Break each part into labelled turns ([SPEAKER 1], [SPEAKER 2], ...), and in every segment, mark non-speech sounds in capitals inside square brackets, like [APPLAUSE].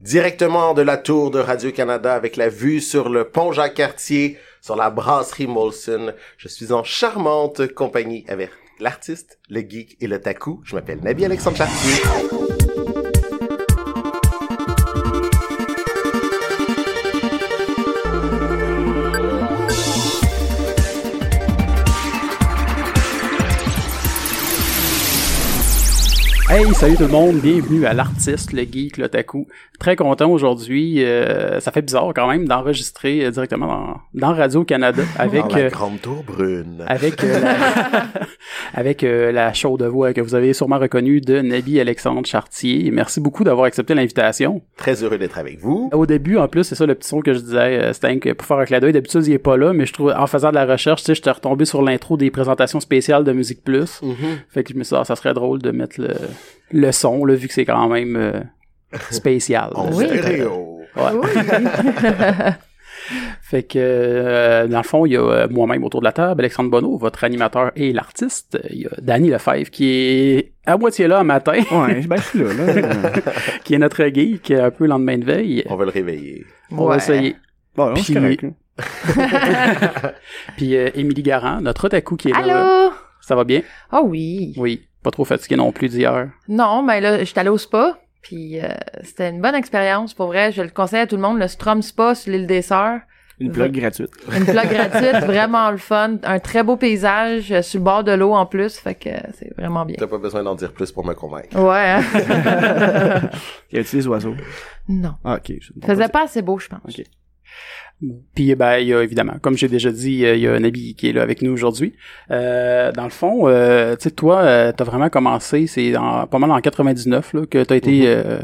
[SPEAKER 1] directement de la tour de Radio-Canada avec la vue sur le pont Jacques-Cartier, sur la brasserie Molson. Je suis en charmante compagnie avec l'artiste, le geek et le taku. Je m'appelle Nabi Alexandre Chartier.
[SPEAKER 2] Hey, salut tout le monde, bienvenue à l'artiste, le geek, l'otaku. Très content aujourd'hui, euh, ça fait bizarre quand même d'enregistrer euh, directement dans, dans
[SPEAKER 1] [LAUGHS]
[SPEAKER 2] Radio-Canada avec,
[SPEAKER 1] Dans la
[SPEAKER 2] euh,
[SPEAKER 1] grande tour brune.
[SPEAKER 2] avec, euh, la, [LAUGHS] avec euh, la chaude voix que vous avez sûrement reconnue de Nabi Alexandre Chartier. Merci beaucoup d'avoir accepté l'invitation.
[SPEAKER 1] Très heureux d'être avec vous.
[SPEAKER 2] Au début, en plus, c'est ça le petit son que je disais, euh, c'était que pour faire un clin d'œil, d'habitude, il est pas là, mais je trouve, en faisant de la recherche, tu sais, j'étais retombé sur l'intro des présentations spéciales de Musique Plus. Fait que je me suis dit, ah, ça serait drôle de mettre le, le son, là, vu que c'est quand même euh, spécial.
[SPEAKER 1] En
[SPEAKER 2] Là, c'est-
[SPEAKER 1] stéréo.
[SPEAKER 2] Ouais. Fait que, euh, dans le fond, il y a euh, moi-même autour de la table, Alexandre Bonneau, votre animateur et l'artiste. Il y a Danny Lefebvre, qui est à moitié là un matin,
[SPEAKER 3] Ouais, ben, je suis là, là.
[SPEAKER 2] [LAUGHS] qui est notre geek, euh, un peu lendemain de veille.
[SPEAKER 1] On va le réveiller.
[SPEAKER 2] On va essayer.
[SPEAKER 3] [LAUGHS] Bon, non,
[SPEAKER 2] Puis-
[SPEAKER 3] c'est correct, là.
[SPEAKER 2] Puis euh, Émilie Garand, notre otaku qui est là, là.
[SPEAKER 4] Allô?
[SPEAKER 2] Ça va bien?
[SPEAKER 4] Ah oui.
[SPEAKER 2] Oui. Pas trop fatigué non plus d'hier.
[SPEAKER 4] Non, mais là, j'étais allée au spa, puis euh, c'était une bonne expérience, pour vrai. Je le conseille à tout le monde, le Strom Spa sur l'île des Sœurs.
[SPEAKER 3] Une plug gratuite.
[SPEAKER 4] Une plug
[SPEAKER 2] [LAUGHS]
[SPEAKER 4] gratuite, vraiment le fun. Un très beau paysage euh, sur le bord de l'eau en plus, fait que euh, c'est vraiment bien.
[SPEAKER 1] T'as pas besoin d'en dire plus pour me convaincre.
[SPEAKER 4] Ouais. hein? [LAUGHS]
[SPEAKER 3] Y a-t-il des oiseaux?
[SPEAKER 4] non.
[SPEAKER 3] Ah, ok. je-
[SPEAKER 4] Faisait pas assez beau, je pense.
[SPEAKER 3] Ok.
[SPEAKER 2] Puis ben il y a évidemment, comme j'ai déjà dit, euh, il y a Nabi qui est là avec nous aujourd'hui. Euh, dans le fond, euh, tu sais toi, euh, t'as vraiment commencé, c'est en- pas mal en 99 là, que t'as été
[SPEAKER 1] Mhm.
[SPEAKER 2] euh,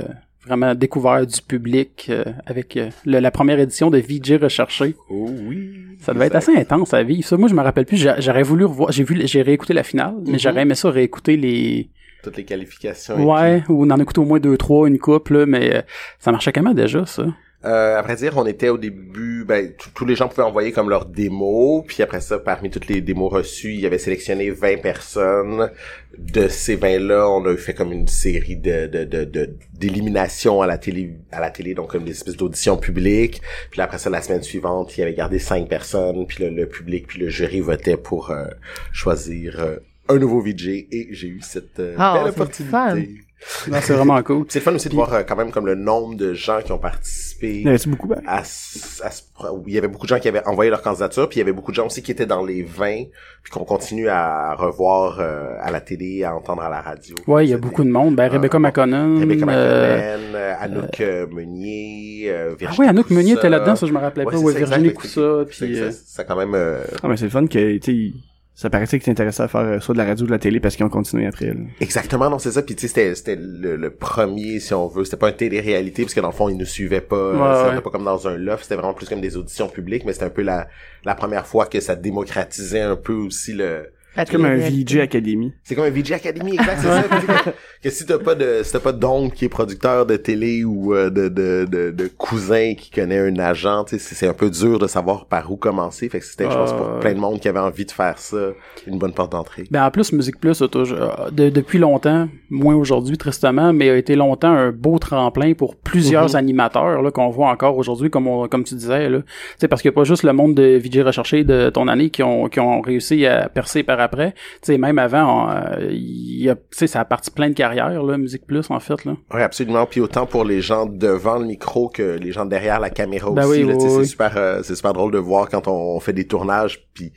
[SPEAKER 2] vraiment découvert du public euh, avec euh, le- la première édition de VJ recherché.
[SPEAKER 1] Oh oui.
[SPEAKER 2] Ça devait être assez intense à vivre. Ça, moi je me rappelle plus. j'a- J'aurais voulu revoir, j'ai vu, j'ai réécouté la finale, mais
[SPEAKER 1] Mhm.
[SPEAKER 2] j'aurais aimé ça réécouter les
[SPEAKER 1] Toutes les qualifications. et
[SPEAKER 2] Ouais, ou on en écoute au moins deux, trois, une coupe, là, mais euh, ça marchait comment déjà, ça?
[SPEAKER 1] Euh, à vrai dire, on était au début, ben, t- tous les gens pouvaient envoyer comme leur démo, puis après ça, parmi toutes les démos reçues, il y avait sélectionné 20 personnes. De ces 20-là, on a fait comme une série de, de, de, de- d'éliminations à la télé, à la télé, donc comme des espèces d'auditions publiques. Puis là, après ça, la semaine suivante, il y avait gardé 5 personnes, puis le, le public, puis le jury votait pour euh, choisir euh, un nouveau VJ, et j'ai eu cette euh,
[SPEAKER 4] Ah,
[SPEAKER 1] belle
[SPEAKER 4] c'est le
[SPEAKER 1] [LAUGHS]
[SPEAKER 4] fun.
[SPEAKER 1] opportunité.
[SPEAKER 2] Non, c'est vraiment cool.
[SPEAKER 1] Puis C'est le fun aussi de voir euh, quand même comme le nombre de gens qui ont participé
[SPEAKER 3] Y en avait-tu beaucoup, ben?
[SPEAKER 1] à, ce- à ce pro- où il y avait beaucoup de gens qui avaient envoyé leur candidature, puis il y avait beaucoup de gens aussi qui étaient dans les 20, puis qu'on continue à revoir euh, à la télé, à entendre à la radio.
[SPEAKER 2] Ouais, il y a beaucoup de monde. Ben, Rebecca McConnell.
[SPEAKER 1] Ah, Rebecca
[SPEAKER 2] euh,
[SPEAKER 1] McConnell, euh, Anouk euh, Meunier, euh,
[SPEAKER 2] Ah
[SPEAKER 1] Virginie
[SPEAKER 2] oui, Anouk Meunier
[SPEAKER 1] Coussa.
[SPEAKER 2] était là-dedans, ça, je me rappelais pas.
[SPEAKER 1] c'est
[SPEAKER 2] Ouais,
[SPEAKER 1] ça, exact,
[SPEAKER 2] Virginie
[SPEAKER 1] fait que c'est-
[SPEAKER 2] Coussa,
[SPEAKER 1] c'est-
[SPEAKER 2] puis...
[SPEAKER 1] c'est-
[SPEAKER 2] euh,
[SPEAKER 1] C'est quand même... euh,
[SPEAKER 3] Ah, mais c'est le fun que, tu sais, ça paraissait que t'intéressais à faire euh, soit de la radio ou de la télé parce qu'ils ont continué après, là.
[SPEAKER 1] Exactement, non, c'est ça. Puis tu sais, c'était, c'était le, le premier, si on veut. C'était pas une télé-réalité, parce que dans le fond, ils nous suivaient pas. euh,
[SPEAKER 2] Ouais,
[SPEAKER 1] c'était
[SPEAKER 2] ouais.
[SPEAKER 1] pas comme dans un loft. C'était vraiment plus comme des auditions publiques, mais c'était un peu la, la première fois que ça démocratisait un peu aussi le...
[SPEAKER 4] La
[SPEAKER 3] C'est comme un
[SPEAKER 2] [LAUGHS]
[SPEAKER 4] [LAUGHS] télé-réalité.
[SPEAKER 3] VJ Academy.
[SPEAKER 1] C'est comme un VJ Academy, exact, c'est ça. Tu sais, que- que si t'as pas de, si t'as pas d'oncle qui est producteur de télé ou euh, de, de, de, de cousin qui connaît un agent, tu sais, c'est c'est un peu dur de savoir par où commencer. Fait que c'était, je pense,
[SPEAKER 2] Ouais.
[SPEAKER 1] pour plein de monde qui avait envie de faire ça, une bonne porte d'entrée.
[SPEAKER 2] Ben, en plus, Musique Plus a toujours, euh, de- depuis longtemps, moins aujourd'hui, tristement, mais a été longtemps un beau tremplin pour plusieurs
[SPEAKER 1] Mhm.
[SPEAKER 2] animateurs, là, qu'on voit encore aujourd'hui, comme on- comme tu disais, là. Tu sais, parce qu'il n'y a pas juste le monde de VJ recherché de ton année qui ont, qui ont réussi à percer par après. Tu sais, même avant, on, euh, il y a, tu sais, ça a parti plein de carrières, là, Musique Plus, en fait, là.
[SPEAKER 1] Oui, absolument. Puis autant pour les gens devant le micro que les gens derrière la caméra
[SPEAKER 2] Ben
[SPEAKER 1] aussi.
[SPEAKER 2] oui,
[SPEAKER 1] là,
[SPEAKER 2] oui,
[SPEAKER 1] tu sais,
[SPEAKER 2] oui.
[SPEAKER 1] C'est super, euh, c'est super drôle de voir quand on, on fait des tournages, puis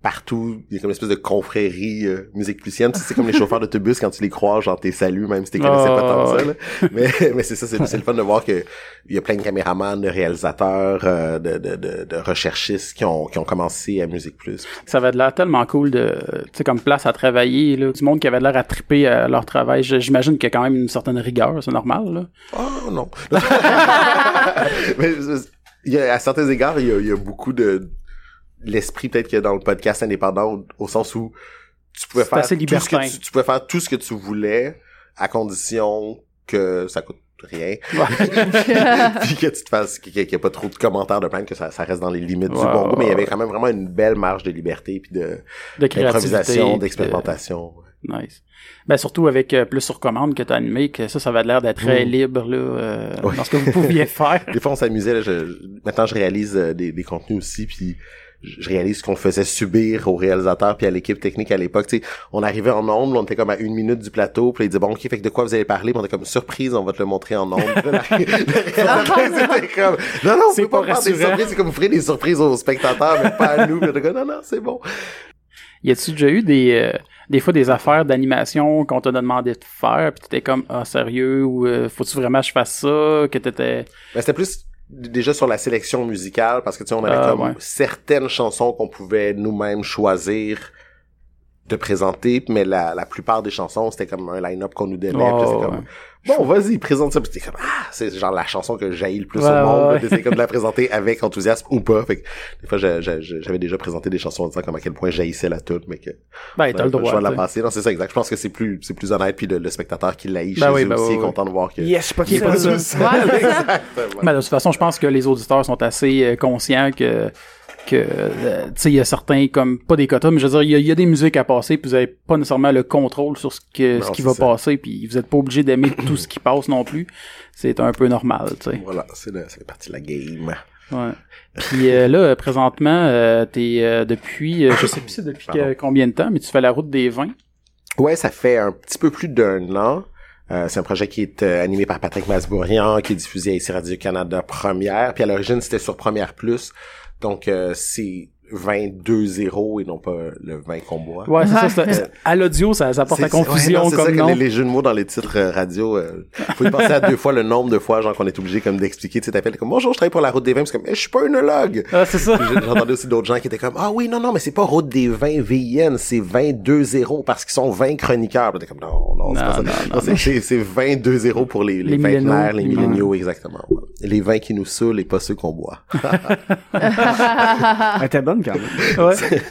[SPEAKER 1] partout, il y a comme une espèce de confrérie euh, musique plusienne. Tu sais, c'est
[SPEAKER 2] [LAUGHS]
[SPEAKER 1] comme les chauffeurs d'autobus quand tu les croises, genre t'es saluts, même si tu connaissais pas tant que ça. là.
[SPEAKER 2] Ah,
[SPEAKER 1] Mais, mais c'est ça,
[SPEAKER 2] [LAUGHS]
[SPEAKER 1] c'est c'est le fun de voir que il y a plein de caméramans, de réalisateurs, euh, de, de, de, de recherchistes qui ont, qui ont commencé à Musique Plus.
[SPEAKER 2] Ça avait de l'air tellement cool de, tu sais, comme place à travailler, là. Du monde qui avait de l'air à triper à leur travail. Je- J'imagine qu'il y a quand même une certaine rigueur, c'est normal, là.
[SPEAKER 1] Oh non. [LAUGHS] Mais, euh, il y a- à certains égards, il y a, il y a beaucoup de l'esprit peut-être qu'il y a dans le podcast indépendant au, au sens où tu pouvais
[SPEAKER 2] C'est
[SPEAKER 1] faire
[SPEAKER 2] assez
[SPEAKER 1] tout ce que
[SPEAKER 2] libertin.
[SPEAKER 1] tu, tu pouvais faire tout ce que tu voulais à condition que ça coûte rien puis que tu te fasses qu'il n'y ait pas trop de commentaires de plainte que ça, ça reste dans les limites du
[SPEAKER 2] Ouais,
[SPEAKER 1] bon goût mais il y avait
[SPEAKER 2] ouais.
[SPEAKER 1] quand même vraiment une belle marge de liberté puis de
[SPEAKER 2] [LAUGHS] De créativité.
[SPEAKER 1] d'improvisation
[SPEAKER 2] puis de-
[SPEAKER 1] d'expérimentation
[SPEAKER 2] Nice. Ben surtout avec euh, plus sur commande que t'as animé, que ça, ça avait l'air d'être très libre là, euh,
[SPEAKER 1] Ouais.
[SPEAKER 2] dans ce que vous pouviez faire.
[SPEAKER 1] Des fois, on s'amusait. là, je- je- Maintenant, je réalise euh, des, des contenus aussi, puis je je réalise ce qu'on faisait subir aux réalisateurs puis à l'équipe technique à l'époque. Tu sais, on arrivait en nombre, on était comme à une minute du plateau, puis ils disaient bon, ok, fait que de quoi vous allez parler Puis On était comme surprise, on va te le montrer en nombre. [LAUGHS]
[SPEAKER 2] [LAUGHS]
[SPEAKER 1] C'était comme non, non,
[SPEAKER 2] C'est
[SPEAKER 1] c'est pas, faire
[SPEAKER 2] pas
[SPEAKER 1] des
[SPEAKER 2] rassurant.
[SPEAKER 1] surprises. C'est comme vous ferez des surprises aux spectateurs, mais pas à nous. Puis on était comme, non, non, c'est bon.
[SPEAKER 2] Y a-tu déjà eu des, euh, des fois des affaires d'animation qu'on t'a demandé de faire, puis t'étais comme ah sérieux ou euh, faut-tu vraiment que je fasse ça, que t'étais
[SPEAKER 1] Ben, c'était plus d- déjà sur la sélection musicale parce que tu sais on avait
[SPEAKER 2] Ah,
[SPEAKER 1] comme
[SPEAKER 2] ouais.
[SPEAKER 1] certaines chansons qu'on pouvait nous-mêmes choisir de présenter mais la, la plupart des chansons c'était comme un line-up qu'on nous donnait
[SPEAKER 2] Oh,
[SPEAKER 1] puis c'était comme,
[SPEAKER 2] ouais.
[SPEAKER 1] bon vas-y présente ça Puis c'était comme ah c'est genre la chanson que jaillit le plus
[SPEAKER 2] Ouais,
[SPEAKER 1] au monde
[SPEAKER 2] ouais,
[SPEAKER 1] là.
[SPEAKER 2] ouais.
[SPEAKER 1] T'essayes comme de la
[SPEAKER 2] [LAUGHS]
[SPEAKER 1] présenter avec enthousiasme ou pas fait que, des fois je- je- je- j'avais déjà présenté des chansons en disant comme à quel point jaillissait la toute mais que
[SPEAKER 2] ben t'as le
[SPEAKER 1] je
[SPEAKER 2] droit.
[SPEAKER 1] vais la
[SPEAKER 2] t'sais.
[SPEAKER 1] passer non c'est ça exact je pense que c'est plus c'est plus honnête puis le, le spectateur qui l'aïe
[SPEAKER 2] Ben
[SPEAKER 1] chez
[SPEAKER 2] oui,
[SPEAKER 1] eux
[SPEAKER 2] ben
[SPEAKER 1] aussi
[SPEAKER 2] oui,
[SPEAKER 1] est
[SPEAKER 2] oui.
[SPEAKER 1] content de voir que
[SPEAKER 3] Yes, pas
[SPEAKER 1] il est pas
[SPEAKER 3] seul.
[SPEAKER 1] tout seul. [LAUGHS]
[SPEAKER 2] [LAUGHS]
[SPEAKER 1] Exactement.
[SPEAKER 2] Ben, de toute façon, je pense que les auditeurs sont assez euh, conscients que que euh, tu sais il y a certains comme pas des quotas mais je veux dire il y a- il y, a des musiques à passer puis vous avez pas nécessairement le contrôle sur ce que ce
[SPEAKER 1] Non,
[SPEAKER 2] qui
[SPEAKER 1] c'est
[SPEAKER 2] va
[SPEAKER 1] ça.
[SPEAKER 2] passer puis vous êtes pas obligé d'aimer tout ce qui passe non plus c'est un peu normal tu sais
[SPEAKER 1] Voilà, c'est la, c'est la partie de la game.
[SPEAKER 2] Ouais. Puis euh, là, présentement, euh, t'es euh, depuis, euh, je sais plus c'est depuis que-
[SPEAKER 1] Pardon.
[SPEAKER 2] combien de temps, mais tu fais la route des vins.
[SPEAKER 1] Ouais, ça fait un petit peu plus d'un an. Euh, c'est un projet qui est euh, animé par Patrick Masbourian, qui est diffusé à ici Radio-Canada Première. Puis à l'origine, c'était sur Première Plus. Donc, euh, c'est 22-0 et non pas le vin qu'on boit.
[SPEAKER 2] Ouais, c'est ça.
[SPEAKER 1] [LAUGHS]
[SPEAKER 2] c'est- c'est- à l'audio, ça, ça porte
[SPEAKER 1] C'est-
[SPEAKER 2] à
[SPEAKER 1] c'est- ouais,
[SPEAKER 2] confusion
[SPEAKER 1] non, c'est ça
[SPEAKER 2] comme
[SPEAKER 1] que
[SPEAKER 2] nom.
[SPEAKER 1] Les, les jeux de mots dans les titres euh, radio, euh, faut y penser à deux fois le nombre de fois, genre, qu'on est obligé comme d'expliquer. Tu sais, t'appelles comme, bonjour, je travaille pour la route des vins. C'est comme, Eh, je suis pas œnologue.
[SPEAKER 2] Ah, c'est
[SPEAKER 1] [LAUGHS]
[SPEAKER 2] ça.
[SPEAKER 1] J'ai- J'entendais aussi d'autres gens qui étaient comme Ah oui, non, non, mais c'est pas Route des 20 VIN, c'est 22-0 parce qu'ils sont 20 chroniqueurs. Puis T'es comme Non, non, c'est
[SPEAKER 2] Non,
[SPEAKER 1] pas ça.
[SPEAKER 2] non,
[SPEAKER 1] Non, c'est- c'est c'est 22-0 pour les, les,
[SPEAKER 2] Les
[SPEAKER 1] vingtenaires,
[SPEAKER 2] milléniaux.
[SPEAKER 1] les milléniaux, exactement. ouais. Les vins qui nous saoulent et pas ceux qu'on boit.
[SPEAKER 3] Elle était bonne quand [LAUGHS] même.
[SPEAKER 2] Ouais. [LAUGHS]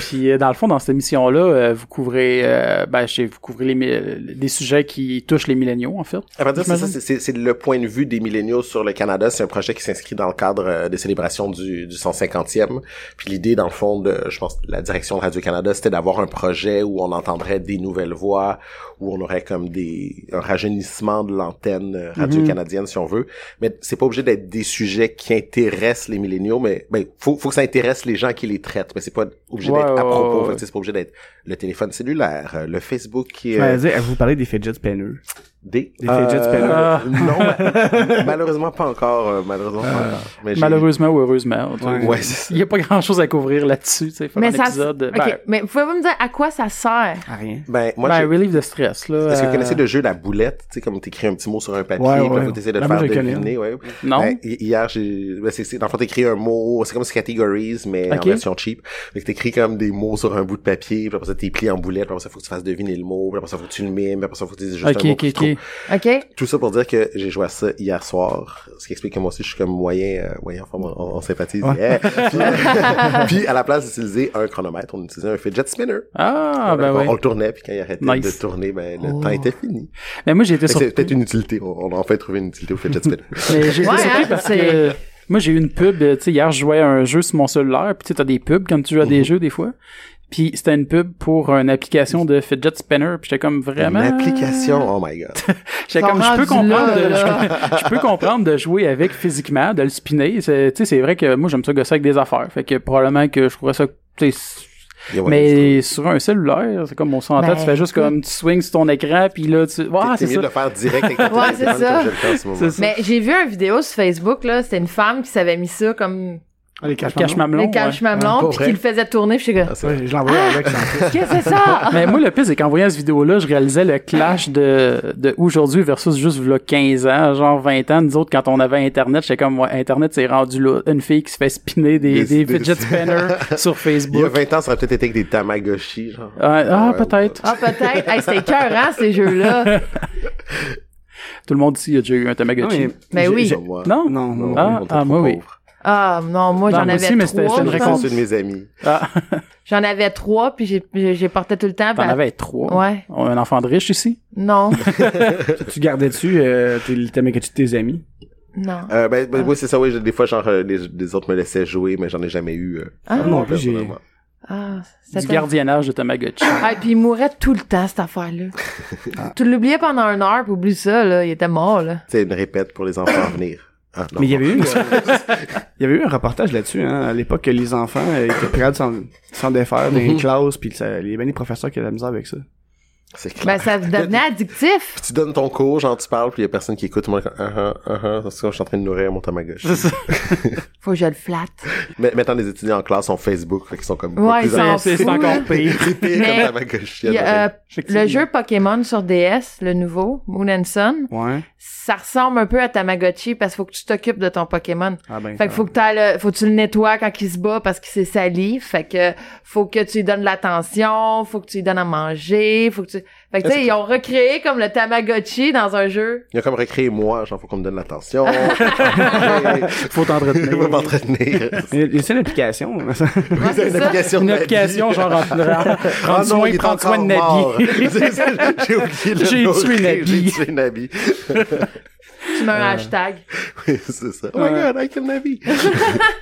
[SPEAKER 2] Puis euh, dans le fond, dans cette émission-là, euh, vous couvrez, euh, ben, je sais, vous couvrez les, mi- euh, des sujets qui touchent les milléniaux en fait.
[SPEAKER 1] À vrai dire, c'est ça, c'est-
[SPEAKER 2] J'imagine.
[SPEAKER 1] c'est c'est le point de vue des milléniaux sur le Canada. C'est un projet qui s'inscrit dans le cadre euh, des célébrations du, du 150e. Puis l'idée, dans le fond, de, je pense, la direction de Radio-Canada, c'était d'avoir un projet où on entendrait des nouvelles voix, où on aurait comme des un rajeunissement de l'antenne euh,
[SPEAKER 2] Mhm.
[SPEAKER 1] radio-canadienne, si on veut. Mais c'est pas obligé d'être des sujets qui intéressent les milléniaux, mais ben, faut, faut que ça intéresse les gens qui les traitent. Mais c'est pas obligé
[SPEAKER 2] Ouais,
[SPEAKER 1] d'être à
[SPEAKER 2] ouais,
[SPEAKER 1] propos.
[SPEAKER 2] ouais,
[SPEAKER 1] Fait que,
[SPEAKER 2] ouais.
[SPEAKER 1] tu sais, c'est pas obligé d'être le téléphone cellulaire, euh, le Facebook qui est...
[SPEAKER 3] Elle dit, elle vous parler des fidget spinners.
[SPEAKER 1] Des, euh,
[SPEAKER 3] Des fidget spinners.
[SPEAKER 2] Ah. Ah.
[SPEAKER 1] Non,
[SPEAKER 2] [LAUGHS]
[SPEAKER 1] ma- malheureusement pas encore. euh, malheureusement pas encore. Mais j'ai-
[SPEAKER 2] Malheureusement ou heureusement. en tout cas.
[SPEAKER 3] Ouais.
[SPEAKER 1] Ouais, c'est ça.
[SPEAKER 2] Il y a pas grand-chose à couvrir là-dessus, tu sais, faire
[SPEAKER 4] Mais
[SPEAKER 2] un
[SPEAKER 4] ça.
[SPEAKER 2] épisode.
[SPEAKER 4] OK,
[SPEAKER 2] Ben,
[SPEAKER 4] Mais pouvez-vous me dire à quoi ça sert?
[SPEAKER 3] À Ah, rien.
[SPEAKER 1] Ben, moi,
[SPEAKER 2] ben,
[SPEAKER 1] j'ai-
[SPEAKER 2] relieve de stress là.
[SPEAKER 1] Est-ce que vous
[SPEAKER 2] euh,
[SPEAKER 1] connaissez le jeu La Boulette? Tu sais, comme t'écris un petit mot sur un papier,
[SPEAKER 3] Ouais,
[SPEAKER 1] puis là,
[SPEAKER 3] ouais.
[SPEAKER 1] faut t'essayer de le
[SPEAKER 3] Ben, moi,
[SPEAKER 1] faire
[SPEAKER 3] je connais.
[SPEAKER 1] deviner, ouais.
[SPEAKER 2] Non.
[SPEAKER 1] Ben, hi- hier, j'ai, ben, c'est, c'est, dans le fond, t'écris un mot, c'est comme categories, mais en
[SPEAKER 2] Ok.
[SPEAKER 1] version cheap. Fait que t'écris comme des mots sur un bout de papier, puis après ça, t'es plié en boulette, puis après ça, faut que tu fasses deviner le mot, puis après ça, faut que tu le mimes, puis après ça, faut que tu dises juste
[SPEAKER 2] Ok,
[SPEAKER 1] un mot
[SPEAKER 2] ok,
[SPEAKER 1] que tu trouves.
[SPEAKER 2] ok.
[SPEAKER 4] OK?
[SPEAKER 2] [LAUGHS]
[SPEAKER 1] Tout ça pour dire que j'ai joué à ça hier soir, ce qui explique que moi aussi je suis comme moyen, euh, moyen en forme, on, on sympathise. Yeah.
[SPEAKER 2] [LAUGHS]
[SPEAKER 1] puis, puis à la place d'utiliser un chronomètre, on utilisait un fidget spinner.
[SPEAKER 2] Ah ben
[SPEAKER 1] on,
[SPEAKER 2] oui.
[SPEAKER 1] on le tournait, puis quand il arrêtait
[SPEAKER 2] Nice. Oh.
[SPEAKER 1] de tourner, ben, le temps était fini.
[SPEAKER 2] Mais moi j'ai été
[SPEAKER 1] Fait que
[SPEAKER 2] surpris.
[SPEAKER 1] C'est peut-être une utilité, on, on a enfin trouvé une utilité au fidget
[SPEAKER 2] [LAUGHS]
[SPEAKER 1] spinner.
[SPEAKER 2] Mais j'ai été
[SPEAKER 4] Ouais,
[SPEAKER 2] surpris
[SPEAKER 4] hein,
[SPEAKER 2] parce
[SPEAKER 4] c'est-
[SPEAKER 2] que moi j'ai eu une pub, euh, tu sais, hier je jouais à un jeu sur mon cellulaire, puis tu sais, t'as des pubs quand tu joues à
[SPEAKER 1] Mhm.
[SPEAKER 2] des jeux des fois. Puis c'était une pub pour une application de fidget spinner, puis j'étais comme
[SPEAKER 1] une
[SPEAKER 2] vraiment.
[SPEAKER 1] application, oh my god.
[SPEAKER 2] J'étais
[SPEAKER 4] Ils
[SPEAKER 2] comme
[SPEAKER 4] sont
[SPEAKER 2] je peux
[SPEAKER 4] rendus là,
[SPEAKER 2] comprendre, de,
[SPEAKER 4] là.
[SPEAKER 2] [LAUGHS] je, je peux comprendre de jouer avec physiquement, de le spinner. C'est- Tu sais, c'est vrai que moi j'aime ça gosser avec des affaires, fait que probablement que je trouverais ça. tu sais,
[SPEAKER 1] Yeah, ouais,
[SPEAKER 2] mais sur un cellulaire, c'est comme on s'entend,
[SPEAKER 4] Ben,
[SPEAKER 2] tu fais juste comme tu swings sur ton écran, puis là tu.
[SPEAKER 1] c'est-
[SPEAKER 2] Ah,
[SPEAKER 1] c'est
[SPEAKER 2] c'est
[SPEAKER 1] mieux de
[SPEAKER 2] ça.
[SPEAKER 1] le faire direct avec ton
[SPEAKER 4] Ouais, c'est
[SPEAKER 1] téléphone
[SPEAKER 4] ça.
[SPEAKER 1] comme je le fais en ce moment.
[SPEAKER 2] C'est ça.
[SPEAKER 4] Mais j'ai vu une vidéo sur Facebook, là. C'était une femme qui s'avait mis ça comme
[SPEAKER 3] Ah, les cache
[SPEAKER 2] Cache mamelon.
[SPEAKER 4] les cache mamelon,
[SPEAKER 1] Pas
[SPEAKER 4] puis
[SPEAKER 1] vrai.
[SPEAKER 4] qui le faisait tourner, puis je suis comme,
[SPEAKER 1] Ah, c'est vrai.
[SPEAKER 3] Ouais, je l'envoie à Alex. en plus. [LAUGHS]
[SPEAKER 4] qu'est-ce que c'est ça?
[SPEAKER 2] Mais moi, le pire, c'est qu'en voyant cette vidéo-là, je réalisais le clash de, de aujourd'hui versus juste v'là 15 ans, genre 20 ans. Nous autres, quand on avait Internet, j'étais comme, ouais, Internet, c'est rendu là. Une fille qui se fait spinner
[SPEAKER 1] Des-
[SPEAKER 2] des, des,
[SPEAKER 1] des-
[SPEAKER 2] fidget spinners
[SPEAKER 1] [LAUGHS]
[SPEAKER 2] sur
[SPEAKER 1] Il y a
[SPEAKER 2] Facebook.
[SPEAKER 1] 20 ans, ça aurait peut-être été avec des Tamagotchi, genre.
[SPEAKER 2] Ah, ah,
[SPEAKER 1] Ouais,
[SPEAKER 2] peut-être.
[SPEAKER 4] Ah, peut-être. Hey, c'était écœurant, ces jeux-là.
[SPEAKER 2] Tout le monde ici a déjà eu un Tamagotchi.
[SPEAKER 4] Mais
[SPEAKER 3] j'ai-
[SPEAKER 4] ben oui.
[SPEAKER 3] j'ai-
[SPEAKER 1] Pas moi.
[SPEAKER 2] Non?
[SPEAKER 3] Non, non.
[SPEAKER 2] Ah,
[SPEAKER 1] on était
[SPEAKER 2] ah,
[SPEAKER 1] trop
[SPEAKER 2] moi, oui.
[SPEAKER 1] pauvres.
[SPEAKER 4] Ah, non, moi,
[SPEAKER 2] Non,
[SPEAKER 4] j'en
[SPEAKER 2] moi
[SPEAKER 4] avais
[SPEAKER 2] aussi, mais c'était-
[SPEAKER 4] trois.
[SPEAKER 2] c'était
[SPEAKER 4] je
[SPEAKER 2] une
[SPEAKER 1] C'est
[SPEAKER 4] pense.
[SPEAKER 1] ceux de mes amis.
[SPEAKER 2] Ah,
[SPEAKER 4] J'en avais trois, puis j'ai- j'ai j'ai porté tout le temps.
[SPEAKER 2] t'en
[SPEAKER 4] puis-
[SPEAKER 2] avais trois.
[SPEAKER 4] Ouais.
[SPEAKER 2] On a un enfant de riche ici.
[SPEAKER 4] Non,
[SPEAKER 3] Tu gardais-tu euh, tes le Tamagotchi de tes amis?
[SPEAKER 4] non.
[SPEAKER 1] Euh, ben, ben,
[SPEAKER 4] Ah.
[SPEAKER 1] oui, c'est ça, oui. je- Des fois, genre, euh, les, les autres me laissaient jouer, mais j'en ai jamais eu. euh,
[SPEAKER 4] Ah.
[SPEAKER 1] à
[SPEAKER 3] Non,
[SPEAKER 1] mon
[SPEAKER 3] plus, j'ai-
[SPEAKER 1] personnellement.
[SPEAKER 4] Ah,
[SPEAKER 2] Du
[SPEAKER 4] c'était...
[SPEAKER 2] gardiennage de Tamagotchi. [LAUGHS]
[SPEAKER 4] Ah, puis il mourait tout le temps, cette affaire-là. Tu l'oubliais pendant une heure, puis oublie ça, là. Il était mort, là.
[SPEAKER 1] C'est une répète pour les enfants à venir. Ah, non.
[SPEAKER 3] Mais il y avait eu,
[SPEAKER 1] [LAUGHS]
[SPEAKER 3] euh, il y avait eu un reportage là-dessus, hein, à l'époque que les enfants euh, étaient prêts à s'en s'en défaire dans
[SPEAKER 1] Mhm.
[SPEAKER 3] les classes, puis ça- il y avait des professeurs qui avaient de la misère avec ça.
[SPEAKER 1] C'est clair.
[SPEAKER 4] Ben, ça devenait addictif.
[SPEAKER 1] Puis [LAUGHS] tu donnes ton cours, genre tu parles, puis il y a personne qui écoute. Moi, ah ah ah ah, parce que je suis en train de nourrir mon tamagotchi.
[SPEAKER 4] Faut que je le flatte.
[SPEAKER 1] [LAUGHS] Mais- Maintenant, les étudiants en classe sont Facebook, fait qu'ils sont comme
[SPEAKER 4] Ouais, ils
[SPEAKER 1] plus
[SPEAKER 4] sont
[SPEAKER 2] C'est c'est
[SPEAKER 4] fous, là.
[SPEAKER 2] encore pire.
[SPEAKER 1] agrippés
[SPEAKER 4] Mais-
[SPEAKER 1] comme tamagotchi.
[SPEAKER 4] Il y a, euh,
[SPEAKER 3] Effectivement.
[SPEAKER 4] le jeu Pokémon sur DS, le nouveau, Moon and Sun,
[SPEAKER 3] Ouais.
[SPEAKER 4] ça ressemble un peu à Tamagotchi parce qu'il faut que tu t'occupes de ton Pokémon.
[SPEAKER 3] Ah ben.
[SPEAKER 4] Fait que faut que, t'ailles le- faut que tu le nettoies quand il se bat parce qu'il s'est sali. Fait que faut que tu lui donnes de l'attention, faut que tu lui donnes à manger, faut que tu... Fait que tu
[SPEAKER 1] Est-ce
[SPEAKER 4] sais, ils ont recréé comme le Tamagotchi dans un jeu.
[SPEAKER 1] Il y a comme recréé moi, genre faut qu'on me donne
[SPEAKER 4] [LAUGHS]
[SPEAKER 1] l'attention. [LAUGHS] Je
[SPEAKER 2] Faut t'entretenir.
[SPEAKER 1] vais m'entretenir.
[SPEAKER 3] Mais [LAUGHS] Il y a une application. hein,
[SPEAKER 4] Ouais,
[SPEAKER 1] C'est
[SPEAKER 4] c'est
[SPEAKER 1] une
[SPEAKER 4] ça.
[SPEAKER 1] application.
[SPEAKER 2] Une
[SPEAKER 1] de ma vie.
[SPEAKER 2] application, genre, en- prendre
[SPEAKER 1] Ah non,
[SPEAKER 2] soin,
[SPEAKER 1] il est
[SPEAKER 2] prendre soin de
[SPEAKER 1] encore
[SPEAKER 2] Nabi. [LAUGHS]
[SPEAKER 1] mort. C'est ça, J'ai oublié le
[SPEAKER 2] J'ai
[SPEAKER 1] nom.
[SPEAKER 2] tué Nabi.
[SPEAKER 1] J'ai tué Nabi.
[SPEAKER 4] Tu mets un
[SPEAKER 1] Euh.
[SPEAKER 4] hashtag.
[SPEAKER 1] Oui, c'est ça. Oh my
[SPEAKER 2] Ouais.
[SPEAKER 1] god, I killed Nabi.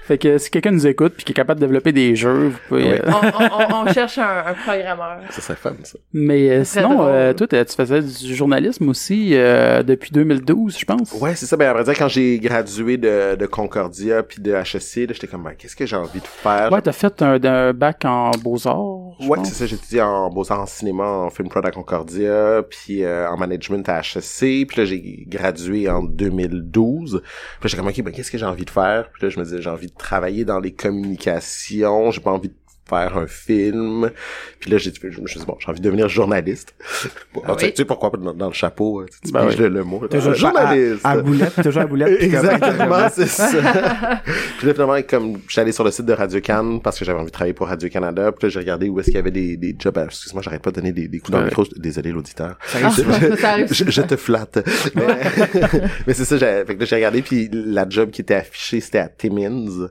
[SPEAKER 2] Fait que euh, si quelqu'un nous écoute puis qui est capable de développer des jeux, vous pouvez.
[SPEAKER 1] Ouais.
[SPEAKER 2] euh, [LAUGHS]
[SPEAKER 4] On, on- on- on cherche un, un programmeur.
[SPEAKER 1] Ça, c'est fun, ça.
[SPEAKER 2] Mais euh,
[SPEAKER 4] C'est
[SPEAKER 2] sinon,
[SPEAKER 4] drôle.
[SPEAKER 2] euh, toi, t'as- tu faisais du journalisme aussi euh, depuis 2012, je pense.
[SPEAKER 1] Ouais, c'est ça. Ben, à vrai dire, quand j'ai gradué de, de Concordia puis de HEC, là, j'étais comme, ben, qu'est-ce que j'ai envie de faire?
[SPEAKER 2] Ouais, t'as fait un, un bac en beaux-arts. je
[SPEAKER 1] Ouais,
[SPEAKER 2] pense.
[SPEAKER 1] c'est ça, j'étudiais en beaux-arts en cinéma, en film prod à Concordia, puis euh, en management à HEC, puis là, j'ai gradué en 2012. Puis là, j'ai comme, OK, ben, qu'est-ce que j'ai envie de faire? Puis là, je me disais, j'ai envie de travailler dans les communications, j'ai pas envie de faire un film. Puis là, j'ai, je me suis dit, bon, j'ai envie de devenir journaliste. Bon,
[SPEAKER 4] Ah
[SPEAKER 1] tu, sais-
[SPEAKER 4] oui.
[SPEAKER 1] tu sais pourquoi, dans, dans le chapeau, hein, tu, tu
[SPEAKER 2] Ben
[SPEAKER 1] piges
[SPEAKER 2] oui. Ah,
[SPEAKER 1] le, le mot. Euh,
[SPEAKER 3] Toujours
[SPEAKER 1] journaliste!
[SPEAKER 3] À, à boulette, toujours à boulette. puis comme-
[SPEAKER 1] [LAUGHS] Exactement, c'est ça. [LAUGHS] puis là, finalement, comme j'étais allé sur le site de Radio Cannes parce que j'avais envie de travailler pour Radio Canada, puis là, j'ai regardé où est-ce qu'il y avait des, des jobs. à- Excuse-moi, j'arrête pas de donner des, des coups dans le
[SPEAKER 2] Ouais.
[SPEAKER 1] micro. Désolé, l'auditeur.
[SPEAKER 4] Ah, ça arrive.
[SPEAKER 1] Je, je te flatte. Mais, [LAUGHS] mais c'est ça, j'ai, fait que là, j'ai regardé, puis la job qui était affichée, c'était à Timmins,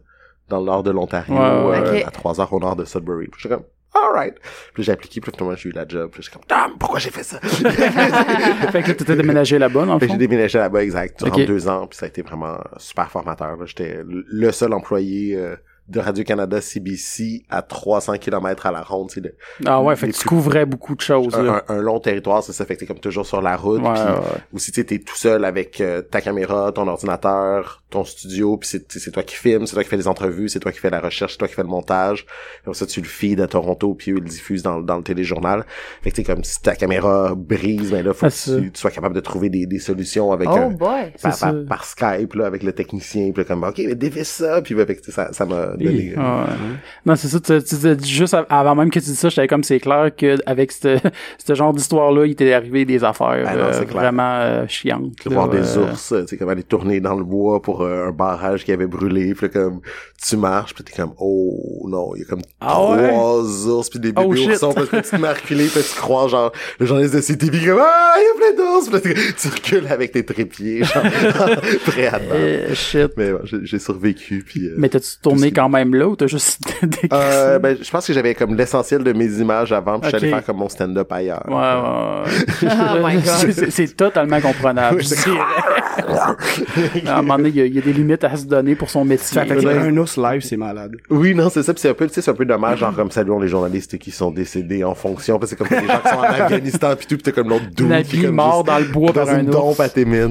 [SPEAKER 1] dans le nord de l'Ontario,
[SPEAKER 2] Ouais, ouais,
[SPEAKER 1] euh,
[SPEAKER 4] ouais. Ok.
[SPEAKER 1] à 3 heures au nord de Sudbury. Puis j'étais comme, alright. Puis j'ai appliqué, puis finalement, j'ai eu la job. Puis j'étais comme, damn, pourquoi j'ai fait ça? [LAUGHS]
[SPEAKER 2] Fait que là, t'étais déménagé là-bas, dans le
[SPEAKER 1] Fait que
[SPEAKER 2] fond.
[SPEAKER 1] Ben, j'ai déménagé là-bas, exact, durant
[SPEAKER 2] Ok.
[SPEAKER 1] deux ans, puis ça a été vraiment super formateur. là. J'étais le seul employé euh, de Radio-Canada CBC à 300 km à la ronde. C'est le-
[SPEAKER 2] Ah ouais, fait que tu couvrais beaucoup de choses,
[SPEAKER 1] un,
[SPEAKER 2] là.
[SPEAKER 1] un- un long territoire, ça, ça fait que t'es comme toujours sur la route.
[SPEAKER 2] Ouais,
[SPEAKER 1] puis
[SPEAKER 2] ouais.
[SPEAKER 1] Aussi, tu sais, t'es tout seul avec euh, ta caméra, ton ordinateur, ton studio, puis c'est- c'est c'est toi qui filmes, c'est toi qui fais les entrevues, c'est toi qui fais la recherche, c'est toi qui fais le montage. Comme ça, tu le feed à Toronto, puis eux, ils le diffusent dans, le- dans le téléjournal. Fait que t'es comme, si ta caméra brise, mais là, faut
[SPEAKER 2] Ah,
[SPEAKER 1] que tu, tu sois capable de trouver des, des solutions avec
[SPEAKER 4] Oh
[SPEAKER 1] un-
[SPEAKER 4] boy!
[SPEAKER 2] C'est
[SPEAKER 1] par,
[SPEAKER 2] ça.
[SPEAKER 1] par, par Skype là, avec le technicien puis là, comme ok mais dévisse ça puis ouais, fait que, tu sais, ça ça m'a donné euh,
[SPEAKER 2] Ah ouais. Non, c'est ça, tu, tu disais juste av- avant même que tu dis ça, j'étais comme c'est clair qu'avec ce [LAUGHS] ce genre d'histoire-là, il t'est arrivé des affaires
[SPEAKER 1] Ah non,
[SPEAKER 2] euh,
[SPEAKER 1] c'est clair.
[SPEAKER 2] vraiment euh, chiantes.
[SPEAKER 1] de
[SPEAKER 2] là,
[SPEAKER 1] voir des
[SPEAKER 2] euh,
[SPEAKER 1] ours euh, tu sais comme aller tourner dans le bois pour euh, un barrage qui avait brûlé puis là, comme tu marches puis t'es comme oh non il y a comme
[SPEAKER 2] Ah
[SPEAKER 1] trois
[SPEAKER 2] ouais?
[SPEAKER 1] ours puis des bébés
[SPEAKER 2] Oh, shit.
[SPEAKER 1] oursons parce que tu te mets à reculer puis tu crois genre le journaliste de CTV comme ah il y a plein d'ours puis là, tu recules avec tes trépieds genre [LAUGHS] prêt à te battre.
[SPEAKER 2] eh, shit.
[SPEAKER 1] mais ouais, j'ai j'ai survécu puis euh,
[SPEAKER 2] Mais t'as-tu tourné quand même là ou t'as juste [LAUGHS] décrissé?
[SPEAKER 1] euh, ben, je pense que j'avais comme l'essentiel de mes images avant, puis je suis allé
[SPEAKER 2] Ok.
[SPEAKER 1] faire comme mon stand-up ailleurs.
[SPEAKER 2] Ouais, ouais, ouais.
[SPEAKER 4] [LAUGHS] Oh my God.
[SPEAKER 2] C'est- c'est totalement comprenable. je dirais. [LAUGHS] à un moment donné, il y, a- il y a des limites à se donner pour son métier.
[SPEAKER 3] Ça fait
[SPEAKER 2] là.
[SPEAKER 3] un ours live, c'est malade.
[SPEAKER 1] Oui, non, c'est ça. Puis c'est un peu, tu sais, c'est un peu dommage, genre comme saluons les journalistes qui sont décédés en fonction, parce que c'est comme des gens qui sont en Afghanistan puis tout, puis t'as comme l'autre doux
[SPEAKER 2] Nabi
[SPEAKER 1] qui est comme
[SPEAKER 2] mort
[SPEAKER 1] juste
[SPEAKER 2] dans le bois
[SPEAKER 1] dans
[SPEAKER 2] par un
[SPEAKER 1] une
[SPEAKER 2] ours.
[SPEAKER 1] dompe à Timmins.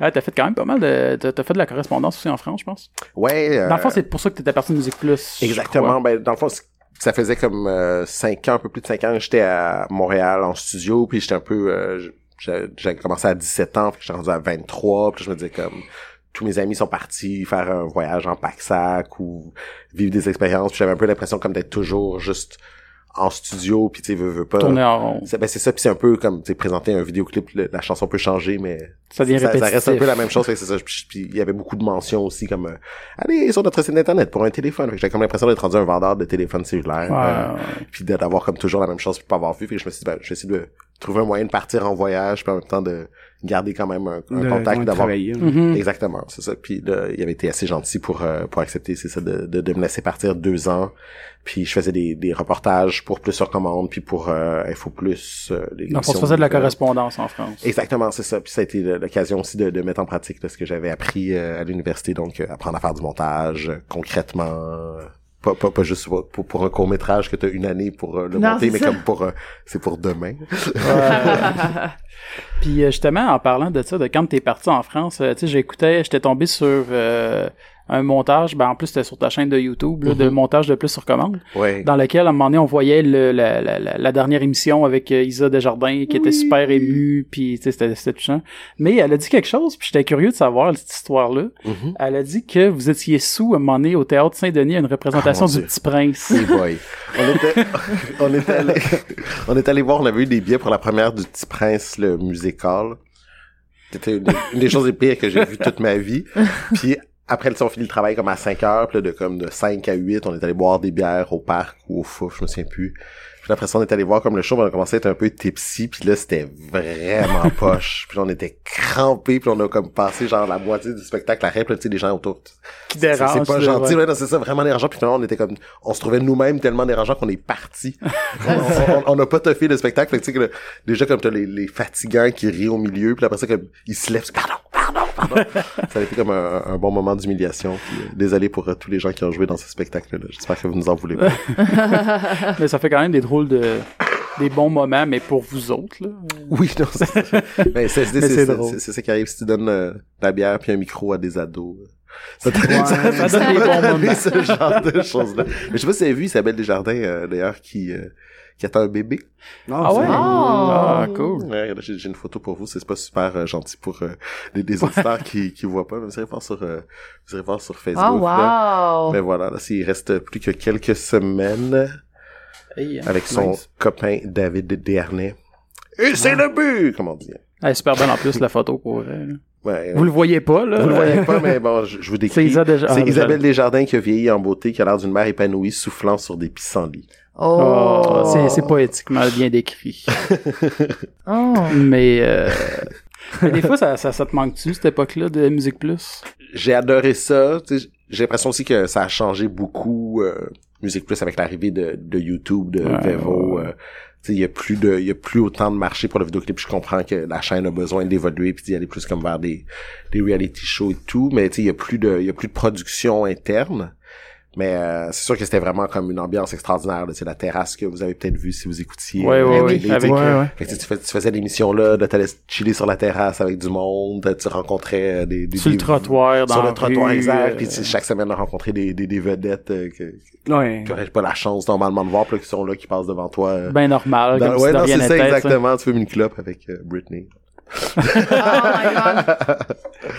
[SPEAKER 2] Ah, t'as fait quand même pas mal de... T'as t'as fait de la correspondance aussi en France, je pense.
[SPEAKER 1] Ouais. euh,
[SPEAKER 2] Dans le fond, c'est pour ça que t'étais parti de Musique Plus. je
[SPEAKER 1] Exactement.
[SPEAKER 2] crois.
[SPEAKER 1] Ben, dans le fond, c- ça faisait comme euh, cinq ans, un peu plus de cinq ans, que j'étais à Montréal en studio, puis j'étais un peu... euh, j- j'a- J'avais commencé à 17 ans, puis j'étais rendu à 23, puis je me disais comme... Tous mes amis sont partis faire un voyage en pack-sac ou vivre des expériences, puis j'avais un peu l'impression comme d'être toujours juste en studio, puis tu sais, veux, veux pas...
[SPEAKER 2] Tourner en rond.
[SPEAKER 1] C'est ben, c'est ça, puis c'est un peu comme tu sais, présenter un vidéoclip, le- la chanson peut changer, mais
[SPEAKER 2] Ça devient
[SPEAKER 1] ça, ça
[SPEAKER 2] répétitif.
[SPEAKER 1] reste un peu la même chose, [LAUGHS] fait que c'est ça. Puis puis il y avait beaucoup de mentions aussi comme euh, allez sur notre site internet pour un téléphone. Fait que J'avais comme l'impression d'être rendu un vendeur de téléphone cellulaire, euh,
[SPEAKER 2] Ouais, ouais.
[SPEAKER 1] puis de- d'avoir comme toujours la même chose puis pas avoir vu. Fait que je me suis dit ben, je vais essayer de trouver un moyen de partir en voyage, puis en même temps de garder quand même un, un
[SPEAKER 3] De-
[SPEAKER 1] contact,
[SPEAKER 3] de
[SPEAKER 1] d'avoir
[SPEAKER 3] travailler, là.
[SPEAKER 2] Mhm.
[SPEAKER 1] Exactement, c'est ça. Puis là, il avait été assez gentil pour euh, pour accepter, c'est ça, de, de, de me laisser partir deux ans. Puis je faisais des, des reportages pour Plus sur commande, puis pour euh, Info Plus. Euh, les
[SPEAKER 2] Donc, on se
[SPEAKER 1] émissions
[SPEAKER 2] faisait de la
[SPEAKER 1] nouvelles.
[SPEAKER 2] correspondance en France.
[SPEAKER 1] Exactement, c'est ça. Puis ça a été le- l'occasion aussi de, de mettre en pratique là, ce que j'avais appris euh, à l'université, donc euh, apprendre à faire du montage euh, concrètement, euh, pas, pas, pas juste pour, pour- pour un court métrage que t'as une année pour euh, le
[SPEAKER 4] Non,
[SPEAKER 1] monter,
[SPEAKER 4] c'est
[SPEAKER 1] mais
[SPEAKER 4] ça.
[SPEAKER 1] comme pour euh, c'est pour demain.
[SPEAKER 2] Puis euh, justement, en parlant de ça, de quand t'es parti en France, euh, tu sais, j'écoutais, j'étais tombé sur euh, un montage, ben en plus c'était sur ta chaîne de YouTube, là,
[SPEAKER 1] Mm-hmm.
[SPEAKER 2] de montage de plus sur commande,
[SPEAKER 1] Ouais.
[SPEAKER 2] dans lequel à un moment donné on voyait le- la, la- la- la dernière émission avec euh, Isa Desjardins qui était super émue, puis tu sais, c'était c'était touchant. Mais elle a dit quelque chose, puis j'étais curieux de savoir cette histoire-là.
[SPEAKER 1] Mhm.
[SPEAKER 2] Elle a dit que vous étiez sous à un moment donné au Théâtre Saint-Denis à une représentation
[SPEAKER 1] Ah, mon
[SPEAKER 2] du
[SPEAKER 1] Dieu.
[SPEAKER 2] Petit Prince.
[SPEAKER 1] Hey boy. [LAUGHS] On était, on était allé, on était allé voir, on avait eu des billets pour la première du Petit Prince, le musical. C'était une, une des choses les pires que j'ai vues toute ma vie. Puis après, le on finit le travail comme à 5 heures, puis là, de comme de 5 à 8, on est allé boire des bières au parc ou au fouf, je me souviens plus. Puis après ça, on est allé voir comme le show, on a commencé à être un peu tipsy, puis là, c'était vraiment poche. Puis on était crampés, puis on a comme passé genre la moitié du spectacle à rêve, puis là, tu sais, les gens autour.
[SPEAKER 2] Qui
[SPEAKER 1] C'est-
[SPEAKER 2] dérange,
[SPEAKER 1] C'est pas
[SPEAKER 2] là,
[SPEAKER 1] gentil,
[SPEAKER 2] ouais.
[SPEAKER 1] ouais, non, c'est ça, vraiment dérangeant. Puis finalement, on était comme, on se trouvait nous-mêmes tellement dérangeants qu'on est
[SPEAKER 2] [LAUGHS]
[SPEAKER 1] parti. on on- on n'a pas toffé le spectacle. Fait que tu sais que le- déjà, comme t'as les, les fatigants qui rient au milieu, puis après ça, comme, ils se lèvent, c'est pardon, pardon,
[SPEAKER 2] [LAUGHS]
[SPEAKER 1] pardon. ça a été comme un, un bon moment d'humiliation. Puis, euh, désolé pour euh, tous les gens qui ont joué dans ce spectacle-là. J'espère que vous nous en voulez pas.
[SPEAKER 2] Mais ça fait quand même des drôles de des bons moments, mais pour vous autres, là.
[SPEAKER 1] oui, non, c'est
[SPEAKER 2] [LAUGHS]
[SPEAKER 1] ça. Mais c'est c'est-
[SPEAKER 2] Mais c'est
[SPEAKER 1] c'est-
[SPEAKER 2] drôle.
[SPEAKER 1] c'est- c'est ça qui arrive si tu donnes euh, la bière puis un micro à des ados. euh, Ça te-
[SPEAKER 2] Ça donne des bons moments.
[SPEAKER 1] ce genre de choses-là. Mais je sais pas si vous avez vu Isabelle Desjardins, euh, d'ailleurs, qui, euh, qui attend un bébé.
[SPEAKER 3] Non,
[SPEAKER 2] Ah
[SPEAKER 3] c'est-
[SPEAKER 2] ouais? Ah, cool.
[SPEAKER 1] Ouais, là, j'ai j'ai une photo pour vous, c'est pas super euh, gentil pour euh, les, les auditeurs qui, qui voient pas, mais vous irez voir sur, euh, vous irez voir sur Facebook.
[SPEAKER 4] Oh,
[SPEAKER 1] là.
[SPEAKER 4] wow!
[SPEAKER 1] Mais voilà, là, s'il reste plus que quelques semaines
[SPEAKER 2] Hey, hein.
[SPEAKER 1] avec son
[SPEAKER 2] Nice.
[SPEAKER 1] copain David Dernay. Et c'est
[SPEAKER 2] Ah.
[SPEAKER 1] le but, comment dire.
[SPEAKER 2] Elle est euh, super bonne en plus, la photo, pour vrai. là.
[SPEAKER 1] Ouais,
[SPEAKER 2] Vous le voyez pas, là. Euh,
[SPEAKER 1] Vous le voyez pas, mais bon, je, je vous décris.
[SPEAKER 2] C'est Isa Desja-
[SPEAKER 1] Euh, C'est
[SPEAKER 2] ah,
[SPEAKER 1] Isabelle Desjardins qui a vieilli en beauté, qui a l'air d'une mère épanouie, soufflant sur des pissenlits.
[SPEAKER 4] Oh!
[SPEAKER 2] Oh, c'est- C'est poétiquement bien décrit.
[SPEAKER 4] Oh.
[SPEAKER 2] mais, euh, [LAUGHS] mais des fois, ça, ça, ça te manque-tu, cette époque-là de Musique Plus?
[SPEAKER 1] J'ai adoré ça. tu sais, J'ai l'impression aussi que ça a changé beaucoup euh, Musique Plus avec l'arrivée de, de YouTube, de
[SPEAKER 2] Ouais,
[SPEAKER 1] Vevo.
[SPEAKER 2] ouais,
[SPEAKER 1] euh, tu sais, il y a plus de, il y a plus autant de marché pour le vidéoclip. Je comprends que la chaîne a besoin d'évoluer puis d'y aller plus comme vers des, des reality shows et tout. Mais tu sais, il y a plus de, il y a plus de production interne. Mais euh, c'est sûr que c'était vraiment comme une ambiance extraordinaire. là, tu sais, la terrasse que vous avez peut-être vue si vous écoutiez.
[SPEAKER 2] Ouais,
[SPEAKER 1] euh,
[SPEAKER 2] ouais,
[SPEAKER 1] la
[SPEAKER 2] ouais,
[SPEAKER 1] télé, tu
[SPEAKER 2] avec,
[SPEAKER 1] sais.
[SPEAKER 2] euh,
[SPEAKER 1] Fait que tu, sais, tu fais- tu faisais l'émission là, de t'allais chiller sur la terrasse avec du monde, tu rencontrais euh, des, des
[SPEAKER 2] Sur le
[SPEAKER 1] des-
[SPEAKER 2] trottoir, dans
[SPEAKER 1] sur
[SPEAKER 2] la
[SPEAKER 1] le trottoir
[SPEAKER 2] rue,
[SPEAKER 1] exact,
[SPEAKER 2] euh,
[SPEAKER 1] puis tu sais, chaque semaine de rencontrer des, des, des vedettes euh, que,
[SPEAKER 3] Ouais.
[SPEAKER 1] que j'aurais pas la chance normalement de voir, puis là, qui sont là, qui passent devant toi. euh,
[SPEAKER 2] ben normal,
[SPEAKER 1] dans-
[SPEAKER 2] comme
[SPEAKER 1] ouais,
[SPEAKER 2] si de
[SPEAKER 1] non,
[SPEAKER 2] rien
[SPEAKER 1] c'est ça
[SPEAKER 2] n'était, ça.
[SPEAKER 1] exactement. Tu fumes une clope avec euh, Britney.
[SPEAKER 4] Oh my god!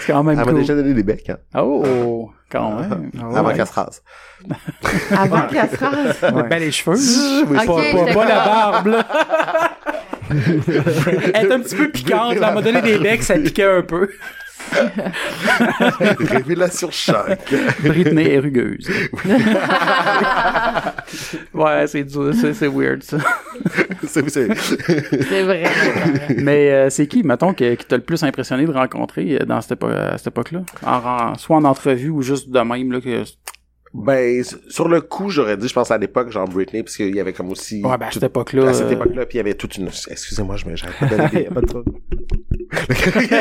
[SPEAKER 2] C'est quand même
[SPEAKER 1] Elle m'a
[SPEAKER 2] cool.
[SPEAKER 1] Ah, déjà donné des becs, hein,
[SPEAKER 2] Oh, quand même. Ah ouais.
[SPEAKER 1] avant qu'elle se rase. [LAUGHS]
[SPEAKER 4] Avant qu'elle se rase!
[SPEAKER 3] Ouais.
[SPEAKER 2] Ben les cheveux. là.
[SPEAKER 1] Oui,
[SPEAKER 4] Ok,
[SPEAKER 2] Pas,
[SPEAKER 4] je
[SPEAKER 2] pas-
[SPEAKER 4] te
[SPEAKER 2] pas la
[SPEAKER 4] comprends.
[SPEAKER 2] barbe, là. [LAUGHS] Elle est un petit peu piquante, là. Elle m'a donné des becs, ça piquait un peu.
[SPEAKER 1] c'est- Révélation choc. [LAUGHS]
[SPEAKER 2] Britney est rugueuse. [LAUGHS] ouais, c'est dur, c'est c'est weird, ça.
[SPEAKER 1] c'est, c'est... [LAUGHS]
[SPEAKER 4] C'est vrai.
[SPEAKER 2] Mais euh, c'est qui, mettons, que- qui t'a le plus impressionné de rencontrer euh, dans cette, épo- à cette époque-là? En- en- soit en entrevue ou juste de même, là, que...
[SPEAKER 1] Ben, s- sur le coup, j'aurais dit, je pense à l'époque, genre Britney, parce qu'il y avait comme aussi...
[SPEAKER 2] Ouais, ben, à
[SPEAKER 1] tout-
[SPEAKER 2] cette époque-là...
[SPEAKER 1] à cette
[SPEAKER 2] euh,
[SPEAKER 1] époque-là, puis il y avait toute une... Excusez-moi, je me... j'arrête pas de donner des-
[SPEAKER 2] [LAUGHS]
[SPEAKER 3] Y a pas de trouble.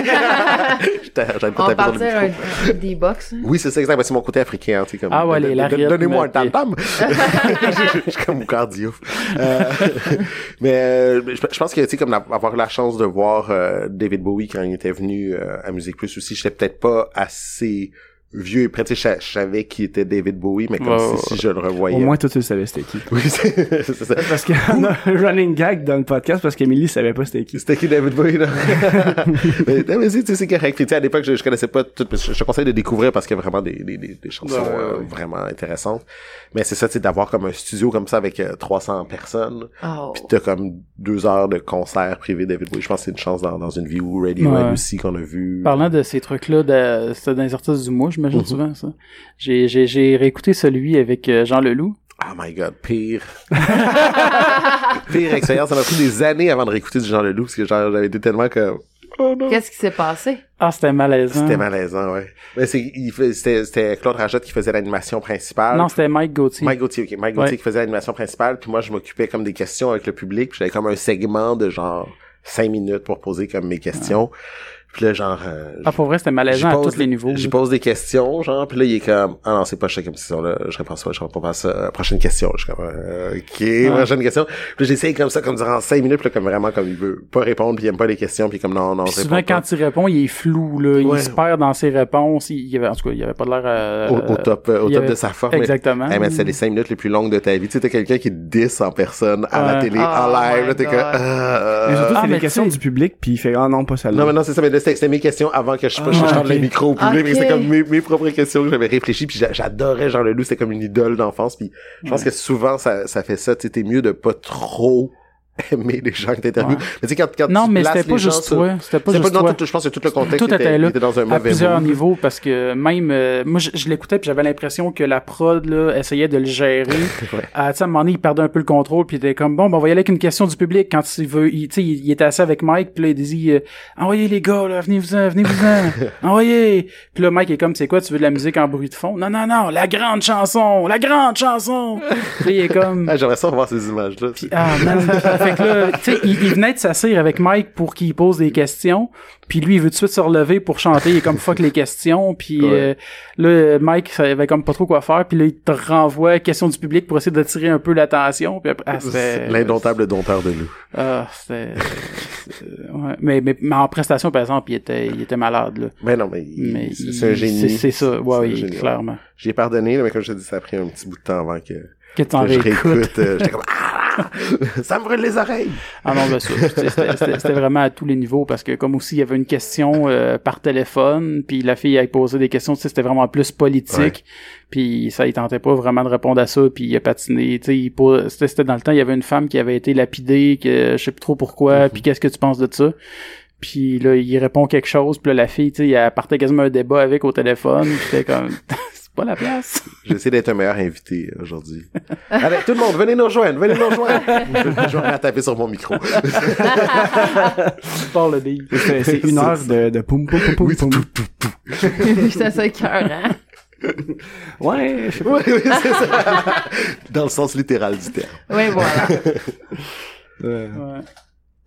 [SPEAKER 1] J'arrête pas de
[SPEAKER 4] On
[SPEAKER 1] taper sur le
[SPEAKER 4] partir
[SPEAKER 1] micro.
[SPEAKER 4] un, des box. hein?
[SPEAKER 1] Oui, c'est ça, exact. Ben, C'est mon côté africain, hein, tu sais, comme.
[SPEAKER 2] Ah ouais, les
[SPEAKER 1] don- don-
[SPEAKER 2] lariettes,
[SPEAKER 1] Donnez-moi un
[SPEAKER 2] mais-
[SPEAKER 1] tam-tam. [LAUGHS] Je je suis comme cardio. Euh, [LAUGHS] mais euh, je, je pense que, tu sais, comme la- avoir eu la chance de voir euh, David Bowie quand il était venu euh, à Musique Plus aussi, j'étais peut-être pas assez vieux et prêt. Tu sais, je je savais qui était David Bowie, mais comme
[SPEAKER 2] Ouais,
[SPEAKER 1] si,
[SPEAKER 2] ouais,
[SPEAKER 1] si je le revoyais.
[SPEAKER 3] Au moins, toi, tu le savais, c'était qui.
[SPEAKER 1] [LAUGHS] Oui, c'est c'est ça.
[SPEAKER 3] Parce [LAUGHS] qu'il y en a un running gag dans le podcast parce qu'Émilie savait pas c'était qui.
[SPEAKER 1] C'était qui David Bowie,
[SPEAKER 2] [LAUGHS]
[SPEAKER 1] là? mais, non, mais c'est- tu sais, c'est correct. Puis, tu sais, à l'époque, je, je connaissais pas tout, mais je, je te conseille de découvrir parce qu'il y a vraiment des, des, des, des chansons
[SPEAKER 2] Ouais, ouais,
[SPEAKER 1] euh,
[SPEAKER 2] ouais.
[SPEAKER 1] vraiment intéressantes. Mais c'est ça, tu sais, d'avoir comme un studio comme ça avec euh, 300 personnes.
[SPEAKER 4] Oh.
[SPEAKER 1] Puis t'as comme deux heures de concert privé David Bowie. Je pense que c'est une chance dans, dans une vie où Radiohead
[SPEAKER 2] Ouais.
[SPEAKER 1] aussi qu'on a vu.
[SPEAKER 2] Parlant de ces trucs-là, de, c'était dans les artistes du mois, j'imagine souvent, ça. J'ai, j'ai, j'ai réécouté celui avec euh, Jean Leloup.
[SPEAKER 1] Oh my god, pire. [LAUGHS] pire expérience. Ça m'a pris des années avant de réécouter du Jean Leloup parce que genre, j'avais été tellement comme... Oh non.
[SPEAKER 4] Qu'est-ce qui s'est passé?
[SPEAKER 2] Ah, c'était malaisant.
[SPEAKER 1] C'était malaisant, ouais. Mais c'est, il fait- c'était, c'était Claude Rajotte qui faisait l'animation principale.
[SPEAKER 2] Non, c'était Mike Gauthier.
[SPEAKER 1] Mike Gauthier, ok. Mike Gauthier
[SPEAKER 2] Ouais.
[SPEAKER 1] qui faisait l'animation principale, puis moi je m'occupais comme des questions avec le public, puis j'avais comme un segment de genre cinq minutes pour poser comme mes questions. Puis là, genre, euh,
[SPEAKER 2] Ah, pour vrai, c'était malaisant
[SPEAKER 1] j'y
[SPEAKER 2] à
[SPEAKER 1] pose
[SPEAKER 2] tous les
[SPEAKER 1] des-
[SPEAKER 2] niveaux.
[SPEAKER 1] J'y
[SPEAKER 2] là.
[SPEAKER 1] pose des questions, genre, puis là, il est comme, ah non, c'est pas chaque question, là, je réponds pas, je réponds pas à ça. Euh, Prochaine question, je suis comme, euh, ok, prochaine question. Puis là, j'essaye comme ça, comme durant cinq minutes, puis là, comme vraiment, comme il veut pas répondre, puis il aime pas les questions, puis comme, non, non,
[SPEAKER 2] Puis
[SPEAKER 1] je
[SPEAKER 2] souvent,
[SPEAKER 1] réponds pas.
[SPEAKER 2] quand il répond, il est flou, là.
[SPEAKER 1] Ouais.
[SPEAKER 2] Il se perd dans ses réponses. Il, il avait, en tout cas, il avait pas l'air euh,
[SPEAKER 1] Au, au top, euh, au
[SPEAKER 2] il
[SPEAKER 1] top
[SPEAKER 2] avait-
[SPEAKER 1] de sa forme. mais-
[SPEAKER 2] Exactement.
[SPEAKER 1] Eh, mais c'est les cinq minutes les plus longues de ta vie. Tu sais, t'as quelqu'un qui te disse en personne, à la
[SPEAKER 2] Ouais.
[SPEAKER 1] télé,
[SPEAKER 4] Oh
[SPEAKER 1] en live,
[SPEAKER 4] my
[SPEAKER 1] là, t'es comme,
[SPEAKER 4] God.
[SPEAKER 1] Ah,
[SPEAKER 3] Mais surtout,
[SPEAKER 2] Ah,
[SPEAKER 3] c'est
[SPEAKER 2] mais
[SPEAKER 3] les questions
[SPEAKER 2] tu sais-
[SPEAKER 3] du public, puis il fait Ah non, pas celle-là.
[SPEAKER 1] Non, mais non, c'est ça, mais là, c'était c'était mes questions avant que je, je,
[SPEAKER 3] Ah,
[SPEAKER 1] je tende
[SPEAKER 3] ok.
[SPEAKER 1] le micro au public.
[SPEAKER 4] Ok.
[SPEAKER 1] mais C'était comme mes, mes propres questions que j'avais réfléchi, puis j'a- j'adorais Jean Leloup, c'était comme une idole d'enfance. Puis je pense que souvent, ça, ça fait ça. Tu sais, t'es mieux de pas trop [LAUGHS] aimer les gens que t'interviews.
[SPEAKER 2] Ouais.
[SPEAKER 1] Mais tu sais, quand, quand
[SPEAKER 2] Non,
[SPEAKER 1] tu
[SPEAKER 2] mais
[SPEAKER 1] places
[SPEAKER 2] c'était pas
[SPEAKER 1] les gens
[SPEAKER 2] juste
[SPEAKER 1] sur-
[SPEAKER 2] toi. C'était pas
[SPEAKER 1] C'est
[SPEAKER 2] juste
[SPEAKER 1] non,
[SPEAKER 2] toi.
[SPEAKER 1] tout- je pense que tout le contexte
[SPEAKER 2] Tout était
[SPEAKER 1] était,
[SPEAKER 2] là,
[SPEAKER 1] était dans un
[SPEAKER 2] à
[SPEAKER 1] mauvais
[SPEAKER 2] plusieurs
[SPEAKER 1] mood.
[SPEAKER 2] niveaux parce que même euh, moi je, je l'écoutais puis j'avais l'impression que la prod là, essayait de
[SPEAKER 1] [LAUGHS]
[SPEAKER 2] le gérer à, tu sais, à un moment donné il perdait un peu le contrôle puis il était comme bon ben on va y aller avec une question du public quand il veut il, tu sais, il, il était assis avec Mike puis là il disait euh, envoyez les gars là venez vous en venez vous
[SPEAKER 1] [LAUGHS]
[SPEAKER 2] en envoyez puis là Mike est comme c'est quoi tu veux de la musique en bruit de fond non non non la grande chanson la
[SPEAKER 1] [LAUGHS]
[SPEAKER 2] grande chanson puis là, il est comme
[SPEAKER 1] Ah, J'aimerais ça revoir ces images-là.
[SPEAKER 2] ah,
[SPEAKER 1] [LAUGHS]
[SPEAKER 2] man. fait que là, tu sais, il, il venait de s'asseoir avec Mike pour qu'il pose des questions. Puis lui, il veut tout de suite se relever pour chanter. Il est comme fuck les questions. Puis
[SPEAKER 1] Ouais.
[SPEAKER 2] euh, là, Mike savait comme pas trop quoi faire. Puis là, il te renvoie question du public pour essayer d'attirer un peu l'attention. Puis après, ah, c'était-
[SPEAKER 1] L'indomptable dompteur de loup.
[SPEAKER 2] Ah, c'était- c'était- ouais. mais, mais, mais en prestation, par exemple, il était, il était malade. Là.
[SPEAKER 1] Mais Ben non, mais, il-
[SPEAKER 2] Mais
[SPEAKER 1] c'est
[SPEAKER 2] il-
[SPEAKER 1] c'est un génie.
[SPEAKER 2] C'est ça,
[SPEAKER 1] C'est un
[SPEAKER 2] ouais, oui,
[SPEAKER 1] génie.
[SPEAKER 2] clairement.
[SPEAKER 1] J'ai pardonné, là, mais comme je te dis, ça a pris un petit bout de temps avant que,
[SPEAKER 2] Que t'en
[SPEAKER 1] que je
[SPEAKER 2] réécoutes.
[SPEAKER 1] réécoute. euh,
[SPEAKER 2] [LAUGHS]
[SPEAKER 1] J'étais comme, ah! ça me brûle les oreilles!
[SPEAKER 2] Ah non, ben ça, tu sais, c'était- c'était c'était vraiment à tous les niveaux parce que comme aussi il y avait une question euh, par téléphone, puis la fille elle posait des questions, tu sais, c'était vraiment plus
[SPEAKER 1] Ouais.
[SPEAKER 2] politique, puis ça il tentait pas vraiment de répondre à ça, puis il a patiné, tu sais, il pose- c'était c'était dans le temps, il y avait une femme qui avait été lapidée, que je sais plus trop pourquoi, puis qu'est-ce que tu penses de ça puis là, il répond quelque chose, puis là, la fille, tu sais, elle partait quasiment un débat avec au téléphone, puis c'était comme, [LAUGHS] c'est pas la place.
[SPEAKER 1] J'essaie d'être un meilleur invité euh, aujourd'hui. Allez, tout le monde, venez nous rejoindre, venez nous rejoindre. Je- Je vais me taper sur mon micro. [LAUGHS]
[SPEAKER 2] Tu parles le deal.
[SPEAKER 3] C'est [LAUGHS] c'est une heure de, de poum poum poum poum. poum.
[SPEAKER 4] C'était ça écœurant.
[SPEAKER 3] Ouais, je sais pas.
[SPEAKER 1] Oui, oui, c'est ça. Dans le sens littéral du terme.
[SPEAKER 4] Oui, voilà.
[SPEAKER 3] Euh,
[SPEAKER 2] Ouais.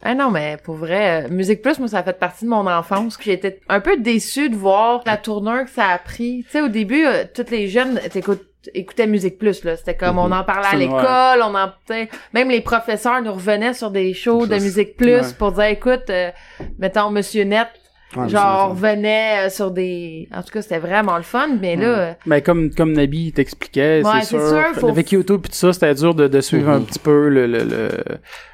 [SPEAKER 4] Ah non, mais pour vrai, euh, Musique Plus, moi, ça a fait partie de mon enfance. que J'étais un peu déçue de voir la tournure que ça a pris. Tu sais, au début, euh, toutes les jeunes t'écoutes- écoutaient Musique Plus, là. C'était comme,
[SPEAKER 1] Mhm.
[SPEAKER 4] on en parlait à
[SPEAKER 2] Ouais.
[SPEAKER 4] l'école, on en, tu sais, même les professeurs nous revenaient sur des shows de
[SPEAKER 1] Ça,
[SPEAKER 4] Musique Plus
[SPEAKER 2] ouais.
[SPEAKER 4] pour dire, écoute, euh, mettons, Monsieur Net,
[SPEAKER 3] ouais,
[SPEAKER 4] genre,
[SPEAKER 3] mais
[SPEAKER 4] venait euh, sur des, en tout cas, c'était vraiment le fun, mais là, euh,
[SPEAKER 2] Mais comme, comme Nabi t'expliquait,
[SPEAKER 4] Ouais,
[SPEAKER 2] c'est sûr.
[SPEAKER 4] c'est sûr, faut- Mm-hmm.
[SPEAKER 2] Avec YouTube pis tout ça, c'était dur de, de suivre un petit peu le, le, le-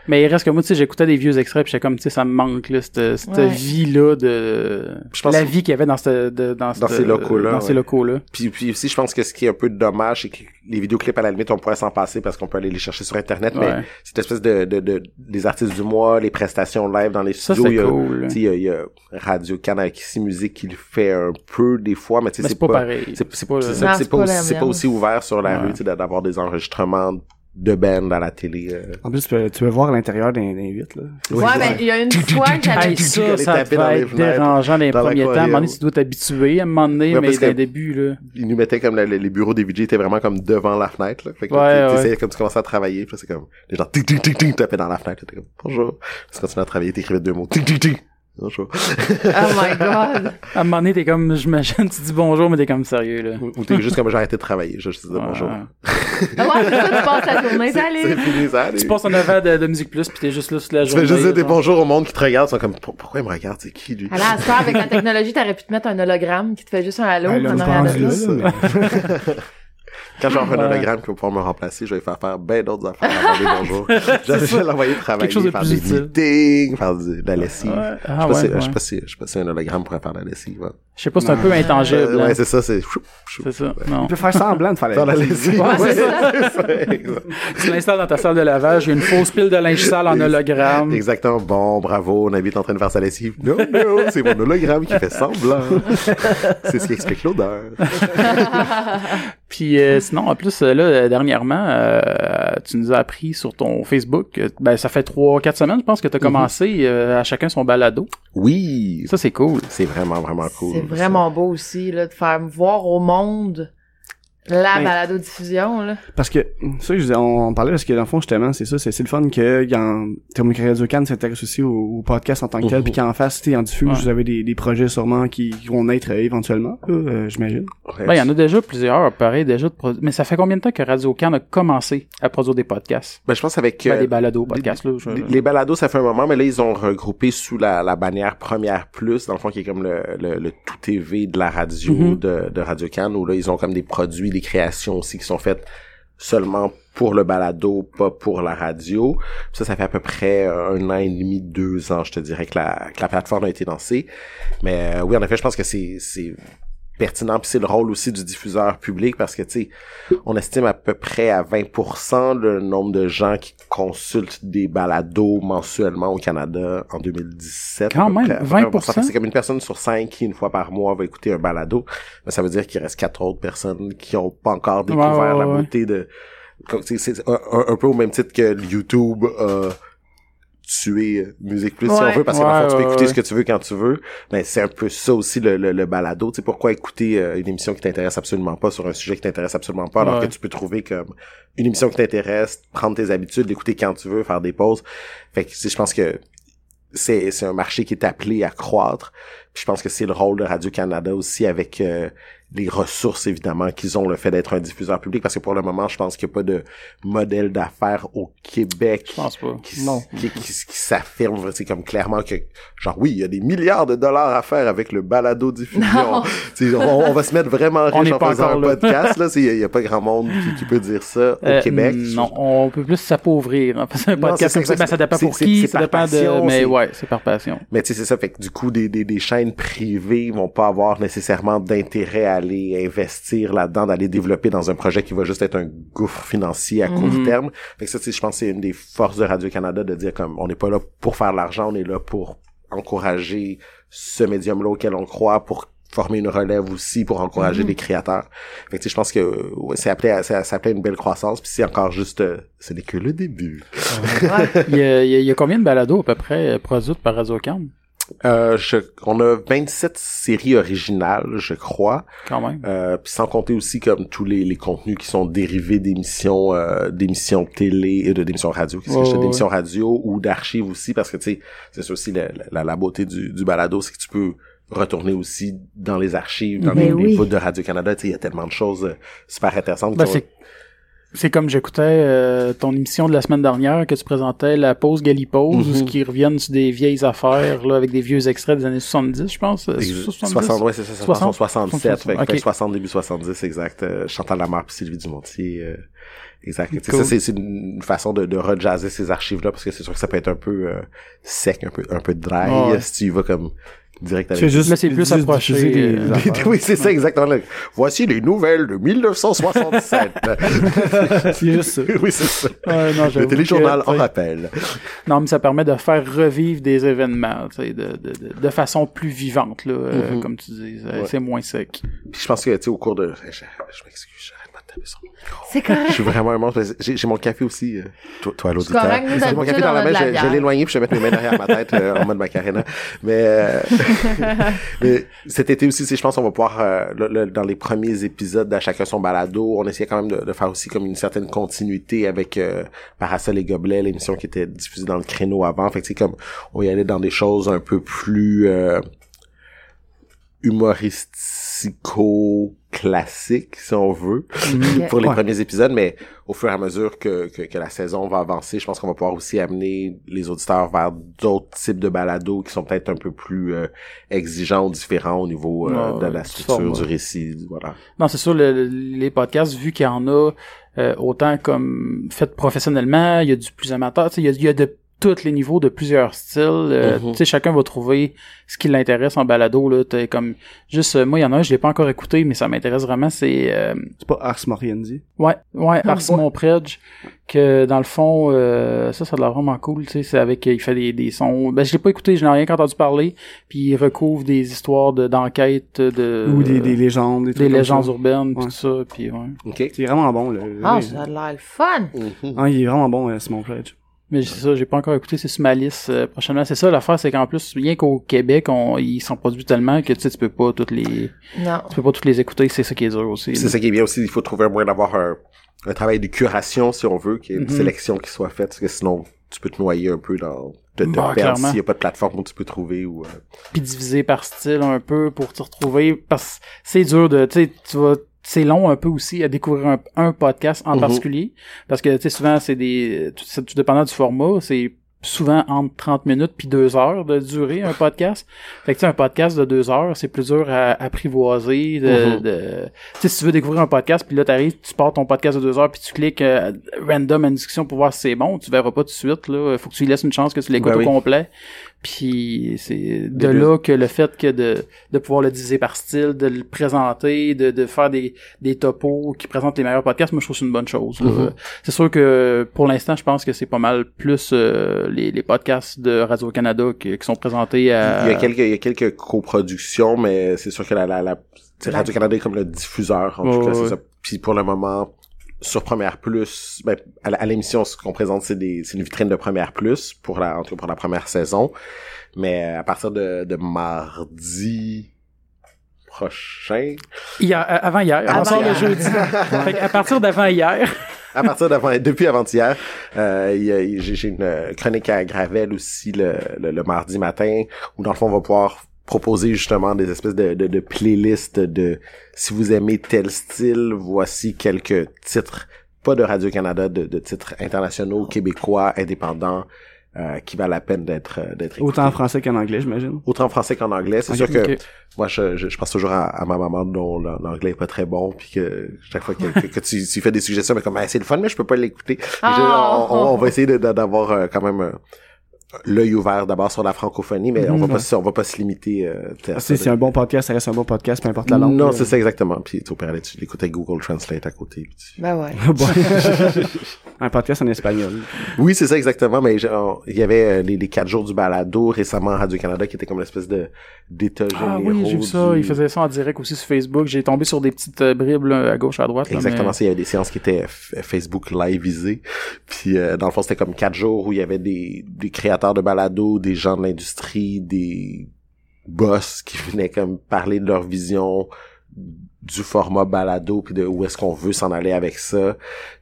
[SPEAKER 2] Mais il reste que moi, tu sais, j'écoutais des vieux extraits pis j'étais comme, tu sais, ça me manque, là, cette, cette
[SPEAKER 4] Ouais.
[SPEAKER 2] vie-là de...
[SPEAKER 1] Je pense
[SPEAKER 2] la
[SPEAKER 1] que-
[SPEAKER 2] vie qu'il y avait dans, cette, de- dans, cette-
[SPEAKER 1] ces locaux-là,
[SPEAKER 2] Dans
[SPEAKER 1] ouais.
[SPEAKER 2] ces locaux-là.
[SPEAKER 1] Puis, puis aussi, je pense que ce qui est un peu dommage, c'est que les vidéoclips, à la limite, on pourrait s'en passer parce qu'on peut aller les chercher sur Internet,
[SPEAKER 2] Ouais.
[SPEAKER 1] mais cette espèce de, de, de- des artistes du mois, les prestations live dans les
[SPEAKER 2] Ça,
[SPEAKER 1] studios, il y
[SPEAKER 2] c'est
[SPEAKER 1] a,
[SPEAKER 2] cool.
[SPEAKER 1] tu sais, il y a, il y a Radio Canal Kissy Musique qui le fait un peu des fois, mais tu sais,
[SPEAKER 2] Mais c'est pas pareil.
[SPEAKER 1] C'est c'est
[SPEAKER 2] C'est pas
[SPEAKER 1] pas,
[SPEAKER 2] le-
[SPEAKER 1] c'est-
[SPEAKER 4] Non,
[SPEAKER 1] c'est
[SPEAKER 4] c'est
[SPEAKER 1] pas,
[SPEAKER 4] pas
[SPEAKER 1] aussi-
[SPEAKER 4] la
[SPEAKER 1] c'est pas
[SPEAKER 4] même.
[SPEAKER 1] aussi ouvert sur la
[SPEAKER 2] Ouais.
[SPEAKER 1] rue, tu sais, d'avoir des enregistrements de band à la télé. euh.
[SPEAKER 3] En plus, tu peux, tu peux voir l'intérieur d'un d'un 8, là.
[SPEAKER 4] ouais, ben, il y a une fois que j'avais
[SPEAKER 2] Hey, ça,
[SPEAKER 1] aller
[SPEAKER 2] ça
[SPEAKER 1] taper dans
[SPEAKER 2] devait
[SPEAKER 1] les
[SPEAKER 2] être
[SPEAKER 1] fenêtres,
[SPEAKER 2] dérangeant les
[SPEAKER 1] dans
[SPEAKER 2] premiers temps. À un
[SPEAKER 1] l'aquarium.
[SPEAKER 2] moment donné, tu dois t'habituer, à un moment donné,
[SPEAKER 1] Ouais,
[SPEAKER 2] mais
[SPEAKER 1] parce
[SPEAKER 2] dès le
[SPEAKER 1] que-
[SPEAKER 2] début, là...
[SPEAKER 1] Ils nous mettaient comme la- les bureaux des VJ étaient vraiment comme devant la fenêtre, là. Fait que
[SPEAKER 2] Ouais,
[SPEAKER 1] là,
[SPEAKER 2] ouais.
[SPEAKER 1] tu- t'essayais, comme tu commençais à travailler, puis là, c'est comme, les gens, tic, tic, tic, tic, tapaient dans la fenêtre, là, t'es comme, bonjour. Puis tu continuais à travailler, t'écrivais deux mots, tic, tic, tic, bonjour.
[SPEAKER 4] Oh my god.
[SPEAKER 1] [LAUGHS]
[SPEAKER 2] À un moment donné, t'es comme, j'imagine, tu dis bonjour, mais t'es comme sérieux, là.
[SPEAKER 1] Ou ou t'es juste comme, j'ai arrêté de travailler, je juste dis bonjour.
[SPEAKER 2] Ouais.
[SPEAKER 4] Ah ouais, c'est ça, tu passes la journée, salut.
[SPEAKER 1] C'est fini, ça, allez.
[SPEAKER 2] Tu passes en avant de, de Musique Plus pis t'es juste là toute la
[SPEAKER 1] Tu
[SPEAKER 2] journée.
[SPEAKER 1] fais juste dire des
[SPEAKER 2] genre.
[SPEAKER 1] bonjours au monde qui te regarde, ils sont comme, Pour- pourquoi il me regarde, c'est qui, lui?
[SPEAKER 4] À la star, avec la technologie, t'aurais pu te mettre un hologramme qui te fait juste un halo
[SPEAKER 3] Ben, là,
[SPEAKER 4] en
[SPEAKER 3] on
[SPEAKER 4] arrière
[SPEAKER 3] pense
[SPEAKER 4] de toi.
[SPEAKER 3] là, là, mais-
[SPEAKER 1] Quand j'aurai un
[SPEAKER 2] Ouais.
[SPEAKER 1] hologramme qui va pouvoir me remplacer, je vais faire faire bien d'autres affaires avant les
[SPEAKER 2] [LAUGHS]
[SPEAKER 1] bonjours. Je vais l'envoyer travailler,
[SPEAKER 2] Quelque chose de
[SPEAKER 1] faire
[SPEAKER 2] plus
[SPEAKER 1] des
[SPEAKER 2] utile.
[SPEAKER 1] meetings, faire de de la lessive.
[SPEAKER 2] Ouais.
[SPEAKER 1] Je
[SPEAKER 2] Ah,
[SPEAKER 1] sais pas si-
[SPEAKER 2] ouais, ouais.
[SPEAKER 1] je sais pas si, je sais pas si un hologramme pourrait faire de la lessive. hein.
[SPEAKER 2] Je sais pas, c'est un peu
[SPEAKER 1] Euh,
[SPEAKER 2] intangible. hein.
[SPEAKER 1] ouais, c'est ça, c'est chou, chou,
[SPEAKER 2] C'est ça.
[SPEAKER 1] [LAUGHS]
[SPEAKER 2] Non.
[SPEAKER 3] Tu peux faire semblant de faire
[SPEAKER 1] faire
[SPEAKER 3] la
[SPEAKER 1] la lessive.
[SPEAKER 2] Ouais,
[SPEAKER 1] Ouais,
[SPEAKER 2] c'est
[SPEAKER 1] c'est ça, exact.
[SPEAKER 2] Tu l'installes dans ta salle de lavage, il y a une fausse pile de linge sale en hologramme.
[SPEAKER 1] Exactement. Bon, bravo, on habite en train de faire sa lessive. Non, non, c'est mon hologramme qui fait
[SPEAKER 2] [LAUGHS]
[SPEAKER 1] semblant. c'est ce qui explique l'odeur.
[SPEAKER 2] Puis euh, sinon, en plus, euh, là, euh, dernièrement, euh, tu nous as appris sur ton Facebook, euh, ben ça fait trois, quatre semaines, je pense,
[SPEAKER 1] Mhm.
[SPEAKER 2] que tu as commencé euh, à chacun son balado.
[SPEAKER 1] Oui,
[SPEAKER 2] Ça, c'est cool.
[SPEAKER 1] c'est vraiment, vraiment cool.
[SPEAKER 4] C'est vraiment beau aussi là, de faire voir au monde La
[SPEAKER 3] Ben-
[SPEAKER 4] balado-diffusion, là.
[SPEAKER 3] Parce que, ça, je disais, on, on parlait parce que dans le fond, justement, c'est ça, c'est c'est le fun que, il y en, Thermique Radio Cannes s'intéresse aussi au, au podcast en tant que tel,
[SPEAKER 1] Mhm.
[SPEAKER 3] puis qu'en face, tu sais, en diffuse,
[SPEAKER 2] Ouais.
[SPEAKER 3] vous avez des, des projets sûrement qui, qui vont naître euh, éventuellement, euh, j'imagine.
[SPEAKER 1] Ouais.
[SPEAKER 2] Ben, il y en a déjà plusieurs, pareil, déjà de produ- Mais ça fait combien de temps que Radio Can a commencé à produire des podcasts?
[SPEAKER 1] Ben, je pense avec
[SPEAKER 2] Ben,
[SPEAKER 1] euh,
[SPEAKER 2] des balados podcasts, là. je-
[SPEAKER 1] les- les balados, ça fait un moment, mais là, ils ont regroupé sous la, la bannière Première Plus, dans le fond, qui est comme le, le, le tout TV de la radio,
[SPEAKER 2] Mhm.
[SPEAKER 1] de, de Radio Cannes, où là, ils ont comme des produits, des créations aussi qui sont faites seulement pour le balado, pas pour la radio. Ça, ça fait à peu près euh, un an et demi, deux ans, je te dirais, que la, que la plateforme a été lancée. Mais euh, oui, en effet, je pense que c'est c'est pertinent. Puis c'est le rôle aussi du diffuseur public parce que, tu sais, on estime à peu près à 20% le nombre de gens qui consultent des balados mensuellement au Canada en 2017.
[SPEAKER 2] Quand
[SPEAKER 1] à peu
[SPEAKER 2] même,
[SPEAKER 1] près. À peu près
[SPEAKER 2] 20%?
[SPEAKER 1] Fait que C'est comme une personne sur cinq qui, une fois par mois, va écouter un balado. Mais ça veut dire qu'il reste quatre autres personnes qui ont pas encore découvert
[SPEAKER 2] Ouais, ouais,
[SPEAKER 1] la
[SPEAKER 2] ouais.
[SPEAKER 1] beauté de... comme- C'est c'est un, un- un peu au même titre que YouTube a tué Musique Plus, si
[SPEAKER 4] Ouais.
[SPEAKER 1] on veut, parce que dans le
[SPEAKER 2] Ouais,
[SPEAKER 1] fond, tu peux
[SPEAKER 2] ouais,
[SPEAKER 1] écouter
[SPEAKER 2] ouais.
[SPEAKER 1] ce que tu veux quand tu veux. Ben, c'est un peu ça aussi le, le, le balado. Tu sais, pourquoi écouter euh, une émission qui t'intéresse absolument pas sur un sujet qui t'intéresse absolument pas, alors
[SPEAKER 2] Ouais.
[SPEAKER 1] que tu peux trouver comme une émission qui t'intéresse, prendre tes habitudes, l'écouter quand tu veux, faire des pauses. Fait que, tu sais, je pense que c'est, c'est un marché qui est appelé à croître. Puis je pense que c'est le rôle de Radio-Canada aussi avec euh, les ressources, évidemment, qu'ils ont, le fait d'être un diffuseur public, parce que pour le moment, je pense qu'il n'y a pas de modèle d'affaires au Québec
[SPEAKER 2] Je pense pas.
[SPEAKER 1] qui, s-
[SPEAKER 3] Non.
[SPEAKER 1] qui, qui, s- qui s'affirme, c'est comme clairement que, genre, oui, il y a des milliards de dollars à faire avec le balado diffusion.
[SPEAKER 4] Non.
[SPEAKER 1] T'sais, on, on va se mettre vraiment
[SPEAKER 2] On
[SPEAKER 1] riche
[SPEAKER 2] n'est
[SPEAKER 1] en
[SPEAKER 2] pas
[SPEAKER 1] faisant un
[SPEAKER 2] encore là.
[SPEAKER 1] podcast, là. C'est- Il n'y a, pas grand monde qui, qui peut dire ça au
[SPEAKER 2] Euh,
[SPEAKER 1] Québec.
[SPEAKER 2] Non, on peut plus s'appauvrir en faisant un
[SPEAKER 1] Non,
[SPEAKER 2] podcast
[SPEAKER 1] c'est
[SPEAKER 2] comme ça.
[SPEAKER 1] ça,
[SPEAKER 2] Ben, ça dépend
[SPEAKER 1] c'est-
[SPEAKER 2] pour
[SPEAKER 1] c'est-
[SPEAKER 2] qui,
[SPEAKER 1] c'est
[SPEAKER 2] ça
[SPEAKER 1] par
[SPEAKER 2] dépend de.
[SPEAKER 1] passion,
[SPEAKER 2] Mais
[SPEAKER 1] c'est-
[SPEAKER 2] ouais, c'est par
[SPEAKER 1] [LAUGHS]
[SPEAKER 2] passion.
[SPEAKER 1] Mais tu sais, c'est ça. Fait que du coup, des, des, des chaînes privées vont pas avoir nécessairement d'intérêt à aller investir là-dedans, d'aller développer dans un projet qui va juste être un gouffre financier à court
[SPEAKER 2] Mhm.
[SPEAKER 1] terme. Fait que ça, tu sais, je pense que c'est une des forces de Radio-Canada de dire comme, on n'est pas là pour faire de l'argent, on est là pour encourager ce médium-là auquel on croit, pour former une relève aussi, pour encourager
[SPEAKER 4] Mhm.
[SPEAKER 1] les créateurs. Fait que tu sais, je pense que euh, ouais, c'est appelé à, c'est- c'est appelé à une belle croissance, puis c'est encore juste, euh, ce n'est que le début.
[SPEAKER 2] Il y, a, il y a- il y a combien de balados à peu près euh, produites par Radio Can?
[SPEAKER 1] Euh, je, on a 27 séries originales, je crois.
[SPEAKER 2] Quand même.
[SPEAKER 1] Euh, puis sans compter aussi comme tous les, les contenus qui sont dérivés d'émissions euh, d'émissions télé et de d'émissions radio qu'est-ce que
[SPEAKER 2] Ouais,
[SPEAKER 1] je dis,
[SPEAKER 2] ouais,
[SPEAKER 1] d'émissions radio ou d'archives aussi parce que tu sais c'est ça aussi la, la, la beauté du, du balado c'est que tu peux retourner aussi dans les archives dans
[SPEAKER 4] Mais
[SPEAKER 1] les, les
[SPEAKER 4] oui.
[SPEAKER 1] bouts de Radio Canada tu sais il y a tellement de choses euh, super intéressantes
[SPEAKER 2] Ben,
[SPEAKER 1] qui ont-
[SPEAKER 2] c'est c'est comme j'écoutais euh, ton émission de la semaine dernière que tu présentais la pause Galipause,
[SPEAKER 1] Mhm.
[SPEAKER 2] où qui reviennent sur des vieilles affaires là, avec des vieux extraits des années 70, je pense. euh,
[SPEAKER 1] Ex-
[SPEAKER 2] 70.
[SPEAKER 1] 60, ouais, c'est ça, ça,
[SPEAKER 2] 60?
[SPEAKER 1] 67, fait, que-
[SPEAKER 2] Ok.
[SPEAKER 1] fait que 60, début 70, exact. Euh, Chantal Lamarre puis Sylvie Dumontier, euh, exact. Tu sais,
[SPEAKER 2] Cool.
[SPEAKER 1] Ça, c'est- c'est une façon de, de rejazzer ces archives-là, parce que c'est sûr que ça peut être un peu euh, sec, un peu, un peu dry, euh,
[SPEAKER 2] Ah ouais.
[SPEAKER 1] si tu y vas comme direct
[SPEAKER 3] Tu fais
[SPEAKER 1] avec...
[SPEAKER 3] juste,
[SPEAKER 2] Mais c'est plus
[SPEAKER 3] juste
[SPEAKER 2] approché,
[SPEAKER 3] diffuser des- [LAUGHS]
[SPEAKER 2] euh,
[SPEAKER 3] des
[SPEAKER 1] [LAUGHS]
[SPEAKER 3] affaires.
[SPEAKER 1] oui, c'est ça, exactement. là. Voici les nouvelles de 1967.
[SPEAKER 2] [LAUGHS]
[SPEAKER 3] c'est juste ça.
[SPEAKER 1] oui, c'est ça.
[SPEAKER 2] Ouais, non, j'avoue
[SPEAKER 1] Le téléjournal
[SPEAKER 2] que,
[SPEAKER 1] en
[SPEAKER 2] tu sais,
[SPEAKER 1] rappel.
[SPEAKER 2] Non, mais ça permet de faire revivre des événements, tu sais, de, de, de, de façon plus vivante, là, euh,
[SPEAKER 1] Mhm.
[SPEAKER 2] comme tu dis. euh,
[SPEAKER 1] Ouais.
[SPEAKER 2] C'est moins sec.
[SPEAKER 1] Puis je pense que, tu sais, au cours de... Je, je m'excuse, j'arrête pas de taper sur mon
[SPEAKER 4] C'est correct.
[SPEAKER 1] Je suis vraiment un monstre. J'ai j'ai mon café aussi. euh, Toi, toi à l'auditeur.
[SPEAKER 4] correct, nous,
[SPEAKER 1] J'ai mon
[SPEAKER 4] d'habitude,
[SPEAKER 1] café dans
[SPEAKER 4] on
[SPEAKER 1] la
[SPEAKER 4] a
[SPEAKER 1] main.
[SPEAKER 4] de la
[SPEAKER 1] Je, je
[SPEAKER 4] bière.
[SPEAKER 1] l'ai éloigné puis je vais mettre mes mains derrière ma tête euh, en mode macarena. Mais, euh, mais cet été aussi, c'est- je pense qu'on va pouvoir, euh, le- le- dans les premiers épisodes d'À chacun son balado, on essayait quand même de, de faire aussi comme une certaine continuité avec euh, Parasol et Gobelets, l'émission qui était diffusée dans le créneau avant. Fait que c'est comme, on y allait dans des choses un peu plus... euh, humoristico-classique, si on veut, [LAUGHS] pour les
[SPEAKER 3] Ouais.
[SPEAKER 1] premiers épisodes, mais au fur et à mesure que, que, que la saison va avancer, je pense qu'on va pouvoir aussi amener les auditeurs vers d'autres types de balados qui sont peut-être un peu plus euh, exigeants ou différents au niveau euh,
[SPEAKER 2] Ouais,
[SPEAKER 1] de
[SPEAKER 2] ouais,
[SPEAKER 1] la
[SPEAKER 2] du
[SPEAKER 1] structure,
[SPEAKER 2] format.
[SPEAKER 1] du récit, du- voilà.
[SPEAKER 2] Non, c'est sûr, le- le- les podcasts, vu qu'il y en a euh, autant comme fait professionnellement, il y a du plus amateur, tu sais, il y a, il y a de tous les niveaux, de plusieurs styles. euh,
[SPEAKER 1] Mhm.
[SPEAKER 2] Tu sais, chacun va trouver ce qui l'intéresse en balado. Là, T'as comme juste, euh, moi, il y en a un, je l'ai pas encore écouté, mais ça m'intéresse vraiment. C'est euh,
[SPEAKER 3] C'est pas Ars Moriendi.
[SPEAKER 2] ouais, ouais,
[SPEAKER 3] Ah,
[SPEAKER 2] par Simon Predge, que dans le fond, euh, ça, ça a l'air vraiment cool. Tu sais, c'est avec, il fait des, des sons. Ben, je l'ai pas écouté, je n'ai rien entendu parler. Puis il recouvre des histoires de- d'enquête de
[SPEAKER 3] Ou des, des légendes. Des,
[SPEAKER 2] Euh, des
[SPEAKER 3] trucs comme
[SPEAKER 2] légendes
[SPEAKER 3] ça.
[SPEAKER 2] urbaines, puis
[SPEAKER 3] Ouais.
[SPEAKER 2] tout ça, puis ouais.
[SPEAKER 1] OK?
[SPEAKER 3] C'est vraiment bon, là.
[SPEAKER 4] Ah, ça a l'air le fun.
[SPEAKER 1] Mhm.
[SPEAKER 3] Ah, il est vraiment bon, euh, Simon Pledge.
[SPEAKER 2] Mais c'est ça, j'ai pas encore écouté, c'est sur ma liste euh, prochainement. C'est ça, l'affaire, c'est qu'en plus, rien qu'au Québec, on, ils s'en produisent tellement que tu sais, tu peux pas toutes les,
[SPEAKER 4] Non.
[SPEAKER 2] tu peux pas toutes les écouter, c'est ça qui est dur aussi.
[SPEAKER 1] C'est ça qui est bien aussi, il faut trouver un moyen d'avoir un, un travail de curation, si on veut, qu'il y ait une
[SPEAKER 2] Mhm.
[SPEAKER 1] sélection qui soit faite, parce que sinon, tu peux te noyer un peu dans, te, te perdre
[SPEAKER 2] Bah, clairement.
[SPEAKER 1] s'il n'y a pas de plateforme où tu peux trouver ou, euh,
[SPEAKER 2] Puis divisé par style un peu pour te retrouver, parce que c'est dur de, tu sais, tu vas, c'est long un peu aussi à découvrir un, un podcast en
[SPEAKER 1] Mhm.
[SPEAKER 2] particulier, parce que, tu sais, souvent, c'est des, tout- c'est tout dépendant du format, c'est souvent entre 30 minutes puis 2 heures de durée un podcast. Fait que tu sais, un podcast de 2 heures, c'est plus dur à apprivoiser de,
[SPEAKER 1] Mhm.
[SPEAKER 2] de- tu sais, si tu veux découvrir un podcast, puis là, t'arrives, tu pars ton podcast de deux heures, puis tu cliques euh, random à une discussion pour voir si c'est bon, tu verras pas tout de suite, là. Faut que tu lui laisses une chance que tu l'écoutes
[SPEAKER 1] Ben
[SPEAKER 2] au
[SPEAKER 1] oui.
[SPEAKER 2] complet. Puis c'est de
[SPEAKER 1] deux-
[SPEAKER 2] là que le fait que de, de pouvoir le diviser par style, de le présenter, de, de faire des, des topos qui présentent les meilleurs podcasts, moi je trouve que c'est une bonne chose. là.
[SPEAKER 1] Mhm.
[SPEAKER 2] C'est sûr que pour l'instant, je pense que c'est pas mal plus euh, les, les podcasts de Radio-Canada qui, qui sont présentés à...
[SPEAKER 1] il y a quelques, il y a quelques coproductions, mais c'est sûr que la, la, la, c'est
[SPEAKER 4] La-
[SPEAKER 1] Radio-Canada est comme le diffuseur, en
[SPEAKER 2] Ouais,
[SPEAKER 1] tout cas,
[SPEAKER 2] ouais.
[SPEAKER 1] c'est ça. Puis pour le moment, sur Première Plus, ben, à, la- à l'émission, ce qu'on présente, c'est des, c'est une vitrine de Première Plus, pour la, en tout cas pour la première saison. Mais à partir de, de mardi prochain,
[SPEAKER 2] Hier- euh, avant hier, on
[SPEAKER 4] Ah,
[SPEAKER 1] Avant
[SPEAKER 2] sort le
[SPEAKER 4] ben,
[SPEAKER 1] hier.
[SPEAKER 2] jeudi. Fait à partir d'avant hier,
[SPEAKER 1] à partir d'avant, [LAUGHS] depuis avant-hier, euh, il y a- il- j'ai j'ai une euh, chronique à Gravel aussi le, le, le mardi matin où dans le fond on va pouvoir proposer justement des espèces de, de, de playlists de si vous aimez tel style, voici quelques titres, pas de Radio-Canada, de, de titres internationaux, québécois, indépendants, euh, qui valent la peine d'être euh, d'être écoutés.
[SPEAKER 3] Autant en français qu'en anglais, j'imagine.
[SPEAKER 1] Autant en français qu'en anglais. C'est
[SPEAKER 3] Ok,
[SPEAKER 1] sûr que
[SPEAKER 2] ok.
[SPEAKER 1] moi, je, je, je pense toujours à, à ma maman dont l'an- l'anglais est pas très bon, puis que chaque fois que, que, que tu, tu fais des suggestions, mais comme Ah, c'est le fun, mais je peux pas l'écouter. Je-
[SPEAKER 4] Ah.
[SPEAKER 1] on, on- on va essayer de- de- d'avoir euh, quand même euh, l'œil ouvert d'abord sur la francophonie, mais on va
[SPEAKER 3] Mhm.
[SPEAKER 2] Mm.
[SPEAKER 1] pas se- on va pas se limiter. euh, à ça
[SPEAKER 3] Ah, si
[SPEAKER 1] de-
[SPEAKER 3] c'est un bon podcast, ça reste un bon podcast, peu importe la
[SPEAKER 2] Mm.
[SPEAKER 3] langue. euh,
[SPEAKER 1] non,
[SPEAKER 3] là.
[SPEAKER 1] c'est ça exactement. Puis tu au pire, là, tu l'écoutes avec Google Translate à côté. puis tu-
[SPEAKER 4] Ben
[SPEAKER 2] [LAUGHS]
[SPEAKER 4] ouais.
[SPEAKER 3] Bon. un podcast en espagnol.
[SPEAKER 2] Euh,
[SPEAKER 1] Oui, c'est ça exactement. Mais j'ai- on- il y avait euh, les, les quatre jours du balado récemment à Radio Canada qui était comme l'espèce de d'état
[SPEAKER 2] Ah
[SPEAKER 1] généraux
[SPEAKER 2] oui, j'ai vu ça.
[SPEAKER 1] du-
[SPEAKER 2] Il faisait ça en direct aussi sur Facebook. J'ai tombé sur des petites euh, bribes là, à gauche, à droite. là,
[SPEAKER 1] Exactement,
[SPEAKER 2] mais-
[SPEAKER 1] ça, il y avait des séances qui étaient f- Facebook liveisées. Puis euh, dans le fond, c'était comme quatre jours où il y avait des, des créateurs de balado, des gens de l'industrie, des boss qui venaient comme parler de leur vision du format balado puis de où est-ce qu'on veut s'en aller avec ça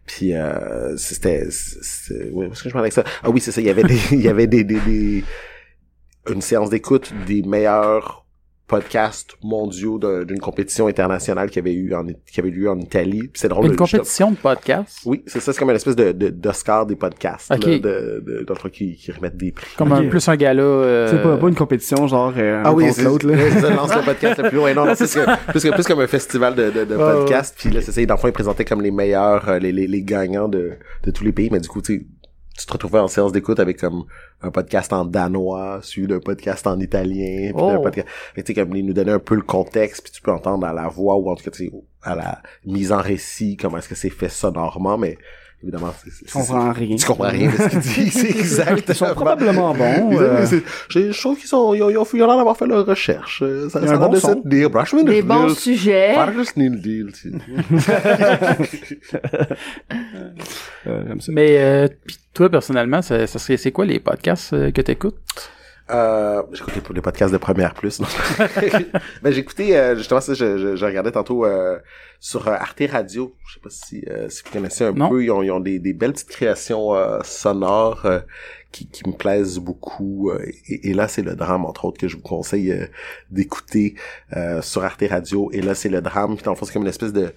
[SPEAKER 1] puis euh, c'était c'est- où est-ce que je m'en allais avec ça ah oui c'est ça il y avait des il y avait des, des, des- une séance d'écoute des meilleurs podcasts mondiaux d'un- d'une compétition internationale qui avait eu en qui avait lieu en Italie Puis c'est drôle
[SPEAKER 2] Une
[SPEAKER 1] le-
[SPEAKER 2] compétition de podcast,
[SPEAKER 1] oui c'est ça c'est comme une espèce de de- d'Oscar des podcasts
[SPEAKER 2] Ok.
[SPEAKER 1] là, de, de, dans le truc qui, qui remettent des prix
[SPEAKER 2] comme
[SPEAKER 3] Ok.
[SPEAKER 2] un plus un gala. euh,
[SPEAKER 3] C'est pas, pas une compétition genre euh, un
[SPEAKER 1] ah oui,
[SPEAKER 3] contre
[SPEAKER 1] c'est
[SPEAKER 3] l'autre là.
[SPEAKER 1] ouais, c'est ça,
[SPEAKER 3] [LAUGHS]
[SPEAKER 1] lance le podcast le plus loin. Non, non, plus, que, plus, que- plus comme un festival de, de, de
[SPEAKER 2] ouais.
[SPEAKER 1] podcasts. Puis là, c'est ça, dans le fond, ils présentaient comme les meilleurs, euh, les, les, les gagnants de, de tous les pays. Mais du coup, tu sais, tu te retrouvais en séance d'écoute avec comme un podcast en danois, suivi d'un podcast en italien, puis d'un
[SPEAKER 2] Oh.
[SPEAKER 1] podcast. Fait que, tu sais, comme ils nous donnaient un peu le contexte, puis tu peux entendre à la voix ou en tout cas, tu sais, à la mise en récit, comment est-ce que c'est fait sonorement, mais évidemment, c'est- c'est-
[SPEAKER 3] Je
[SPEAKER 1] c'est-
[SPEAKER 3] comprends rien.
[SPEAKER 1] tu comprends rien de ce qu'ils disent. C'est
[SPEAKER 3] [LAUGHS] Ils
[SPEAKER 1] exactement.
[SPEAKER 3] sont probablement
[SPEAKER 1] [LAUGHS]
[SPEAKER 3] bons.
[SPEAKER 1] Ils-
[SPEAKER 3] euh,
[SPEAKER 1] c'est- Je je trouve qu'ils sont, ils ont, ils ont, ils ont l'air d'avoir fait leur recherche. Euh, Ça,
[SPEAKER 3] Il y a
[SPEAKER 1] ça
[SPEAKER 3] un
[SPEAKER 1] l'air
[SPEAKER 3] bon
[SPEAKER 1] de
[SPEAKER 3] son.
[SPEAKER 1] se tenir. Brashman
[SPEAKER 4] Des
[SPEAKER 1] de
[SPEAKER 4] bons
[SPEAKER 1] Nils.
[SPEAKER 4] sujets.
[SPEAKER 1] Fargus Nil Deal, tu sais.
[SPEAKER 3] euh, j'aime ça.
[SPEAKER 2] Mais euh, pis toi, personnellement, ça, ça serait, c'est quoi les podcasts euh, que t'écoutes?
[SPEAKER 1] Euh, j'écoutais pour les podcasts de première plus. non. [LAUGHS] Mais j'écoutais euh, justement ça, je, je, je regardais tantôt euh, sur euh, Arte Radio. Je sais pas si, euh, si vous connaissez un
[SPEAKER 2] Non.
[SPEAKER 1] peu. Ils ont, ils ont des, des belles petites créations euh, sonores euh, qui, qui me plaisent beaucoup. euh, et, et là, c'est le drame entre autres que je vous conseille euh, d'écouter euh, sur Arte Radio. Et là, c'est le drame. Puis dans le fond, c'est comme une espèce de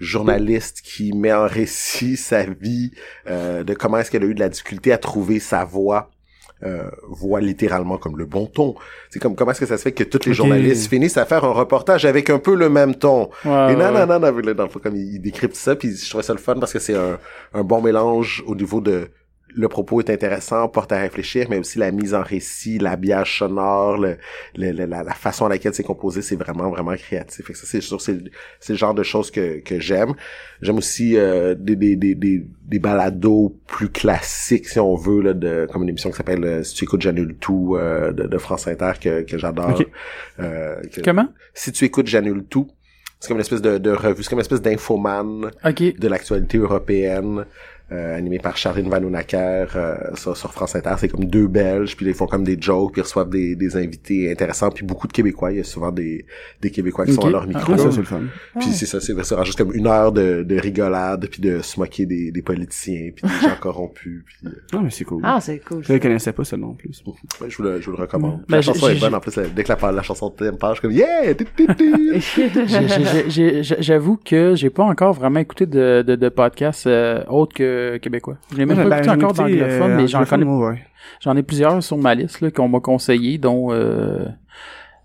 [SPEAKER 1] journaliste qui met en récit [LAUGHS] sa vie, euh, de comment est-ce qu'elle a eu de la difficulté à trouver sa voix euh, voit littéralement comme le bon ton. C'est comme comment est-ce que ça se fait que tous les
[SPEAKER 3] Ok.
[SPEAKER 1] journalistes finissent à faire un reportage avec un peu le même ton.
[SPEAKER 2] Ouais,
[SPEAKER 1] Et non,
[SPEAKER 2] ouais,
[SPEAKER 1] non, non, non, dans le fond, comme il, il décrypte ça, puis je trouvais ça le fun parce que c'est un, un bon mélange au niveau de le propos est intéressant, porte à réfléchir, mais aussi la mise en récit, l'habillage sonore, le, le- le- la, la façon à laquelle c'est composé, c'est vraiment, vraiment créatif. Fait que ça, c'est sûr, c'est le- c'est le genre de choses que, que j'aime. J'aime aussi euh, des, des, des, des, des balados plus classiques, si on veut, là, de, comme une émission qui s'appelle euh, « Si tu écoutes, j'annule tout euh, de, de France Inter, que, que j'adore.
[SPEAKER 2] Ok.
[SPEAKER 1] Euh, que-
[SPEAKER 2] Comment?
[SPEAKER 1] si tu écoutes, j'annule tout. C'est comme une espèce de, de revue, c'est comme une espèce d'infoman
[SPEAKER 2] Ok.
[SPEAKER 1] de l'actualité européenne. euh, animé par Charline Vanhoenacker euh, sur, sur France Inter. C'est comme deux Belges, puis ils font comme des jokes, puis ils reçoivent des, des invités intéressants, puis beaucoup de Québécois. Il y a souvent des, des Québécois qui sont
[SPEAKER 2] Ok.
[SPEAKER 1] à leur
[SPEAKER 2] Ah,
[SPEAKER 1] micro.
[SPEAKER 3] Ah, ça, c'est le fun.
[SPEAKER 1] Puis c'est ça, c'est ça rend juste comme une heure de, de rigolade, puis de se moquer des, des politiciens, puis des gens corrompus. Puis, euh,
[SPEAKER 3] Non, mais c'est cool.
[SPEAKER 4] Ah, c'est cool. [LAUGHS]
[SPEAKER 3] Je le connaissais pas, ce nom, en plus.
[SPEAKER 1] ouais, je, vous le, je vous le recommande.
[SPEAKER 2] Ben,
[SPEAKER 1] la
[SPEAKER 2] j'ai-
[SPEAKER 1] chanson est
[SPEAKER 2] j'ai-
[SPEAKER 1] bonne, en plus, la- dès que la, la chanson de thème part, je suis comme « Yeah! Ti, ti,
[SPEAKER 4] [LAUGHS]
[SPEAKER 1] ti.
[SPEAKER 2] J'ai- j'ai- j'ai- j'ai- J'avoue que j'ai pas encore vraiment écouté de, de, de podcast euh, autre que québécois. Je
[SPEAKER 3] Ben,
[SPEAKER 2] l'ai même pas écouté encore d'anglophone,
[SPEAKER 3] euh,
[SPEAKER 2] mais j'en connais
[SPEAKER 3] Ouais.
[SPEAKER 2] J'en ai plusieurs sur ma liste là, qu'on m'a conseillé, dont euh,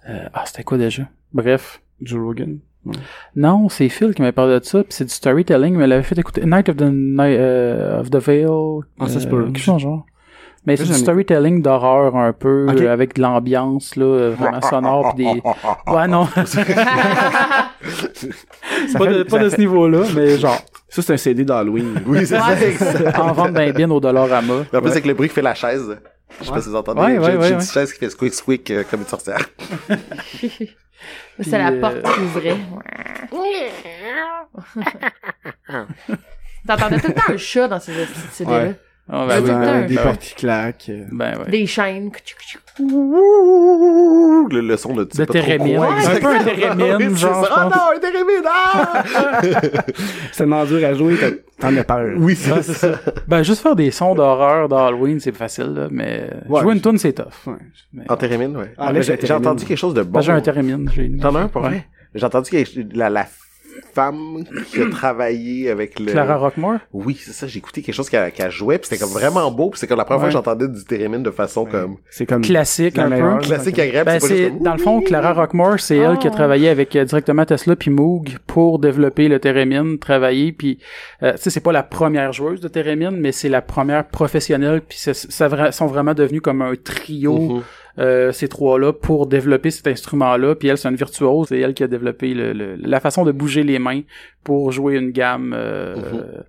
[SPEAKER 2] euh, Ah, c'était quoi déjà? Bref.
[SPEAKER 3] Joe Rogan.
[SPEAKER 2] Non, c'est Phil qui m'a parlé de ça, puis c'est du storytelling, mais il avait fait écouter Night of the Night euh, of the Veil. euh,
[SPEAKER 3] Ah, ça se peut.
[SPEAKER 2] quelque chose genre. Mais
[SPEAKER 3] Ça,
[SPEAKER 2] c'est du
[SPEAKER 3] j'en ai-
[SPEAKER 2] storytelling d'horreur un peu,
[SPEAKER 3] Ok.
[SPEAKER 2] euh, avec de l'ambiance, là, euh, vraiment sonore, puis des... Ouais, non, pas,
[SPEAKER 3] fait-
[SPEAKER 2] de, pas
[SPEAKER 3] ça
[SPEAKER 2] de
[SPEAKER 3] fait-
[SPEAKER 2] ce niveau-là, mais genre,
[SPEAKER 3] Ça, c'est un
[SPEAKER 2] [LAUGHS]
[SPEAKER 3] CD d'Halloween.
[SPEAKER 1] Oui, c'est ça.
[SPEAKER 4] Ouais.
[SPEAKER 1] exact.
[SPEAKER 2] en vente d'un bien au Dollarama.
[SPEAKER 1] En plus, c'est que le bruit que fait la chaise. Je sais pas si vous entendez.
[SPEAKER 2] Ouais,
[SPEAKER 1] J'ai-
[SPEAKER 2] ouais,
[SPEAKER 1] j'ai,
[SPEAKER 2] ouais,
[SPEAKER 1] une
[SPEAKER 2] ouais.
[SPEAKER 1] petite chaise qui fait squeak squeak euh, comme une sorcière.
[SPEAKER 4] C'est la
[SPEAKER 2] Puis, euh,
[SPEAKER 4] porte qui ouvrait. T'entendais tout le temps un chat dans ces CD-là.
[SPEAKER 3] Ouais.
[SPEAKER 2] Ah, ben,
[SPEAKER 4] Ben
[SPEAKER 3] Ouais,
[SPEAKER 2] oui.
[SPEAKER 4] oui.
[SPEAKER 3] ouais, des
[SPEAKER 4] Ben
[SPEAKER 3] portes qui claquent. euh.
[SPEAKER 2] Ben, ouais. [LAUGHS]
[SPEAKER 4] Des chaînes. Oh,
[SPEAKER 1] Ouh, Le, le son de tu sais
[SPEAKER 2] De
[SPEAKER 1] pas trop
[SPEAKER 2] thérémine.
[SPEAKER 1] quoi.
[SPEAKER 2] Ouais, un peu un thérémine,
[SPEAKER 1] [LAUGHS] Oui, c'est
[SPEAKER 2] genre,
[SPEAKER 1] ça.
[SPEAKER 2] je
[SPEAKER 1] Ah
[SPEAKER 2] pense.
[SPEAKER 1] non, un thérémine!
[SPEAKER 2] [LAUGHS]
[SPEAKER 1] Ah!
[SPEAKER 3] C'est tellement dur à jouer, t'as- t'en as peur.
[SPEAKER 1] oui, c'est ça.
[SPEAKER 2] Ben, juste faire des sons d'horreur d'Halloween, c'est facile, là, mais
[SPEAKER 3] Ouais.
[SPEAKER 2] jouer une tune c'est tough.
[SPEAKER 3] Ouais.
[SPEAKER 2] Mais-
[SPEAKER 1] En thérémine, ouais.
[SPEAKER 3] Ah,
[SPEAKER 1] Mais
[SPEAKER 3] le
[SPEAKER 1] j'ai, j'ai
[SPEAKER 3] thérémine.
[SPEAKER 1] entendu quelque chose de bon.
[SPEAKER 2] Ben, j'ai un thérémine, j'ai une-
[SPEAKER 1] T'en as un, pour
[SPEAKER 2] Ouais.
[SPEAKER 1] vrai? J'ai entendu que la, la femme qui a travaillé avec le...
[SPEAKER 2] Clara Rockmore?
[SPEAKER 1] Oui, c'est ça. J'ai écouté quelque chose qu'elle, qu'elle jouait, puis c'était comme vraiment beau, puis c'est comme la première
[SPEAKER 2] Ouais.
[SPEAKER 1] fois que j'entendais du thérémine de façon comme...
[SPEAKER 3] C'est comme.
[SPEAKER 2] Classique,
[SPEAKER 3] la
[SPEAKER 2] un
[SPEAKER 3] meilleure.
[SPEAKER 2] peu.
[SPEAKER 1] Classique agréable,
[SPEAKER 2] Ben,
[SPEAKER 1] c'est pas juste
[SPEAKER 2] c'est,
[SPEAKER 1] comme,
[SPEAKER 2] dans le fond, Clara Rockmore, c'est elle qui a
[SPEAKER 4] Ah.
[SPEAKER 2] travaillé avec euh, directement Tesla puis Moog pour développer le Theremin, travailler puis euh, tu sais c'est pas la première joueuse de Theremin, mais c'est la première professionnelle puis c'est- ça vra- sont vraiment devenus comme un trio
[SPEAKER 1] Mhm.
[SPEAKER 2] euh, ces trois-là pour développer cet instrument-là. Puis elle, c'est une virtuose. C'est elle qui a développé le, le- la façon de bouger les mains pour jouer une gamme. euh,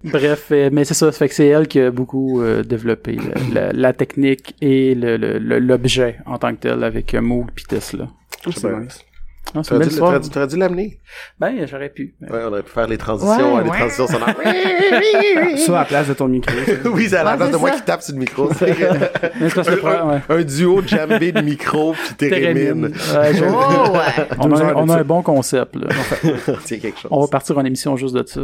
[SPEAKER 3] Mhm.
[SPEAKER 2] Bref, euh, mais c'est ça. ça fait que c'est elle qui a beaucoup euh, développé la, la- la technique et le- le- le- l'objet en tant que tel avec euh, Moog puis Tesla.
[SPEAKER 3] C'est
[SPEAKER 1] Ben,
[SPEAKER 3] nice.
[SPEAKER 2] Non, c'est
[SPEAKER 1] T'aurais dû,
[SPEAKER 2] une belle histoire.
[SPEAKER 1] t'aurais dû- t'aurais dû l'amener.
[SPEAKER 2] Ben, j'aurais pu. mais-
[SPEAKER 1] Ouais, on aurait pu faire les transitions,
[SPEAKER 4] Ouais,
[SPEAKER 1] les
[SPEAKER 4] ouais.
[SPEAKER 1] transitions sonores.
[SPEAKER 3] Ça, à la place de ton micro. ça.
[SPEAKER 1] [LAUGHS] oui, c'est à la
[SPEAKER 4] Ouais,
[SPEAKER 1] place de
[SPEAKER 4] c'est
[SPEAKER 1] moi
[SPEAKER 4] ça.
[SPEAKER 1] qui tape sur le
[SPEAKER 4] [LAUGHS]
[SPEAKER 1] micro. c'est-
[SPEAKER 2] Mais c'est parce
[SPEAKER 3] [LAUGHS]
[SPEAKER 2] que le
[SPEAKER 1] un,
[SPEAKER 2] problème, ouais.
[SPEAKER 1] un duo jambé de micro
[SPEAKER 2] [LAUGHS]
[SPEAKER 1] puis
[SPEAKER 2] Térémine.
[SPEAKER 1] térémine.
[SPEAKER 2] Ouais,
[SPEAKER 3] [LAUGHS]
[SPEAKER 2] je-
[SPEAKER 4] Oh, ouais.
[SPEAKER 2] on, a,
[SPEAKER 3] Deux
[SPEAKER 2] un-
[SPEAKER 3] heures
[SPEAKER 2] on a
[SPEAKER 3] de
[SPEAKER 2] un bon concept. là.
[SPEAKER 1] [LAUGHS] Tiens, quelque chose.
[SPEAKER 2] On va partir en émission juste de ça.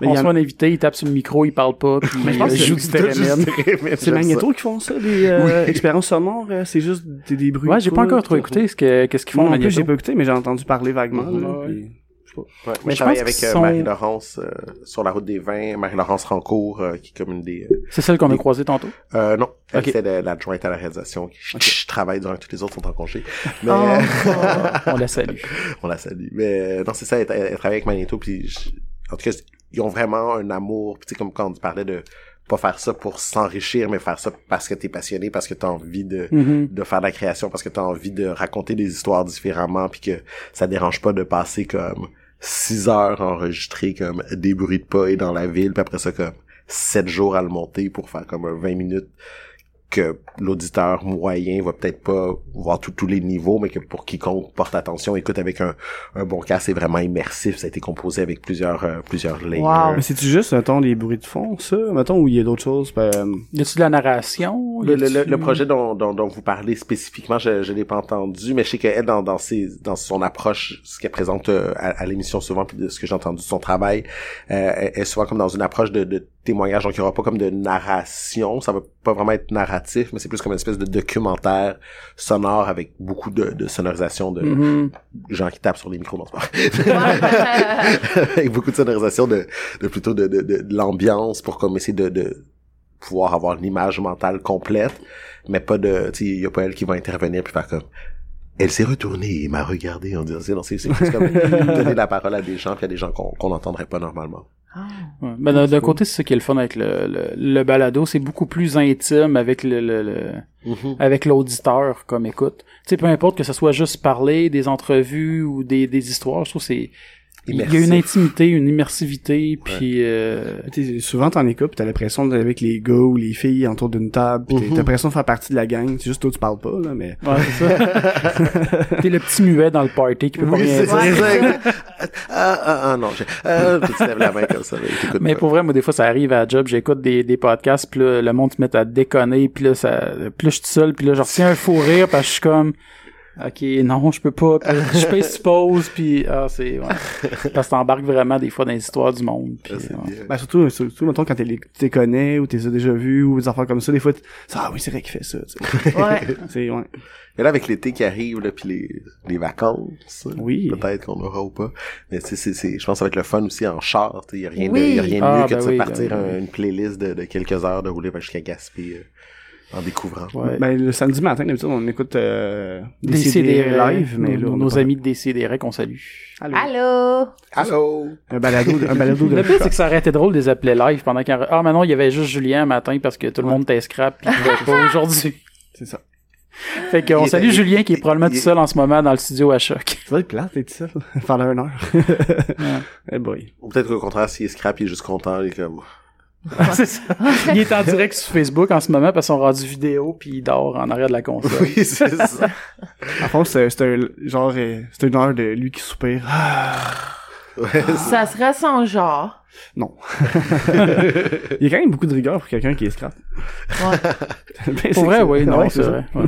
[SPEAKER 3] Mais
[SPEAKER 2] on
[SPEAKER 3] y
[SPEAKER 2] se
[SPEAKER 3] en-
[SPEAKER 2] fait un invité, il tape sur le micro, il parle pas, puis
[SPEAKER 3] Mais [LAUGHS] je pense
[SPEAKER 2] il
[SPEAKER 3] que
[SPEAKER 2] joue
[SPEAKER 1] Tout
[SPEAKER 2] du
[SPEAKER 1] juste
[SPEAKER 2] Theremin.
[SPEAKER 1] térémine,
[SPEAKER 3] C'est
[SPEAKER 1] j'aime
[SPEAKER 3] Magneto qui font ça, des euh, expériences sonores. euh, C'est juste des, des bruits.
[SPEAKER 2] Ouais, j'ai pas
[SPEAKER 3] cool.
[SPEAKER 2] encore trop écouté ce que- qu'est-ce qu'ils font.
[SPEAKER 3] Moi non plus,
[SPEAKER 2] Magneto.
[SPEAKER 3] j'ai pas écouté, mais j'ai entendu parler vaguement.
[SPEAKER 1] Mhm.
[SPEAKER 3] là,
[SPEAKER 2] Ouais.
[SPEAKER 3] puis-
[SPEAKER 1] ça. Ouais,
[SPEAKER 2] Mais
[SPEAKER 1] moi,
[SPEAKER 2] je
[SPEAKER 1] je travaille
[SPEAKER 2] pense
[SPEAKER 1] avec
[SPEAKER 2] qu'ils
[SPEAKER 1] euh,
[SPEAKER 2] sont-
[SPEAKER 1] Marie-Laurence euh, sur la route des vins, Marie-Laurence Rancourt, euh, qui est comme une des... euh,
[SPEAKER 2] C'est celle qu'on a croisée tantôt.
[SPEAKER 1] Euh, non, elle
[SPEAKER 2] Ok.
[SPEAKER 1] était de- l'adjointe à la réalisation. qui Je travaille durant que tous les autres sont en congé. Mais...
[SPEAKER 4] Oh.
[SPEAKER 2] Ah. On la salue.
[SPEAKER 1] [LAUGHS] on la salue. Mais euh, non, c'est ça, elle, elle- elle travaille avec Magneto, puis je- en tout cas, ils ont vraiment un amour, puis tu sais, comme quand on parlait de pas faire ça pour s'enrichir, mais faire ça parce que t'es passionné, parce que t'as envie de
[SPEAKER 2] Mhm.
[SPEAKER 1] de faire de la création, parce que t'as envie de raconter des histoires différemment, puis que ça dérange pas de passer comme six heures enregistrées comme des bruits de pas et dans la ville, puis après ça comme sept jours à le monter pour faire comme un 20 minutes que l'auditeur moyen va peut-être pas voir tout- tous les niveaux, mais que pour quiconque porte attention, écoute avec un, un bon cas, c'est vraiment immersif. Ça a été composé avec plusieurs euh, plusieurs layers.
[SPEAKER 4] Wow.
[SPEAKER 3] Mais c'est-tu juste, mettons, les bruits de fond, ça? Mettons, où il y a d'autres choses? ben, euh,
[SPEAKER 2] Y a-tu de la narration?
[SPEAKER 1] Le, le-
[SPEAKER 2] Y
[SPEAKER 1] le-
[SPEAKER 2] a-tu-
[SPEAKER 1] le projet dont, dont, dont vous parlez spécifiquement, je ne l'ai pas entendu, mais je sais qu'elle, dans, dans, ses, dans son approche, ce qu'elle présente euh, à, à l'émission souvent, puis de ce que j'ai entendu de son travail, euh, elle est souvent comme dans une approche de, de témoignage, donc il n'y aura pas comme de narration, ça va pas vraiment être narratif, mais c'est plus comme une espèce de documentaire sonore avec beaucoup de, de sonorisation de
[SPEAKER 2] Mhm.
[SPEAKER 1] gens qui tapent sur les micros, non, c'est pas vrai. avec beaucoup de sonorisation de, de plutôt de, de, de, de l'ambiance pour comme essayer de, de pouvoir avoir une image mentale complète, mais pas de, tu sais, il y a pas elle qui va intervenir puis faire comme. Elle s'est retournée et m'a regardé en disant, Tu sais, non, c'est c'est plus [LAUGHS] comme donner la parole à des gens puis à des gens qu'on qu'on n'entendrait pas normalement.
[SPEAKER 4] Ah.
[SPEAKER 2] Ouais. Ben, d'un- d'un côté, c'est ça qui est le fun avec le, le, le balado. C'est beaucoup plus intime avec le, le- le-
[SPEAKER 1] Mhm.
[SPEAKER 2] avec l'auditeur comme écoute. Tu sais, peu importe que ce soit juste parler, des entrevues ou des, des histoires, je trouve que c'est Il y a une intimité, une immersivité, puis... euh,
[SPEAKER 3] T'sais, souvent, t'en écoutes, pis t'as l'impression d'être avec les gars ou les filles autour d'une table, pis t'as
[SPEAKER 2] Mhm.
[SPEAKER 3] t'as l'impression de faire partie de la gang. C'est juste toi, tu parles pas, là, mais...
[SPEAKER 2] Ouais, c'est ça. [LAUGHS] T'es le petit muet dans le party qui peut pas
[SPEAKER 1] Oui,
[SPEAKER 2] rien
[SPEAKER 1] c'est
[SPEAKER 2] dire.
[SPEAKER 1] c'est ça. Ah, ah, ah, non. j'ai- Ah, puis tu lèves la main comme ça. mais t'écoutes
[SPEAKER 2] Mais
[SPEAKER 1] pas.
[SPEAKER 2] pour vrai, moi, des fois, ça arrive à la job, j'écoute des, des podcasts, puis là, le monde se met à déconner, puis là, ça, puis là, je suis tout seul, puis là, je retiens un fou rire, parce que je suis comme, ok, non, je peux pas, puis je fais suppose, puis ah, c'est, ouais. Parce que t'embarques vraiment des fois dans les histoires du monde, puis,
[SPEAKER 1] C'est
[SPEAKER 2] ouais.
[SPEAKER 1] bien.
[SPEAKER 3] Ben, surtout, surtout, mettons, quand t'es les- t'es connais ou t'es déjà vu ou des affaires comme ça, des fois, tu- ah oui, c'est vrai qu'il fait ça, tu
[SPEAKER 2] [LAUGHS]
[SPEAKER 3] sais.
[SPEAKER 4] Ouais.
[SPEAKER 3] C'est- ouais.
[SPEAKER 1] Mais là, avec l'été qui arrive, là, puis les, les vacances,
[SPEAKER 3] Oui.
[SPEAKER 1] peut-être qu'on aura ou pas. Mais tu sais, c'est- c'est- je pense que ça va être le fun aussi en char. Il n'y a rien de,
[SPEAKER 4] Oui.
[SPEAKER 1] y a rien de
[SPEAKER 2] Ah,
[SPEAKER 1] mieux que
[SPEAKER 2] ben
[SPEAKER 1] de se
[SPEAKER 2] oui,
[SPEAKER 1] partir
[SPEAKER 2] ben oui.
[SPEAKER 1] un- une playlist de, de quelques heures, de rouler jusqu'à Gaspé euh, en découvrant.
[SPEAKER 2] Ouais.
[SPEAKER 3] Ben, le samedi matin, d'habitude, on écoute euh, des CD
[SPEAKER 2] Décidéré,
[SPEAKER 3] live, mais là,
[SPEAKER 2] euh, nos,
[SPEAKER 3] on
[SPEAKER 2] nos
[SPEAKER 3] a pas-
[SPEAKER 2] amis de Décidéré qu'on salue.
[SPEAKER 3] Allô.
[SPEAKER 4] Allô?
[SPEAKER 1] Allô?
[SPEAKER 3] Un balado, de- un balado de
[SPEAKER 2] Le pire, c'est que ça aurait été drôle de les appeler live pendant qu'il y en- Ah, mais non, il y avait juste Julien un matin parce que tout le monde était scrap pis il pouvait
[SPEAKER 3] [LAUGHS]
[SPEAKER 2] pas aujourd'hui.
[SPEAKER 3] C'est ça.
[SPEAKER 2] Fait qu'on
[SPEAKER 1] Il-
[SPEAKER 2] salue
[SPEAKER 1] il-
[SPEAKER 2] Julien qui est
[SPEAKER 1] il-
[SPEAKER 2] probablement tout
[SPEAKER 1] il-
[SPEAKER 2] seul en ce moment dans le studio à choc.
[SPEAKER 3] Ça va être plate, t'es tout seul. [LAUGHS] Pendant une heure. [LAUGHS] Eh boy.
[SPEAKER 1] Ou peut-être qu'au contraire, s'il est scrap, il est juste content. Il est comme... [LAUGHS]
[SPEAKER 2] [LAUGHS] C'est ça. Il est en direct sur Facebook en ce moment parce qu'on rendu vidéo puis il dort en arrière de la console.
[SPEAKER 1] Oui, c'est ça.
[SPEAKER 3] En fond, c'est c'est un, genre, euh, c'est une heure de lui qui soupire. Ah.
[SPEAKER 1] Ouais, c'est-
[SPEAKER 4] Ça serait son genre.
[SPEAKER 3] [LAUGHS] Non. Il y a quand même beaucoup de rigueur pour quelqu'un qui est scrap.
[SPEAKER 4] Ouais.
[SPEAKER 3] [LAUGHS] Ben, c'est
[SPEAKER 2] Pour vrai,
[SPEAKER 3] que-
[SPEAKER 2] oui, non,
[SPEAKER 3] ouais,
[SPEAKER 2] [LAUGHS] c'est
[SPEAKER 3] ça.
[SPEAKER 2] vrai. ouais.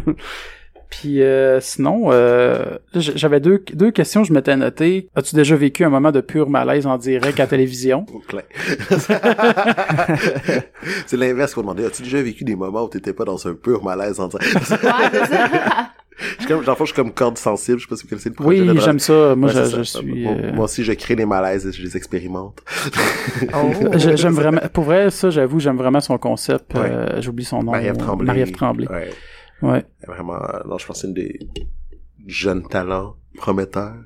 [SPEAKER 2] Puis euh, sinon, euh, là, j- j'avais deux, deux questions, je m'étais noté. As-tu déjà vécu un moment de pur malaise en direct à télévision?
[SPEAKER 1] Plein.
[SPEAKER 2] [LAUGHS]
[SPEAKER 1] c'est l'inverse qu'on demandait. As-tu déjà vécu des moments où t'étais pas dans un pur malaise en direct?
[SPEAKER 4] Ouais, c'est ça.
[SPEAKER 1] [LAUGHS] Je suis comme, dans le fond, je suis comme corde sensible. Je sais pas si vous connaissez le projet.
[SPEAKER 2] Oui,
[SPEAKER 1] de-
[SPEAKER 2] j'aime ça. Moi,
[SPEAKER 1] Ouais,
[SPEAKER 2] je,
[SPEAKER 1] c'est ça.
[SPEAKER 2] je suis...
[SPEAKER 1] Moi,
[SPEAKER 2] euh,
[SPEAKER 1] moi aussi, je crée des malaises et je les expérimente.
[SPEAKER 3] Oh.
[SPEAKER 2] Je- J'aime vraiment, pour vrai, ça, j'avoue, j'aime vraiment son concept.
[SPEAKER 1] Ouais.
[SPEAKER 2] Euh, J'oublie son nom.
[SPEAKER 1] Marie-Ève Tremblay.
[SPEAKER 2] Marie-Ève Tremblay.
[SPEAKER 1] Ouais.
[SPEAKER 2] Ouais.
[SPEAKER 1] [LAUGHS] Elle est Vraiment, euh, non, je pense que c'est une des jeunes talents prometteurs.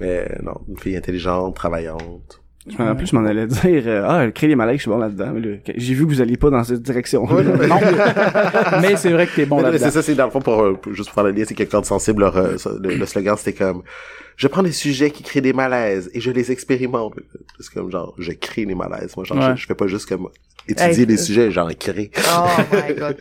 [SPEAKER 1] Mais non, une fille intelligente, travaillante.
[SPEAKER 3] Je m'en- En plus, je m'en allais dire, euh, ah, créer les malaises, je suis bon là-dedans. Mais là, J'ai vu que vous alliez pas dans cette direction.
[SPEAKER 2] Non. mais c'est vrai que t'es bon
[SPEAKER 1] Mais non, mais c'est
[SPEAKER 2] là-dedans.
[SPEAKER 1] ça, c'est dans le fond, pour, euh, pour- juste pour faire le lien, c'est que corde sensible, leur, euh, ça, le, le slogan, c'était comme, je prends des sujets qui créent des malaises et je les expérimente. C'est comme genre, je crée des malaises. Moi, genre,
[SPEAKER 2] Ouais. euh,
[SPEAKER 1] je, je fais pas juste comme étudier
[SPEAKER 4] Hey.
[SPEAKER 1] les sujets, j'en crée.
[SPEAKER 4] Oh my god.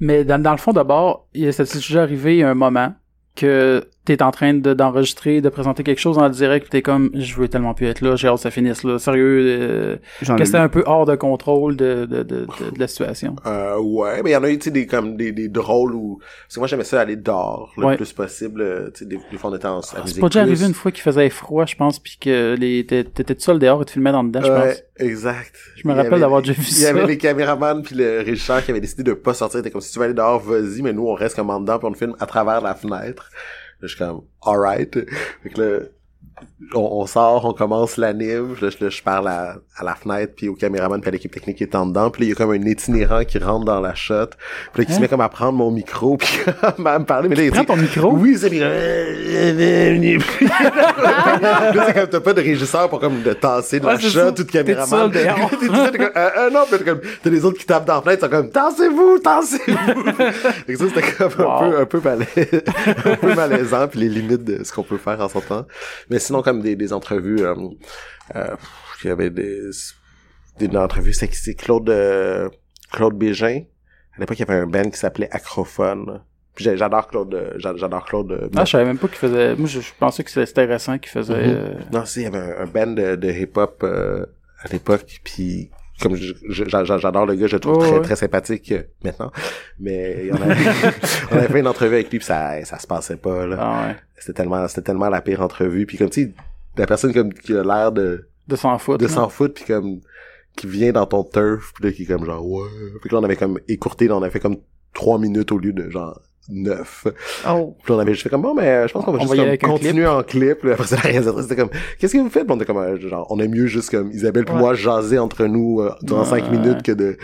[SPEAKER 2] Mais dans, dans le fond, d'abord, il y a- ça s'est déjà arrivé un moment que t'es en train de- d'enregistrer, de, présenter quelque chose en direct, pis t'es comme, je veux tellement plus être là, j'ai hâte que ça finisse là. Sérieux, euh,
[SPEAKER 3] J'en ai
[SPEAKER 1] Ah,
[SPEAKER 2] que c'était
[SPEAKER 3] eu.
[SPEAKER 2] un peu hors de contrôle de, de, de, de, de la situation.
[SPEAKER 1] Euh, ouais, mais il y en a eu, tu sais, des, comme, des, des drôles ou, parce que moi, j'aimais ça aller dehors, le
[SPEAKER 2] Ouais. Ah,
[SPEAKER 1] plus possible, euh, tu sais, des, des fois, on était en, à
[SPEAKER 2] C'est
[SPEAKER 1] Musique
[SPEAKER 2] pas déjà
[SPEAKER 1] Plus.
[SPEAKER 2] arrivé une fois qu'il faisait froid, je pense, puis que les- t'é- t'étais tout seul dehors et tu filmais dans le dedans, je
[SPEAKER 1] Ouais,
[SPEAKER 2] pense.
[SPEAKER 1] exact.
[SPEAKER 2] Je me
[SPEAKER 1] Il y
[SPEAKER 2] rappelle
[SPEAKER 1] avait-
[SPEAKER 2] d'avoir déjà vu
[SPEAKER 1] Il y
[SPEAKER 2] ça.
[SPEAKER 1] avait les caméramans puis le régisseur qui avait décidé de pas sortir. C'était comme si tu veux aller dehors, vas-y, mais nous on reste comme en dedans puis on le filme à travers la fenêtre. Là, Je suis comme alright. Fait que là, on, on sort, on commence l'anime. Là, je, là, je parle à, à la fenêtre puis au caméraman puis à l'équipe technique qui est en dedans. Puis là, il y a comme un itinérant qui rentre dans la shot. Puis là, qui se
[SPEAKER 2] Hein?
[SPEAKER 1] met comme à prendre mon micro puis [LAUGHS] comme à me parler. Mais là, il
[SPEAKER 2] Prends
[SPEAKER 1] dit-
[SPEAKER 2] ton micro.
[SPEAKER 1] oui, c'est bien. [LAUGHS] Là, c'est comme t'as pas de régisseur pour comme de tasser de la
[SPEAKER 2] Ouais, c'est
[SPEAKER 1] shot
[SPEAKER 2] ça.
[SPEAKER 1] ou de caméraman.
[SPEAKER 2] T'es tout seul dehors.
[SPEAKER 1] [LAUGHS] T'es tout seul, t'es comme, euh, euh, non, puis t'es comme, t'as les autres qui tapent dans la fenêtre, ils sont comme, tassez-vous,
[SPEAKER 2] [LAUGHS]
[SPEAKER 1] tassez-vous. Fait que ça, c'était comme un
[SPEAKER 2] Wow.
[SPEAKER 1] peu, un peu malais- [LAUGHS] un peu malaisant, puis les limites de ce qu'on peut faire en sortant. Mais sinon, comme des, des entrevues, euh, euh, pff, il y avait des, des, des entrevues sexy. Claude, euh, Claude Bégin. À l'époque, il y avait un band qui s'appelait Acrophone. Puis j'ai- j'adore Claude, euh, j'a- j'adore Claude. euh,
[SPEAKER 2] Ah, je savais même pas qu'il faisait. Moi, je, je pensais que c'était récent qu'il faisait. euh,
[SPEAKER 1] Non, si, il y avait un, un band de, de hip-hop euh, à l'époque, puis comme je- je- j'a- j'a- j'adore le gars, je le trouve
[SPEAKER 2] Ouais,
[SPEAKER 1] très,
[SPEAKER 2] ouais.
[SPEAKER 1] très sympathique euh, maintenant, mais on
[SPEAKER 2] [LAUGHS]
[SPEAKER 1] avait, on avait fait une entrevue avec lui, puis ça, ça se passait pas, là.
[SPEAKER 2] Ah ouais.
[SPEAKER 1] C'était tellement, c'était tellement la pire entrevue, puis comme, tu sais, la personne comme qui a l'air de,
[SPEAKER 2] De s'en foutre.
[SPEAKER 1] de
[SPEAKER 2] là.
[SPEAKER 1] s'en foutre, puis comme, qui vient dans ton turf, puis là, qui est comme genre, ouais. Puis là, on avait comme écourté, là, on avait fait comme trois minutes au lieu de genre neuf.
[SPEAKER 4] Oh.
[SPEAKER 1] Puis on avait juste fait comme bon mais euh, je pense qu'on va
[SPEAKER 2] On
[SPEAKER 1] juste
[SPEAKER 2] va y
[SPEAKER 1] comme
[SPEAKER 2] aller avec un
[SPEAKER 1] continuer en clip. Puis [LAUGHS] après ça la réalisatrice c'était comme qu'est-ce que vous faites Puis on était comme euh, genre on aime mieux juste comme Isabelle puis
[SPEAKER 4] Ouais.
[SPEAKER 1] moi jaser entre nous euh, durant
[SPEAKER 2] Ouais.
[SPEAKER 1] cinq minutes que de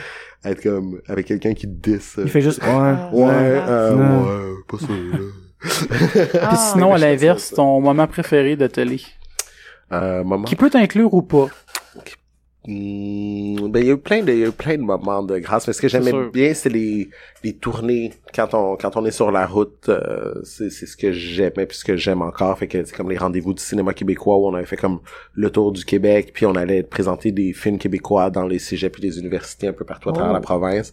[SPEAKER 1] être comme avec quelqu'un qui te disse. euh,
[SPEAKER 3] Il fait juste, ouais.
[SPEAKER 1] ouais
[SPEAKER 4] Ouais.
[SPEAKER 1] euh,
[SPEAKER 3] Non.
[SPEAKER 1] ouais pas ça là.
[SPEAKER 2] Puis
[SPEAKER 4] Ah.
[SPEAKER 2] sinon, à
[SPEAKER 1] Je sais
[SPEAKER 2] l'inverse,
[SPEAKER 1] ça.
[SPEAKER 2] ton moment préféré de télé.
[SPEAKER 1] Euh, maman
[SPEAKER 2] Qui peut t'inclure ou pas.
[SPEAKER 1] Hmm, ben, il y a eu plein de, il y a eu plein de moments de grâce. Mais ce que j'aimais
[SPEAKER 2] sûr.
[SPEAKER 1] bien, c'est les, les tournées. Quand on, quand on est sur la route, euh, c'est, c'est ce que j'aimais puis ce que j'aime encore. Fait que c'est comme les rendez-vous du cinéma québécois où on avait fait comme le tour du Québec puis on allait présenter des films québécois dans les cégeps puis les universités un peu partout à
[SPEAKER 2] Oh.
[SPEAKER 1] travers la province.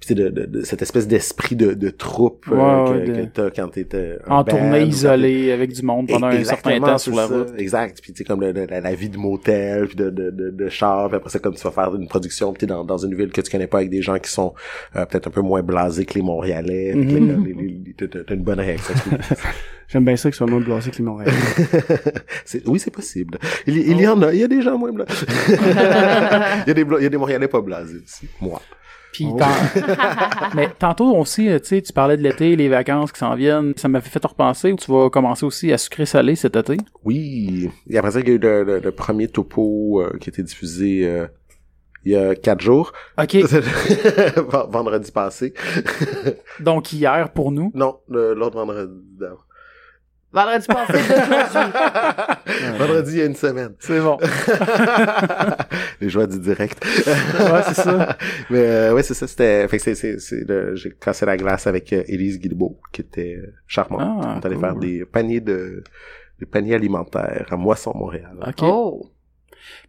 [SPEAKER 1] Puis c'est de, de- de cette espèce d'esprit de, de troupe euh,
[SPEAKER 2] Ouais, ouais,
[SPEAKER 1] que,
[SPEAKER 2] de-
[SPEAKER 1] que t'as quand t'étais
[SPEAKER 2] En
[SPEAKER 1] band ou quand
[SPEAKER 2] tournée
[SPEAKER 1] t'es-
[SPEAKER 2] isolée avec du monde pendant un certain
[SPEAKER 1] ben, Exactement,
[SPEAKER 2] temps
[SPEAKER 1] c'est
[SPEAKER 2] sur la
[SPEAKER 1] ça.
[SPEAKER 2] route.
[SPEAKER 1] Exact. Puis tu sais comme le- le- la, la vie de motel, puis de de de, de char, puis après ça comme tu vas faire une production, puis t'es dans dans une ville que tu connais pas avec des gens qui sont euh, peut-être un peu moins blasés que les Montréalais. puis
[SPEAKER 2] Mm-hmm.
[SPEAKER 1] que les- les- les- t'as- T'as t'as une bonne
[SPEAKER 2] [LAUGHS]
[SPEAKER 1] réaction.
[SPEAKER 3] J'aime bien ça que ce soit moins blasé que
[SPEAKER 1] [LAUGHS]
[SPEAKER 3] les Montréal.
[SPEAKER 1] C'est- oui, c'est possible. Il, y- il y en a. Il y a des gens moins blasés. [LAUGHS] il y a des bla- il y a des Montréalais pas blasés aussi. Moi.
[SPEAKER 2] Puis
[SPEAKER 1] Oh,
[SPEAKER 2] tant- mais tantôt aussi, euh, tu sais, tu parlais de l'été, les vacances qui s'en viennent. Ça m'a fait repenser où tu vas commencer aussi à sucrer salé cet été.
[SPEAKER 1] Oui. Et après ça, il y a eu le, le- le premier topo euh, qui a été diffusé euh, il y a quatre jours,
[SPEAKER 2] OK.
[SPEAKER 1] [LAUGHS] vendredi passé.
[SPEAKER 2] [LAUGHS] Donc hier pour nous.
[SPEAKER 1] Non, le- l'autre vendredi. d'avant.
[SPEAKER 4] Vendredi passé
[SPEAKER 1] [LAUGHS]
[SPEAKER 4] d'aujourd'hui.
[SPEAKER 1] vendredi, il y a une semaine.
[SPEAKER 2] C'est bon.
[SPEAKER 1] Les joies du direct.
[SPEAKER 2] [LAUGHS] Ouais, c'est ça.
[SPEAKER 1] [LAUGHS] Mais euh, ouais, c'est ça. C'était. Fait que c'est, c'est, c'est le- J'ai cassé la glace avec euh, Élise Guilbeault, qui était euh, charmante.
[SPEAKER 2] Ah,
[SPEAKER 1] On allait
[SPEAKER 2] cool.
[SPEAKER 1] faire des paniers de des paniers alimentaires à Moisson, Montréal.
[SPEAKER 2] OK.
[SPEAKER 4] Oh.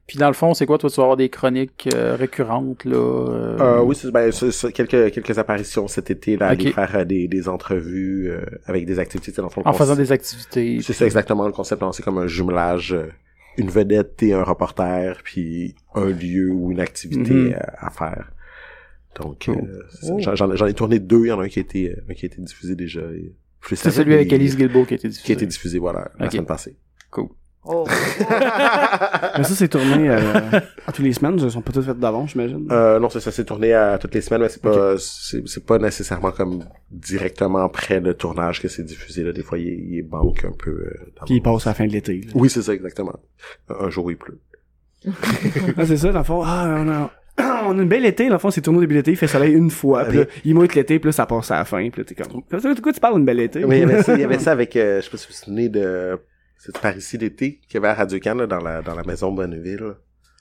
[SPEAKER 2] Puis dans le fond, c'est quoi toi tu vas avoir des chroniques euh, récurrentes là euh,
[SPEAKER 1] Euh, oui, c'est, ben, c'est- c'est quelques quelques apparitions cet été là, aller
[SPEAKER 2] Ok.
[SPEAKER 1] faire euh, des, des entrevues euh, avec des activités tu sais, dans le fond, le
[SPEAKER 2] en
[SPEAKER 1] concept-
[SPEAKER 2] faisant des activités.
[SPEAKER 1] C'est ça exactement le concept. hein. C'est comme un jumelage, euh, une vedette et un reporter, puis un lieu ou une activité
[SPEAKER 2] Mhm.
[SPEAKER 1] euh, à faire. Donc,
[SPEAKER 2] Oh.
[SPEAKER 1] euh, c'est ça. J'en- j'en j'en ai tourné deux. Il y en a un qui a été, euh, un qui a été diffusé déjà. et plus
[SPEAKER 2] C'est
[SPEAKER 1] avec
[SPEAKER 2] celui
[SPEAKER 1] les-
[SPEAKER 2] avec Elise Guilbeault qui a été diffusé.
[SPEAKER 1] Qui a été diffusé, voilà, la
[SPEAKER 2] Ok.
[SPEAKER 1] semaine passée.
[SPEAKER 4] Oh.
[SPEAKER 3] Mais ça, c'est tourné euh, à tous les semaines. Ils sont pas toutes faites d'avance, j'imagine.
[SPEAKER 1] Euh, non, ça, ça s'est tourné à toutes les semaines, mais c'est pas, c'est c'est pas nécessairement comme directement après le tournage que c'est diffusé. Là. Des fois, il, il manque un peu. euh, dans
[SPEAKER 3] Puis
[SPEAKER 1] le-
[SPEAKER 3] ils passent à la fin de l'été. là.
[SPEAKER 1] Oui, c'est ça, exactement. Un un jour, il pleut.
[SPEAKER 3] Ah, c'est ça, dans le fond. Ah, on a... [CLEARS THROAT] on a une belle été, dans le fond, c'est tourné au début de l'été, il fait soleil une fois, puis là, il mouille l'été, puis là, ça passe à la fin, puis là, t'es comme... De quoi tu parles une belle été?
[SPEAKER 1] Oui, il y avait ça, il y avait ça avec, euh, je sais pas si vous vous souvenez de cette par ici d'été qu'il y avait à Radio-Can là, dans, la, dans la maison Bonneville.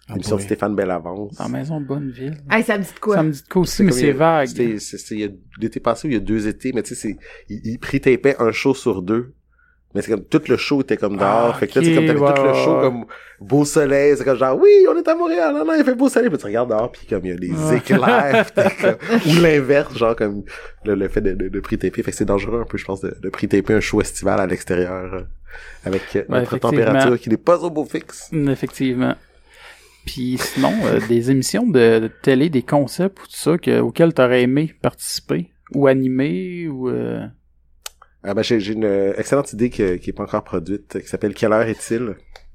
[SPEAKER 3] Ah,
[SPEAKER 1] L'émission de
[SPEAKER 3] boy.
[SPEAKER 1] Stéphane Bellavance.
[SPEAKER 2] Dans Maison Bonneville.
[SPEAKER 4] Hey, ça me dit de quoi?
[SPEAKER 2] Ça me dit de quoi aussi, mais
[SPEAKER 1] comme il y
[SPEAKER 2] c'est
[SPEAKER 1] a-
[SPEAKER 2] vague.
[SPEAKER 1] C'était c'est- c'est- il y a l'été passé ou il y a deux étés, mais tu sais, c'est- il, il pré-tapait un show sur deux. Mais c'est comme tout le show était comme dehors.
[SPEAKER 2] Ah,
[SPEAKER 1] fait que là, c'est comme
[SPEAKER 2] ok,
[SPEAKER 1] t'avais
[SPEAKER 2] ouais,
[SPEAKER 1] tout le
[SPEAKER 2] ouais,
[SPEAKER 1] show
[SPEAKER 2] ouais.
[SPEAKER 1] comme beau soleil. C'est comme genre oui, on est à Montréal, non, non, il fait beau soleil. Puis tu regardes dehors, puis comme il y a des
[SPEAKER 2] Ouais.
[SPEAKER 1] éclairs.
[SPEAKER 2] [LAUGHS]
[SPEAKER 1] puis t'es comme- ou l'inverse, genre comme le, le fait de, de, de pré-taper. Fait que c'est dangereux un peu, je pense, de, de pré-taper un show estival à l'extérieur euh, avec euh,
[SPEAKER 2] Ouais,
[SPEAKER 1] notre
[SPEAKER 2] effectivement.
[SPEAKER 1] température qui n'est pas au beau fixe.
[SPEAKER 2] Mm, Effectivement. Puis sinon, euh, des émissions de, de télé, des concepts ou tout ça que, auxquels t'aurais aimé participer ou animer ou... euh,
[SPEAKER 1] Ah, ben, j'ai j'ai une euh, excellente idée que- qui n'est pas encore produite, qui s'appelle Quelle heure est-il?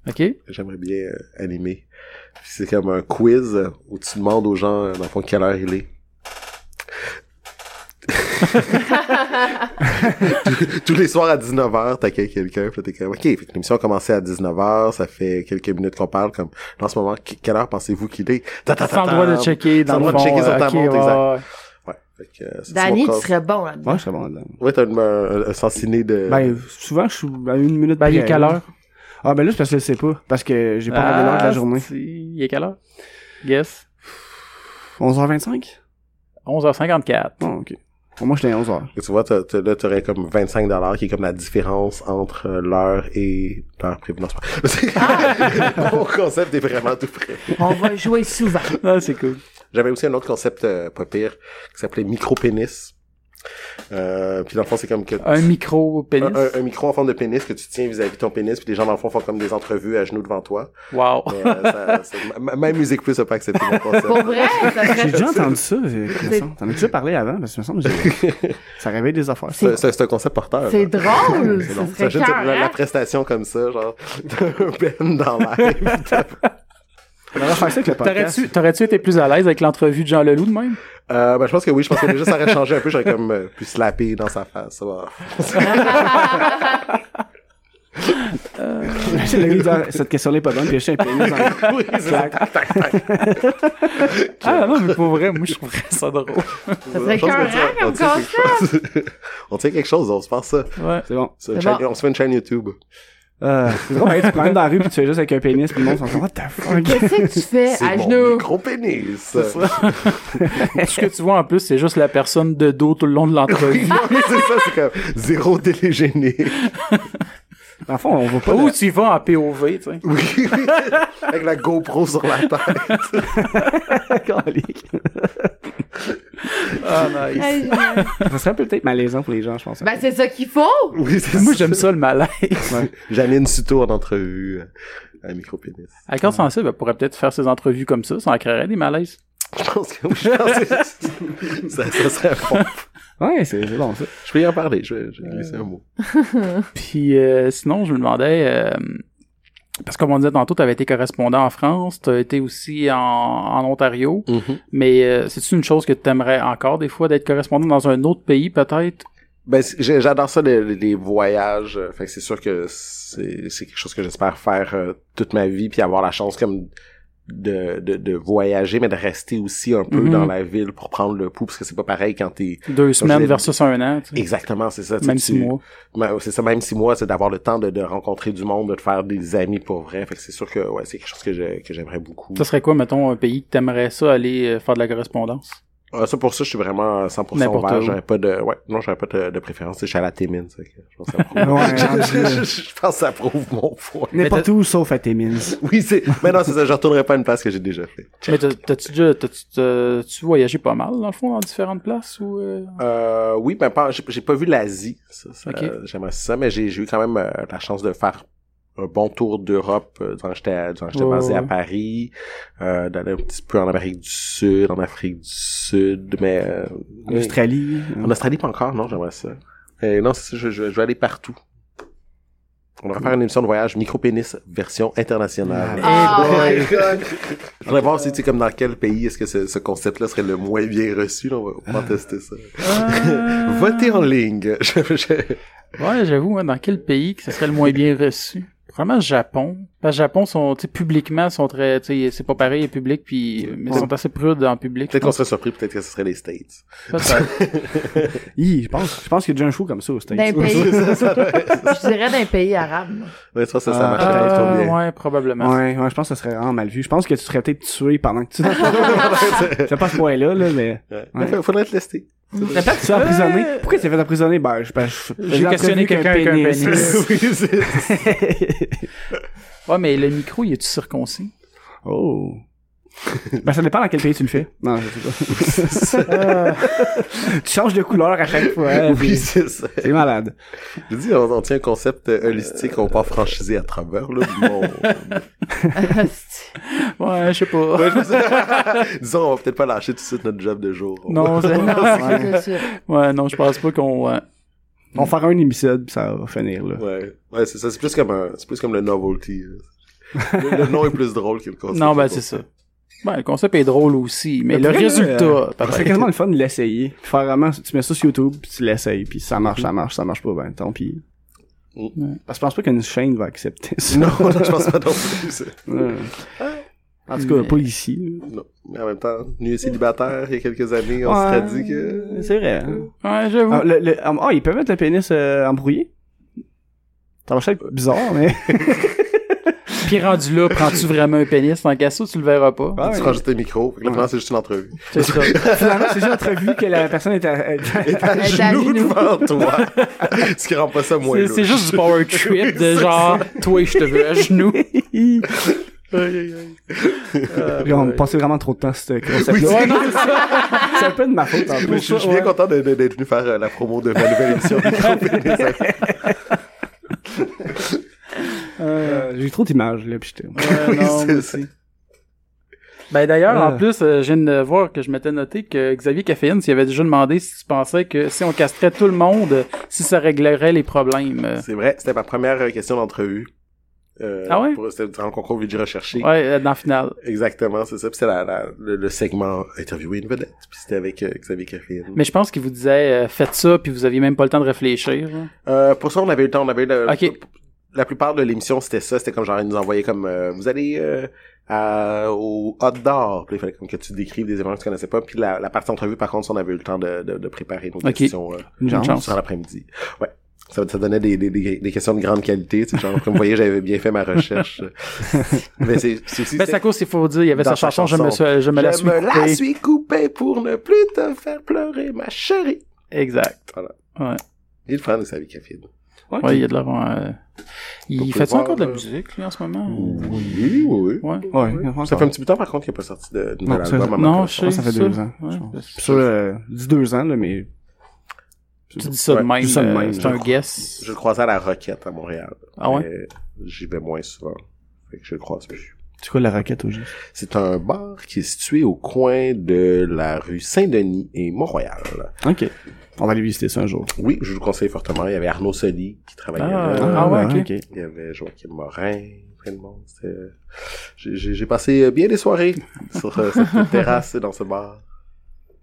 [SPEAKER 2] OK?
[SPEAKER 1] j'aimerais bien euh, animer. Puis C'est comme un quiz euh, où tu demandes aux gens, euh, dans le fond, quelle heure il est. Tous- Tous les soirs à 19h, t'accueilles quelqu'un, puis là, t'es comme, OK, fait que l'émission a commencé à 19h, ça fait quelques minutes qu'on parle, comme, en ce moment, que- quelle heure pensez-vous qu'il est? Ta- ta- ta-
[SPEAKER 2] Sans
[SPEAKER 1] ta-
[SPEAKER 2] droit de checker dans
[SPEAKER 1] Sans
[SPEAKER 2] le
[SPEAKER 1] droit de
[SPEAKER 2] fond,
[SPEAKER 1] checker sur
[SPEAKER 2] euh,
[SPEAKER 1] ta
[SPEAKER 2] ok,
[SPEAKER 1] montre,
[SPEAKER 2] ouais,
[SPEAKER 1] exact.
[SPEAKER 2] ouais.
[SPEAKER 1] Ouais, fait que, euh, ça, c'est
[SPEAKER 4] Danny,
[SPEAKER 1] mon
[SPEAKER 4] tu
[SPEAKER 1] corps.
[SPEAKER 4] serais bon là-dedans.
[SPEAKER 3] Ouais, je serais bon là-dedans.
[SPEAKER 1] Ouais, t'as une, euh, un, sentiné de...
[SPEAKER 3] Ben, souvent, je suis à une minute
[SPEAKER 2] Ben, il est
[SPEAKER 3] près,
[SPEAKER 2] quelle
[SPEAKER 3] là.
[SPEAKER 2] heure?
[SPEAKER 3] Ah, ben là, c'est parce que je le sais pas, parce que j'ai pas regardé l'heure de
[SPEAKER 2] Ah,
[SPEAKER 3] la journée.
[SPEAKER 2] c'est- Il est quelle heure? Guess.
[SPEAKER 3] 11h25?
[SPEAKER 2] 11h54.
[SPEAKER 3] [LAUGHS] Bon, ok. Pour moi, j'étais à 11h.
[SPEAKER 1] Et tu vois, t'as- t'as- là, t'aurais comme 25 dollars, qui est comme la différence entre euh, l'heure et l'heure prévue. Non, c'est
[SPEAKER 4] Ah!
[SPEAKER 1] [LAUGHS] pas... Mon concept est vraiment tout prêt.
[SPEAKER 4] On va jouer souvent.
[SPEAKER 2] [LAUGHS] Ah, c'est cool.
[SPEAKER 1] J'avais aussi un autre concept euh, pas pire qui s'appelait micro-pénis. Euh, puis dans le fond, c'est comme que...
[SPEAKER 2] Un micro-pénis.
[SPEAKER 1] Un, un- un micro en forme de pénis que tu tiens vis-à-vis de ton pénis, puis les gens dans le fond font comme des entrevues à genoux devant toi.
[SPEAKER 2] Wow.
[SPEAKER 1] Mais, euh,
[SPEAKER 4] [LAUGHS]
[SPEAKER 1] ça- ça- m- même Musique Plus n'a pas accepté mon
[SPEAKER 4] Pour
[SPEAKER 1] concept.
[SPEAKER 4] vrai, ça
[SPEAKER 3] J'ai
[SPEAKER 1] [LAUGHS]
[SPEAKER 4] serait...
[SPEAKER 3] déjà entendu ça, euh, Cresson. T'en as déjà parlé avant, parce que il me semble que
[SPEAKER 1] [LAUGHS]
[SPEAKER 3] j'ai- ça réveille des affaires.
[SPEAKER 1] C'est- C'est c'est un concept porteur.
[SPEAKER 4] C'est
[SPEAKER 1] là.
[SPEAKER 4] drôle.
[SPEAKER 1] C'est
[SPEAKER 4] ça
[SPEAKER 1] long.
[SPEAKER 4] serait
[SPEAKER 1] T'imagines, t'as la, la
[SPEAKER 4] carré.
[SPEAKER 1] prestation comme ça, genre, [LAUGHS] t'as un ben dans l'air.
[SPEAKER 3] On va faire ça avec le podcast.
[SPEAKER 2] T'aurais-tu t'aurais-tu été plus à l'aise avec l'entrevue de Jean Leloup de même?
[SPEAKER 1] Euh, ben, je pense que oui, je pense que déjà, ça aurait changé un peu, j'aurais comme euh, pu slapper dans sa face. Oh. voilà.
[SPEAKER 3] [LAUGHS] C'est le gars qui dit, ah, cette question-là est pas bonne, puis je un pénis dans le-
[SPEAKER 1] oui, c'est ça. Tac, tac, tac.
[SPEAKER 2] Ah non, mais pour vrai, [LAUGHS] moi je trouverais ça drôle.
[SPEAKER 1] Je
[SPEAKER 4] serait
[SPEAKER 1] pense qu'on
[SPEAKER 4] écœurant
[SPEAKER 1] tient- on
[SPEAKER 4] comme
[SPEAKER 1] tient quelque chose. [LAUGHS] On tient quelque chose, on se pense ça.
[SPEAKER 2] Ouais.
[SPEAKER 3] C'est bon.
[SPEAKER 1] C'est
[SPEAKER 4] C'est
[SPEAKER 1] une chaîne-
[SPEAKER 4] bon.
[SPEAKER 1] On se fait une chaîne YouTube.
[SPEAKER 3] Euh, c'est drôle, hein, tu te promènes dans la rue puis tu fais juste avec un pénis puis le monde s'en sort. What the fuck?
[SPEAKER 4] Qu'est-ce que tu fais
[SPEAKER 1] C'est
[SPEAKER 4] à
[SPEAKER 1] mon
[SPEAKER 4] genoux?
[SPEAKER 1] micro pénis. [LAUGHS]
[SPEAKER 2] Tout ce que tu vois en plus, c'est juste la personne de dos tout le long de l'entrevue.
[SPEAKER 1] c'est ça, c'est comme zéro télégéné.
[SPEAKER 3] [LAUGHS] Dans le fond, on va pas.
[SPEAKER 2] Ou tu y vas en POV, tu sais.
[SPEAKER 1] Oui, oui. Avec la GoPro sur la tête.
[SPEAKER 3] Calique.
[SPEAKER 2] Ah, nice.
[SPEAKER 4] Ah, je-
[SPEAKER 3] ça serait peut-être malaisant pour les gens, je pense.
[SPEAKER 4] Ben, c'est ça qu'il faut!
[SPEAKER 1] Oui, c'est
[SPEAKER 2] Moi,
[SPEAKER 1] ça.
[SPEAKER 2] j'aime ça, le malaise. [LAUGHS]
[SPEAKER 1] Janine Suto en entrevue euh, à micro pénis.
[SPEAKER 2] À cœur sensible, elle ben, pourrait peut-être faire ses entrevues comme ça, ça en créerait des malaises.
[SPEAKER 1] Je pense que oui, je pense que ça, ça serait bon.
[SPEAKER 3] Ouais, c'est c'est bon ça.
[SPEAKER 1] Je peux y en parler, je vais, je vais laisser un mot.
[SPEAKER 2] Puis euh, sinon, je me demandais, euh, parce que comme on disait tantôt, tu avais été correspondant en France, tu as été aussi en, en Ontario,
[SPEAKER 4] Mm-hmm.
[SPEAKER 2] mais euh, c'est-tu une chose que tu aimerais encore des fois d'être correspondant dans un autre pays peut-être?
[SPEAKER 1] Ben, c'est- j'ai- j'adore ça, les, les- les voyages. Euh, Fait que c'est sûr que c'est c'est quelque chose que j'espère faire euh, toute ma vie, puis avoir la chance comme de, de, de voyager, mais de rester aussi un peu
[SPEAKER 2] Mhm.
[SPEAKER 1] dans la ville pour prendre le pouls, parce que c'est pas pareil quand t'es...
[SPEAKER 2] Deux
[SPEAKER 1] Ça, je
[SPEAKER 2] semaines
[SPEAKER 1] l'ai-
[SPEAKER 2] versus un an, tu sais.
[SPEAKER 1] Exactement, c'est ça. tu sais,
[SPEAKER 2] Mm. même
[SPEAKER 1] tu-
[SPEAKER 2] six mois.
[SPEAKER 1] Ben, c'est ça, même six mois, c'est d'avoir le temps de, de rencontrer du monde, de te faire des amis pour vrai. Fait que c'est sûr que ouais, c'est quelque chose que je- que j'aimerais beaucoup.
[SPEAKER 2] Ça serait quoi, mettons, un pays que t'aimerais ça aller euh, faire de la correspondance?
[SPEAKER 1] Euh, ça, pour ça, je suis vraiment à 100%
[SPEAKER 2] N'importe
[SPEAKER 1] ouvert.
[SPEAKER 2] où.
[SPEAKER 1] J'aurais pas de, ouais, non, j'aurais pas de, de préférence. Tu sais, Je suis à la Témine, ça, que je pense que ça
[SPEAKER 2] [LAUGHS]
[SPEAKER 1] prouve.
[SPEAKER 2] Ah,
[SPEAKER 3] Ouais,
[SPEAKER 1] [LAUGHS] je, je-
[SPEAKER 3] rendu-
[SPEAKER 1] je- je pense que ça prouve mon point.
[SPEAKER 3] N'importe où sauf à tes mines.
[SPEAKER 1] [LAUGHS] Oui, c'est, mais non, c'est ça, je retournerai pas à une place que j'ai déjà fait.
[SPEAKER 2] Mais t'as- t'as-tu déjà, t'as-tu, t'as- tu voyagé pas mal, dans le fond, dans différentes places ou... euh?
[SPEAKER 1] Euh, oui, ben, pas- j'ai, j'ai pas vu l'Asie. Ça, ça,
[SPEAKER 2] Ok.
[SPEAKER 1] euh, J'aimerais ça, mais j'ai, j'ai eu quand même euh, la chance de faire un bon tour d'Europe euh, durant que j'étais, à- durant que j'étais
[SPEAKER 2] Ouais,
[SPEAKER 1] basé à
[SPEAKER 2] ouais.
[SPEAKER 1] Paris, euh, d'aller un petit peu en Amérique du Sud, en Afrique du Sud, mais euh,
[SPEAKER 3] En Australie.
[SPEAKER 1] En Australie, pas encore, non, j'aimerais ça. Euh, non, c'est ça, je, je- je vais aller partout. On va faire une émission de voyage micro-pénis version internationale.
[SPEAKER 4] Ah,
[SPEAKER 1] Ouais. Je voudrais voir si, tu sais, comme dans quel pays est-ce que ce, ce concept-là serait le moins bien reçu. là, on va, on va tester ça. Votez en ligne. [LAUGHS] Je- je-
[SPEAKER 2] Euh, Ouais, j'avoue, hein, dans quel pays que ça serait le moins bien reçu? Probablement le Japon. Parce que le Japon, sont, tu sais, publiquement, sont très, tu sais, c'est pas pareil, les publics, puis, mais ils sont assez prudes en public. Euh,
[SPEAKER 1] Peut-être qu'on serait surpris, peut-être que ce serait les States.
[SPEAKER 2] Peut-être.
[SPEAKER 3] Hi, je pense, je pense qu'il y a déjà un show comme ça au States.
[SPEAKER 4] D'un pays. Je dirais d'un pays arabe. moi.
[SPEAKER 1] Ouais, je pense que ça,
[SPEAKER 3] Ah,
[SPEAKER 1] ça marcherait
[SPEAKER 2] Euh,
[SPEAKER 1] trop bien.
[SPEAKER 2] ouais, probablement.
[SPEAKER 3] Ouais, ouais, je pense que ça serait vraiment mal vu. Je pense que tu serais peut-être tué pendant que tu [LAUGHS] C'est pas ce point-là, là, mais.
[SPEAKER 1] Ouais. Mais fa- Faudrait te tester.
[SPEAKER 3] Mais pas tu es emprisonné. Pourquoi tu t'es fait emprisonner? Ben, je, ben, je-
[SPEAKER 2] Euh. J'ai
[SPEAKER 3] l'ai
[SPEAKER 2] questionné
[SPEAKER 3] entrevu qu'un
[SPEAKER 2] quelqu'un avec un pénis.
[SPEAKER 1] [LAUGHS] oui, c'est...
[SPEAKER 2] Ouais, mais le micro, il est-tu circoncis?
[SPEAKER 3] oh. [LAUGHS] Ben, ça dépend dans quel pays tu le fais. Non, je sais pas. [LAUGHS] tu changes de couleur à chaque fois.
[SPEAKER 1] oui,
[SPEAKER 3] puis-
[SPEAKER 1] c'est ça.
[SPEAKER 3] C'est malade.
[SPEAKER 1] Je dis, on, on tient un concept euh, holistique, on part franchisé à travers, là. puis on-
[SPEAKER 2] Ouais, je sais pas.
[SPEAKER 1] Ouais, je sais. [LAUGHS] Disons, on va peut-être pas lâcher tout de suite notre job de jour.
[SPEAKER 2] Non, c'est-
[SPEAKER 4] Non,
[SPEAKER 3] Ouais.
[SPEAKER 4] c'est sûr.
[SPEAKER 2] [LAUGHS] ouais, non, je pense pas qu'on, ouais.
[SPEAKER 3] On va faire un épisode, puis ça va finir, là.
[SPEAKER 1] Ouais, ouais c'est ça. C'est plus comme un, c'est plus comme le novelty. euh. Le, le nom est plus drôle que le concept.
[SPEAKER 2] Non, ben, c'est ça. Ouais, le concept est drôle aussi, mais
[SPEAKER 3] Mais
[SPEAKER 2] le
[SPEAKER 3] pour vrai,
[SPEAKER 2] résultat,
[SPEAKER 3] euh,
[SPEAKER 2] peut-être.
[SPEAKER 3] C'est quasiment le fun de l'essayer. Puis Faire vraiment, tu mets ça sur YouTube, puis tu l'essayes, puis ça marche, ça marche, ça marche pas, ben tant pis.
[SPEAKER 1] Mm.
[SPEAKER 3] Parce que je pense pas qu'une chaîne va accepter
[SPEAKER 1] [LAUGHS]
[SPEAKER 3] ça.
[SPEAKER 1] Non, non, je pense pas non plus. c'est-
[SPEAKER 3] Euh, En tout cas,
[SPEAKER 2] Mais-
[SPEAKER 3] pas ici.
[SPEAKER 1] Non. Mais en même temps, nu et célibataire, il y a quelques années, on
[SPEAKER 3] Ouais,
[SPEAKER 1] s'était dit que...
[SPEAKER 3] C'est vrai. hein.
[SPEAKER 2] Ouais, j'avoue.
[SPEAKER 3] Ah, le, le- ah, ils peuvent mettre le pénis euh, embrouillé? Ça va être bizarre, mais...
[SPEAKER 2] Puis rendu là, prends-tu vraiment un pénis? Dans le cas ça, tu le verras pas.
[SPEAKER 3] Ah,
[SPEAKER 1] Tu
[SPEAKER 3] ouais.
[SPEAKER 1] prends juste un micro. Fait que Là, maintenant, c'est juste une entrevue.
[SPEAKER 2] C'est ça.
[SPEAKER 3] [LAUGHS] Finalement, c'est juste entrevu que la personne est à... [LAUGHS] est à-
[SPEAKER 1] À
[SPEAKER 4] est
[SPEAKER 1] [LAUGHS]
[SPEAKER 4] à
[SPEAKER 1] genoux
[SPEAKER 4] genoux.
[SPEAKER 1] devant toi. Ce qui rend pas ça moins
[SPEAKER 2] C'est- C'est
[SPEAKER 1] louche.
[SPEAKER 2] juste du power
[SPEAKER 1] [LAUGHS]
[SPEAKER 2] trip de genre, toi, je te veux à genoux.
[SPEAKER 3] Puis on passait vraiment trop de temps sur ce concept-là.
[SPEAKER 1] Oui, c'est-
[SPEAKER 3] Ouais, non, Euh, c'est ça. [LAUGHS] C'est un peu de ma faute, en
[SPEAKER 1] Mais
[SPEAKER 3] plus.
[SPEAKER 1] je, je suis bien content de- de- d'être venu faire euh, la promo de ma nouvelle
[SPEAKER 2] [LAUGHS]
[SPEAKER 1] émission. [LAUGHS]
[SPEAKER 3] Euh, J'ai eu trop d'images, là, puis j'étais...
[SPEAKER 1] [LAUGHS]
[SPEAKER 2] Euh, non, moi aussi. Ben d'ailleurs, en
[SPEAKER 3] Euh.
[SPEAKER 2] plus, euh, je viens de voir que je m'étais noté que Xavier Caféine s'il avait déjà demandé si tu pensais que si on castrait tout le monde, si ça réglerait les problèmes. Euh,
[SPEAKER 1] C'est vrai, c'était ma première euh, question d'entrevue. Euh,
[SPEAKER 2] Ah ouais?
[SPEAKER 1] pour- C'était dans le concours Vidéo Recherché.
[SPEAKER 2] Ouais, euh, dans la finale.
[SPEAKER 1] Exactement, c'est ça. Puis c'était la- la- le, le segment interviewer une vedette. Puis c'était avec euh, Xavier Caffeine.
[SPEAKER 2] Mais je pense qu'il vous disait euh, faites ça, puis vous aviez même pas le temps de réfléchir. hein.
[SPEAKER 1] Euh, pour ça, on avait eu le temps. On avait eu le-
[SPEAKER 2] Ok.
[SPEAKER 1] La plupart de l'émission, c'était ça. C'était comme genre, ils nous envoyaient comme euh, vous allez euh, à- au hot d'or. Puis il fallait comme que tu décrives des événements que tu connaissais pas. Puis la, la partie entrevue, par contre, ça, on avait eu le temps de, de, de préparer nos
[SPEAKER 2] Ok.
[SPEAKER 1] questions euh,
[SPEAKER 3] Une
[SPEAKER 2] chance.
[SPEAKER 1] sur l'après-midi. Ouais. Ça, ça donnait des, des, des, des questions de grande qualité. tu sais, genre, comme vous voyez, j'avais bien fait ma
[SPEAKER 2] [LAUGHS]
[SPEAKER 1] recherche. mais c'est c'est aussi...
[SPEAKER 2] Ben,
[SPEAKER 1] c'est-
[SPEAKER 2] ça cause, il faut dire, il y avait
[SPEAKER 1] Dans sa
[SPEAKER 2] sa chanson, je me,
[SPEAKER 1] chanson.
[SPEAKER 2] suis- je me la
[SPEAKER 1] Je
[SPEAKER 2] suis
[SPEAKER 1] me la
[SPEAKER 2] coupée.
[SPEAKER 1] suis coupée pour ne plus te faire pleurer, ma chérie.
[SPEAKER 2] Exact.
[SPEAKER 1] Voilà.
[SPEAKER 2] Ouais.
[SPEAKER 1] Il prend de sa vie café.
[SPEAKER 2] Ouais, il y a de l'avant. euh,
[SPEAKER 1] Vous
[SPEAKER 2] Il
[SPEAKER 1] pouvez
[SPEAKER 2] fait ça
[SPEAKER 1] voir,
[SPEAKER 2] encore de la
[SPEAKER 1] euh,
[SPEAKER 2] musique, lui, en ce moment?
[SPEAKER 1] Oui, oui.
[SPEAKER 2] Ouais.
[SPEAKER 3] Ouais,
[SPEAKER 1] Ça fait un petit bout de temps, par contre, qu'il n'a pas sorti de, de
[SPEAKER 3] Non,
[SPEAKER 1] nouvel album.
[SPEAKER 3] ça-
[SPEAKER 1] à ma
[SPEAKER 2] Non,
[SPEAKER 1] connaissance.
[SPEAKER 2] je sais.
[SPEAKER 3] ça fait
[SPEAKER 2] c'est
[SPEAKER 3] deux ans,
[SPEAKER 2] Ouais.
[SPEAKER 3] je pense. Sur le, dis deux ans, là, mais.
[SPEAKER 2] Tu dis ça de
[SPEAKER 1] Ouais,
[SPEAKER 2] même.
[SPEAKER 3] dis ça de
[SPEAKER 2] euh,
[SPEAKER 3] même,
[SPEAKER 2] C'est
[SPEAKER 3] je
[SPEAKER 2] un
[SPEAKER 3] crois.
[SPEAKER 2] guess.
[SPEAKER 1] Je le croisais à la Roquette à Montréal.
[SPEAKER 2] Ah ouais?
[SPEAKER 1] Mais J'y vais moins souvent. Fait que je le croise plus.
[SPEAKER 3] Tu quoi la raquette au juste?
[SPEAKER 1] C'est un bar qui est situé au coin de la rue Saint-Denis et Montréal.
[SPEAKER 3] Ok. On va aller visiter ça un jour.
[SPEAKER 1] Oui, je vous le conseille fortement. Il y avait Arnaud Soli qui travaillait
[SPEAKER 3] Euh,
[SPEAKER 2] Ah,
[SPEAKER 1] là.
[SPEAKER 2] ah ouais, ok.
[SPEAKER 1] Il y avait Joachim Morin, plein de monde. C'était- euh, J'ai j'ai- j'ai passé euh, bien des soirées [LAUGHS] sur euh, cette
[SPEAKER 2] [LAUGHS]
[SPEAKER 1] petite terrasse dans ce bar.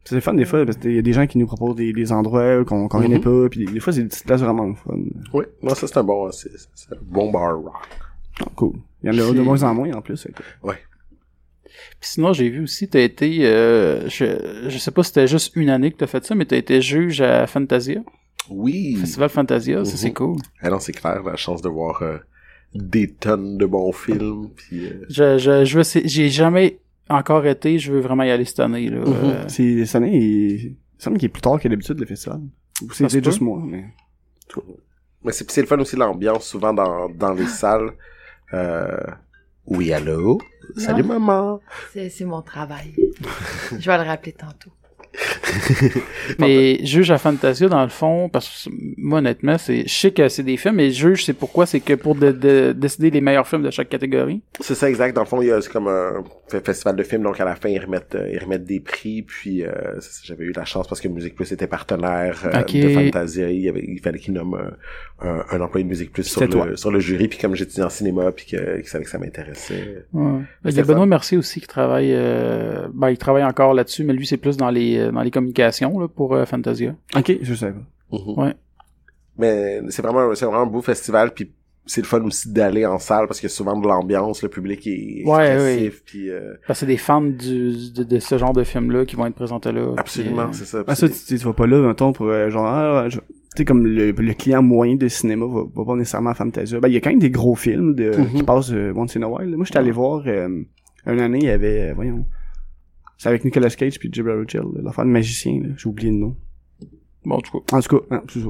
[SPEAKER 3] C'est fun des fois, parce qu'il y a des gens qui nous proposent des, des endroits qu'on qu'on connaît pas, puis des fois c'est des petites places vraiment le fun.
[SPEAKER 1] Oui, non, ça c'est un bon, c'est c'est un bon bar rock.
[SPEAKER 3] Ah, cool. Il y en a de
[SPEAKER 2] C'est-
[SPEAKER 3] moins en moins en plus. fait que-
[SPEAKER 2] Puis sinon, j'ai vu aussi, t'as été, euh, je, je sais pas si c'était juste une année que t'as fait ça, mais t'as été juge à Fantasia,
[SPEAKER 1] Oui.
[SPEAKER 2] Festival Fantasia, ça
[SPEAKER 1] Mhm.
[SPEAKER 2] c'est cool.
[SPEAKER 1] Ah non, c'est clair, la chance de voir euh, des tonnes de bons films. Puis, euh,
[SPEAKER 2] Je, je, je veux, c'est- j'ai jamais encore été, je veux vraiment y aller cette année, là. Euh,
[SPEAKER 3] C'est cette année, il... il semble qu'il est plus tard que d'habitude le festival. Ou
[SPEAKER 2] Ça
[SPEAKER 3] c'est
[SPEAKER 2] se
[SPEAKER 3] c'est juste
[SPEAKER 2] peut.
[SPEAKER 3] moi, mais.
[SPEAKER 1] Mais c'est, c'est le fun aussi, l'ambiance, souvent dans, dans les salles. Euh, oui, allô? Salut,
[SPEAKER 2] Hein?
[SPEAKER 1] maman!
[SPEAKER 4] C'est c'est mon travail. Je vais le rappeler tantôt.
[SPEAKER 2] mais juge à Fantasia, dans le fond, parce que moi, honnêtement, c'est, je sais que c'est des films, mais juge, c'est pourquoi, c'est que pour de- de- décider les meilleurs films de chaque catégorie.
[SPEAKER 1] C'est ça, exact. Dans le fond, il y a c'est comme un f- festival de films, donc à la fin, ils remettent, euh, ils remettent des prix. Puis, euh, c'est ça, j'avais eu la chance parce que Musique Plus était partenaire euh,
[SPEAKER 2] Ok.
[SPEAKER 1] de Fantasia. Il, y avait, il fallait qu'ils nomment euh, un, un employé de Musique Plus sur
[SPEAKER 3] C'était toi.
[SPEAKER 1] le, sur le jury. Puis, comme j'étudiais en cinéma, puis que, qu'ils savaient que ça m'intéressait.
[SPEAKER 2] Ouais. Ben, Il y
[SPEAKER 1] C'est
[SPEAKER 2] a Benoît Mercier aussi qui travaille, euh, ben, il travaille encore là-dessus, mais lui, c'est plus dans les, euh, dans les communications, là, pour euh, Fantasia.
[SPEAKER 3] Ok, je sais pas.
[SPEAKER 1] Mhm.
[SPEAKER 2] Ouais.
[SPEAKER 1] Mais c'est vraiment, c'est vraiment un beau festival, puis c'est le fun aussi d'aller en salle parce qu'il y a souvent de l'ambiance, le public est
[SPEAKER 2] Ouais,
[SPEAKER 1] expressif, puis euh,
[SPEAKER 2] Parce que c'est des fans du, de, de ce genre de film-là qui vont être présentés là.
[SPEAKER 1] absolument,
[SPEAKER 2] Puis, euh,
[SPEAKER 1] c'est ça.
[SPEAKER 3] Ah,
[SPEAKER 1] Puis
[SPEAKER 3] ça, tu, tu vas pas là, mettons, pour euh, genre, ah, je- tu sais, comme le, le client moyen de cinéma va, va pas nécessairement à Fantasia. Ben, il y a quand même des gros films de,
[SPEAKER 1] Mhm.
[SPEAKER 3] qui passent euh, once in a while. Moi, j'étais allé voir, euh, une année, il y avait, euh, voyons, c'est avec Nicolas Cage puis Jim Barrochel, l'enfant de magicien, là. j'ai oublié le nom.
[SPEAKER 2] euh, Bon, du coup.
[SPEAKER 3] En tout cas, non, c'est ça.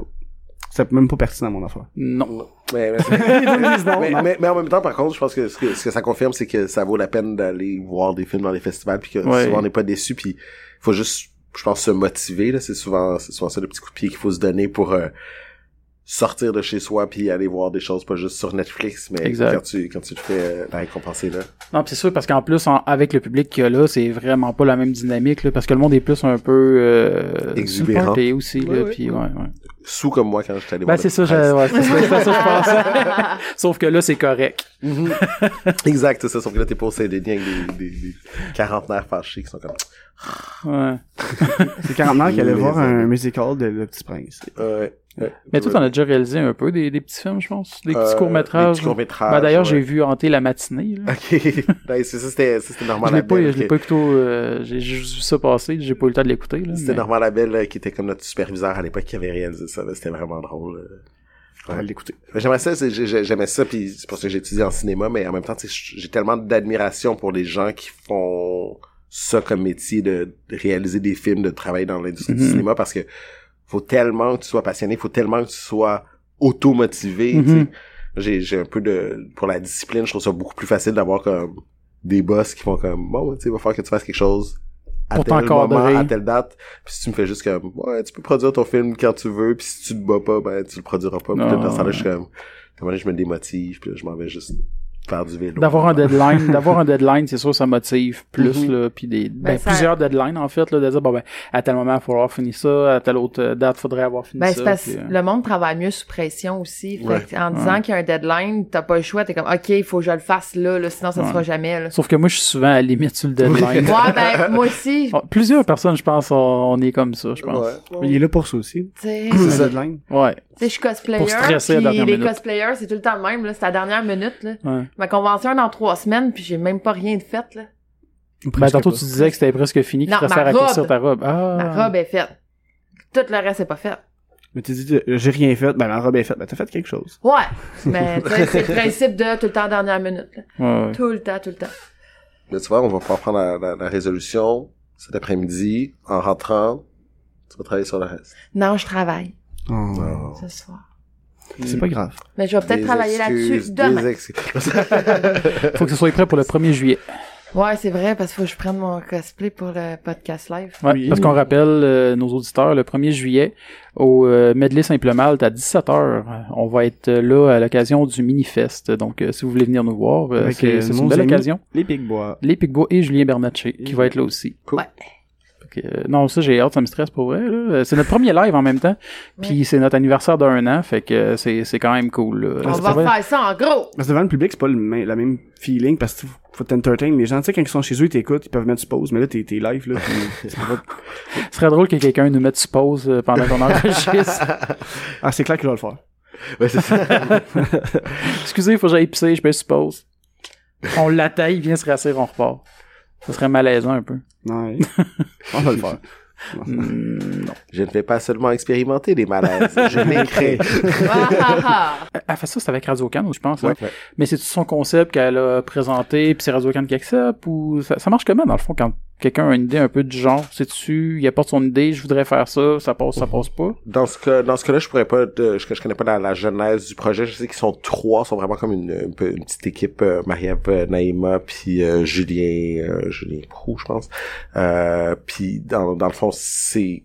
[SPEAKER 3] C'est même pas pertinent, mon affaire.
[SPEAKER 2] Non.
[SPEAKER 1] Mais, mais-
[SPEAKER 3] [LAUGHS]
[SPEAKER 1] mais- mais- mais en même temps, par contre, je pense que ce, que ce que ça confirme, c'est que ça vaut la peine d'aller voir des films dans les festivals, puis que
[SPEAKER 2] Ouais.
[SPEAKER 1] souvent on n'est pas déçu, puis faut juste, je pense, se motiver. Là, c'est souvent, c'est souvent ça le petit coup de pied qu'il faut se donner pour euh, sortir de chez soi, puis aller voir des choses pas juste sur Netflix, mais
[SPEAKER 2] Exact.
[SPEAKER 1] quand tu quand tu te fais euh, la récompenser là.
[SPEAKER 2] Non, pis c'est sûr, parce qu'en plus, en- avec le public qu'il y a là, c'est vraiment pas la même dynamique, là, parce que le monde est plus un peu, euh,
[SPEAKER 1] Exubérant.
[SPEAKER 2] sur le party aussi, là,
[SPEAKER 1] Ouais,
[SPEAKER 2] puis ouais, ouais.
[SPEAKER 1] Sous comme moi quand j'étais allé
[SPEAKER 2] Ben,
[SPEAKER 1] voir
[SPEAKER 2] c'est
[SPEAKER 1] le
[SPEAKER 2] ça,
[SPEAKER 1] Presse.
[SPEAKER 2] j'ai- ouais, c'est ça, c'est ça, je pensais. [LAUGHS] Sauf que là, c'est correct.
[SPEAKER 1] Mhm. exact, c'est ça. Sauf que là, t'es pas au Saint-Denis avec des, des, des quarantenaires fâchés qui sont comme...
[SPEAKER 2] Ouais.
[SPEAKER 3] C'est 40 ans qu'il allait
[SPEAKER 1] Les
[SPEAKER 3] voir
[SPEAKER 1] amis.
[SPEAKER 3] un musical de Le Petit Prince.
[SPEAKER 1] Euh, ouais.
[SPEAKER 2] Mais toi, t'en as déjà réalisé un peu, des, des petits films, je pense. Des petits
[SPEAKER 1] Euh,
[SPEAKER 2] courts-métrages.
[SPEAKER 1] des petits courts-métrages,
[SPEAKER 2] Ben, d'ailleurs,
[SPEAKER 1] ouais.
[SPEAKER 2] j'ai vu hanter la matinée, là.
[SPEAKER 1] OK. [LAUGHS] Ouais, c'est ça, c'était ça, c'était Normand
[SPEAKER 2] Je l'ai pas,
[SPEAKER 1] Labelle.
[SPEAKER 2] je l'ai
[SPEAKER 1] qui-
[SPEAKER 2] pas écouté, au- euh, j'ai juste vu ça passer, j'ai pas eu le temps de l'écouter, là.
[SPEAKER 1] C'était
[SPEAKER 2] mais-
[SPEAKER 1] Normand Labelle euh, qui était comme notre superviseur à l'époque qui avait réalisé ça. là. C'était vraiment drôle. euh.
[SPEAKER 3] On va l'écouter.
[SPEAKER 1] Mais J'aimerais ça, c'est- j'ai- j'ai- j'aimais ça, puis c'est pour ça que j'ai étudié en cinéma, mais en même temps, tu sais, j'ai tellement d'admiration pour les gens qui font ça comme métier de, de réaliser des films, de travailler dans l'industrie
[SPEAKER 3] Mm-hmm.
[SPEAKER 2] Mhm.
[SPEAKER 1] du cinéma, parce que faut tellement que tu sois passionné, faut tellement que tu sois automotivé. tu sais.
[SPEAKER 3] Mm-hmm.
[SPEAKER 2] Mhm.
[SPEAKER 1] J'ai j'ai un peu de pour la discipline, je trouve ça beaucoup plus facile d'avoir comme des boss qui font comme bon, tu sais, va falloir que tu fasses quelque chose à
[SPEAKER 2] Pour
[SPEAKER 1] tel
[SPEAKER 2] t'encadrer.
[SPEAKER 1] moment, à telle date. Puis si tu me fais juste comme ouais, tu peux produire ton film quand tu veux, puis si tu te bats pas, ben tu le produiras pas. Puis
[SPEAKER 2] Non.
[SPEAKER 1] là, dans ce temps-là, je suis comme à un moment donné, je me démotive, puis là, je m'en vais juste faire du vélo.
[SPEAKER 2] D'avoir un deadline, d'avoir un deadline, c'est sûr, ça motive plus, là, puis des, ben,
[SPEAKER 4] Ben, ça-
[SPEAKER 2] plusieurs deadlines, en fait, là, de dire, bon, ben, à tel moment, il faudra avoir fini ça, à telle autre euh, date, faudrait avoir fini
[SPEAKER 4] Ben,
[SPEAKER 2] ça.
[SPEAKER 4] c'est parce
[SPEAKER 2] puis, euh,
[SPEAKER 4] le monde travaille mieux sous pression aussi. Fait
[SPEAKER 1] Ouais.
[SPEAKER 4] que en disant qu'il y a un deadline, t'as pas le choix, t'es comme, OK, il faut que je le fasse là, là sinon ça
[SPEAKER 2] Ouais.
[SPEAKER 4] se fera jamais, là.
[SPEAKER 2] Sauf que moi, je suis souvent à la limite sur le deadline.
[SPEAKER 4] [LAUGHS] Ouais,
[SPEAKER 2] [LAUGHS]
[SPEAKER 4] ben, moi aussi,
[SPEAKER 2] Bon, Plusieurs personnes, je pense, on, on est comme ça, je pense.
[SPEAKER 1] Ouais.
[SPEAKER 3] Mais il est là pour ça aussi.
[SPEAKER 4] tu sais,
[SPEAKER 3] C'est
[SPEAKER 4] tu
[SPEAKER 3] ça. deadline.
[SPEAKER 2] Ouais.
[SPEAKER 4] sais, je suis cosplayer,
[SPEAKER 2] Pour stresser à la
[SPEAKER 4] puis les
[SPEAKER 2] dernière minute.
[SPEAKER 4] cosplayers, c'est tout le temps le même, là, c'est la dernière minute, là.
[SPEAKER 2] ouais.
[SPEAKER 4] Ma convention est dans trois semaines, puis j'ai même pas rien de fait, là.
[SPEAKER 2] Ben, tantôt,
[SPEAKER 3] pas.
[SPEAKER 2] tu disais que c'était presque fini, qu'il
[SPEAKER 4] Non,
[SPEAKER 2] te restait à
[SPEAKER 4] ma
[SPEAKER 2] raccourcir
[SPEAKER 4] robe.
[SPEAKER 2] ta robe. Ah.
[SPEAKER 4] Ma robe est faite. Tout le reste est pas fait.
[SPEAKER 3] Mais tu dis, euh, j'ai rien fait, ben, la robe est faite, ben, t'as fait quelque chose.
[SPEAKER 4] Ouais. Mais, tu sais,
[SPEAKER 2] [LAUGHS]
[SPEAKER 4] c'est le principe de tout le temps dernière minute, là.
[SPEAKER 2] Ouais, ouais.
[SPEAKER 4] Tout le temps, tout le temps.
[SPEAKER 1] Mais tu vois, on va pouvoir prendre la, la- la résolution cet après-midi. En rentrant, tu vas travailler sur le reste.
[SPEAKER 4] Non, je travaille
[SPEAKER 1] Oh.
[SPEAKER 4] ce soir.
[SPEAKER 1] Mm.
[SPEAKER 3] C'est pas grave.
[SPEAKER 4] Mais je vais peut-être
[SPEAKER 1] Des
[SPEAKER 4] travailler là-dessus
[SPEAKER 1] excuses,
[SPEAKER 4] demain.
[SPEAKER 1] des excuses.
[SPEAKER 2] Faut que ce soit prêt pour le 1er juillet.
[SPEAKER 4] Ouais, c'est vrai, parce qu'il faut que je prenne mon cosplay pour le podcast live.
[SPEAKER 2] Ouais,
[SPEAKER 3] Oui.
[SPEAKER 2] Parce qu'on rappelle euh, nos auditeurs, le 1er juillet, au euh, Medley Simple-Malte à 17h, on va être euh, là à l'occasion du mini-fest. Donc, euh, si vous voulez venir nous voir, euh,
[SPEAKER 3] Avec,
[SPEAKER 2] c'est
[SPEAKER 3] euh,
[SPEAKER 2] c'est
[SPEAKER 3] nos
[SPEAKER 2] une belle
[SPEAKER 3] amis.
[SPEAKER 2] occasion.
[SPEAKER 3] Les big bois.
[SPEAKER 2] Les Picbois et Julien Bernatchez, qui va être là aussi.
[SPEAKER 1] Cool.
[SPEAKER 4] Ouais.
[SPEAKER 2] Fait que, euh, non, ça, j'ai hâte, ça me stresse pour vrai. là. Euh, C'est notre premier live en même temps, puis
[SPEAKER 4] Ouais.
[SPEAKER 2] c'est notre anniversaire d'un an, fait que euh, c'est c'est quand même cool. là.
[SPEAKER 4] On
[SPEAKER 2] Ça
[SPEAKER 4] va
[SPEAKER 2] va-
[SPEAKER 4] faire ça en gros.
[SPEAKER 2] [LAUGHS]
[SPEAKER 3] Parce que devant le public, c'est pas le même, la même feeling, parce que faut- faut t'entertain les gens. Tu sais, quand ils sont chez eux, ils t'écoutent, ils peuvent mettre du pause, mais là, t'es, t'es live, là.
[SPEAKER 1] [LAUGHS]
[SPEAKER 3] puis c'est pas-
[SPEAKER 2] Ce serait drôle que quelqu'un nous mette sur pause euh, pendant
[SPEAKER 4] [LAUGHS]
[SPEAKER 2] qu'on enregistre.
[SPEAKER 3] Ah, c'est clair qu'il va le faire.
[SPEAKER 1] Ouais, c'est ça.
[SPEAKER 2] Excusez, il faut que j'aille pisser, je mets sur pause. On l'attaque, il vient se rassurer, on repart. Ça serait malaisant un peu.
[SPEAKER 3] Ouais. On va
[SPEAKER 1] [LAUGHS]
[SPEAKER 3] le faire.
[SPEAKER 2] Hmm, non.
[SPEAKER 1] [LAUGHS] Je ne vais pas seulement expérimenter les malaises,
[SPEAKER 2] [LAUGHS]
[SPEAKER 1] je les crée.
[SPEAKER 4] Ah, ah, ah.
[SPEAKER 2] Elle- Elle fait ça, c'est avec Radio Can, je pense. hein.
[SPEAKER 1] Ouais.
[SPEAKER 2] Mais c'est son concept qu'elle a présenté, puis c'est Radio Can qui accepte ou ça, ça marche comment dans le fond quand quelqu'un a une idée un peu du genre, c'est dessus, il apporte son idée, je voudrais faire ça, ça passe, ça passe pas.
[SPEAKER 1] Dans ce cas, dans ce cas-là, je pourrais pas, te- je, je connais pas la, la genèse du projet. Je sais qu'ils sont trois, ils sont vraiment comme une, une pe- une petite équipe. euh, Marie-Ève euh, Naïma, puis euh, Julien, euh, Julien Proux, je pense. Euh, puis dans, dans le fond, c'est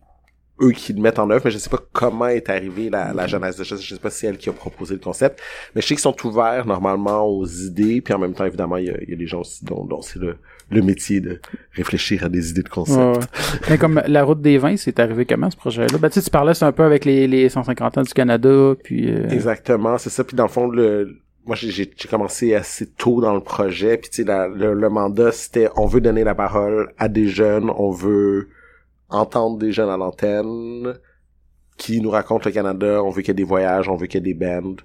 [SPEAKER 1] eux qui le mettent en œuvre, mais je sais pas comment est arrivée la, la genèse de choses. Je sais pas si c'est elle qui a proposé le concept, mais je sais qu'ils sont ouverts normalement aux idées, puis en même temps, évidemment, il y a, il y a des gens aussi dont, dont c'est le, le métier de réfléchir à des idées de concept.
[SPEAKER 2] Ouais, ouais. [LAUGHS] Mais comme la route des vins, c'est arrivé comment ce projet-là? Ben, tu sais, tu parlais c'est un peu avec les, les 150 ans du Canada, puis... euh,
[SPEAKER 1] Exactement, c'est ça. Puis dans le fond, le, moi, j'ai- j'ai j'ai commencé assez tôt dans le projet. Puis tu sais, la- le, le mandat, c'était on veut donner la parole à des jeunes, on veut entendre des jeunes à l'antenne qui nous racontent le Canada, on veut qu'il y ait des voyages, on veut qu'il y ait des bands.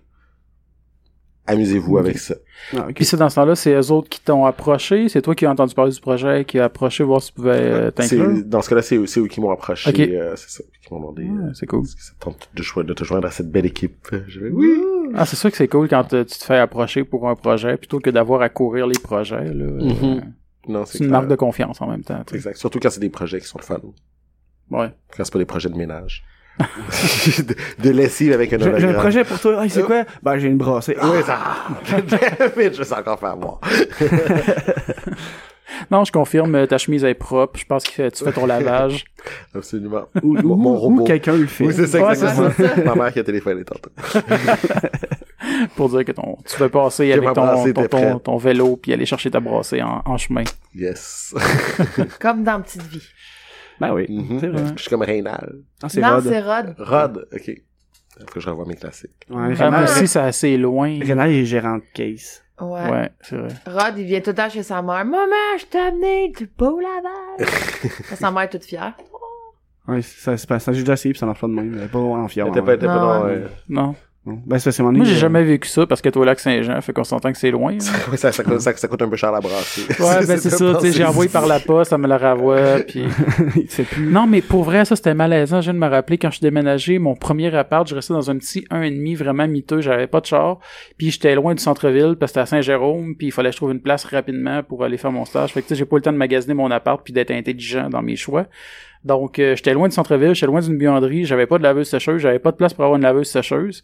[SPEAKER 1] Amusez-vous avec ça.
[SPEAKER 3] Ah, ok.
[SPEAKER 2] Puis ça, dans ce temps-là, c'est eux autres qui t'ont approché, c'est toi qui as entendu parler du projet, qui a approché, voir si tu pouvais euh, t'inclure.
[SPEAKER 1] C'est- Dans ce cas-là, c'est eux, c'est eux qui m'ont approché.
[SPEAKER 2] Ok.
[SPEAKER 1] euh, c'est ça, qui m'ont demandé.
[SPEAKER 2] Ouais,
[SPEAKER 1] euh,
[SPEAKER 2] C'est cool.
[SPEAKER 1] Est-ce que ça te tente de, joindre- de te joindre à cette belle équipe? Je vais, oui!
[SPEAKER 2] Ah, c'est sûr que c'est cool quand euh, tu te fais approcher pour un projet plutôt que d'avoir à courir les projets. là. Euh,
[SPEAKER 3] Mm-hmm.
[SPEAKER 1] Mhm. Non,
[SPEAKER 2] C'est une
[SPEAKER 1] clair.
[SPEAKER 2] marque de confiance en même temps. tu sais.
[SPEAKER 1] Exact. Surtout quand c'est des projets qui sont le fun.
[SPEAKER 2] Ouais.
[SPEAKER 1] Quand c'est pas des projets de ménage. [LAUGHS] de, de lessive avec un
[SPEAKER 3] J'ai, j'ai un
[SPEAKER 1] hologramme.
[SPEAKER 3] projet pour toi. Ah,
[SPEAKER 1] Euh.
[SPEAKER 3] c'est quoi? Ben, j'ai une brassée.
[SPEAKER 1] Oui, ça. [LAUGHS] Mais je vais encore faire moi.
[SPEAKER 2] Non, je confirme, euh, ta chemise est propre. Je pense que euh, tu fais ton lavage. [LAUGHS]
[SPEAKER 1] Absolument.
[SPEAKER 3] Ou,
[SPEAKER 1] Mon-
[SPEAKER 3] ou-
[SPEAKER 1] mon
[SPEAKER 3] ou
[SPEAKER 1] robot.
[SPEAKER 3] quelqu'un le fait.
[SPEAKER 1] Oui, c'est ça,
[SPEAKER 2] Ouais,
[SPEAKER 1] exactement.
[SPEAKER 4] c'est
[SPEAKER 1] Ma mère qui a téléphoné tantôt.
[SPEAKER 2] pour dire que ton, tu veux passer
[SPEAKER 1] Que
[SPEAKER 2] avec
[SPEAKER 1] ma
[SPEAKER 2] ton,
[SPEAKER 1] brassée
[SPEAKER 2] ton,
[SPEAKER 1] était
[SPEAKER 2] ton-
[SPEAKER 1] prête.
[SPEAKER 2] ton vélo puis aller chercher ta brassée en, en chemin.
[SPEAKER 1] Yes.
[SPEAKER 4] Comme dans Petite Vie.
[SPEAKER 3] Ben oui.
[SPEAKER 1] Mhm.
[SPEAKER 3] C'est
[SPEAKER 2] hein.
[SPEAKER 3] vrai.
[SPEAKER 1] Je suis comme Reynal.
[SPEAKER 3] Ah, c'est
[SPEAKER 4] Non,
[SPEAKER 3] Rod.
[SPEAKER 4] c'est Rod.
[SPEAKER 1] Rod. OK. Après, je revois mes classiques.
[SPEAKER 3] Ouais,
[SPEAKER 2] Ah, moi
[SPEAKER 3] Rénal,
[SPEAKER 2] aussi, c'est assez loin.
[SPEAKER 3] Rénal est gérant de case.
[SPEAKER 4] Ouais.
[SPEAKER 2] Ouais, c'est vrai.
[SPEAKER 4] Rod, il vient tout le temps chez sa mère. Maman, je t'ai amené du beau
[SPEAKER 2] [LAUGHS]
[SPEAKER 4] lavage. Là, sa mère est toute fière.
[SPEAKER 3] Ouais, ça, c'est pas ça. J'ai déjà essayé, puis ça marche pas de même. Elle est Pas en fier.
[SPEAKER 1] T'es pas, t'es pas
[SPEAKER 4] Ah,
[SPEAKER 1] dans,
[SPEAKER 4] ouais.
[SPEAKER 1] euh,
[SPEAKER 2] Non.
[SPEAKER 3] Non. Ben, c'est parce que mon
[SPEAKER 2] Moi,
[SPEAKER 3] ami,
[SPEAKER 2] j'ai
[SPEAKER 3] euh,
[SPEAKER 2] jamais vécu ça parce que toi, au lac Saint-Jean, fait qu'on s'entend que c'est loin. hein.
[SPEAKER 1] oui, ça, ça, coûte- ça, ça coûte un peu cher à brasser.
[SPEAKER 2] Ouais, ben c'est ça, tu sais, j'ai envoyé par la poste, ça me la [LAUGHS] renvoie, puis...
[SPEAKER 3] [LAUGHS] il fait plus.
[SPEAKER 2] Non, mais pour vrai, ça, c'était malaisant. Je viens de me rappeler, quand je suis déménagé, mon premier appart, je restais dans un petit 1,5 vraiment miteux, j'avais pas de char, puis j'étais loin du centre-ville, parce que c'était à Saint-Jérôme, puis il fallait que je trouve une place rapidement pour aller faire mon stage. Fait que, tu sais, j'ai pas eu le temps de magasiner mon appart puis d'être intelligent dans mes choix. Donc, euh, j'étais loin du centre-ville, j'étais loin d'une buanderie, j'avais pas de laveuse sécheuse, j'avais pas de place pour avoir une laveuse [LAUGHS] sécheuse.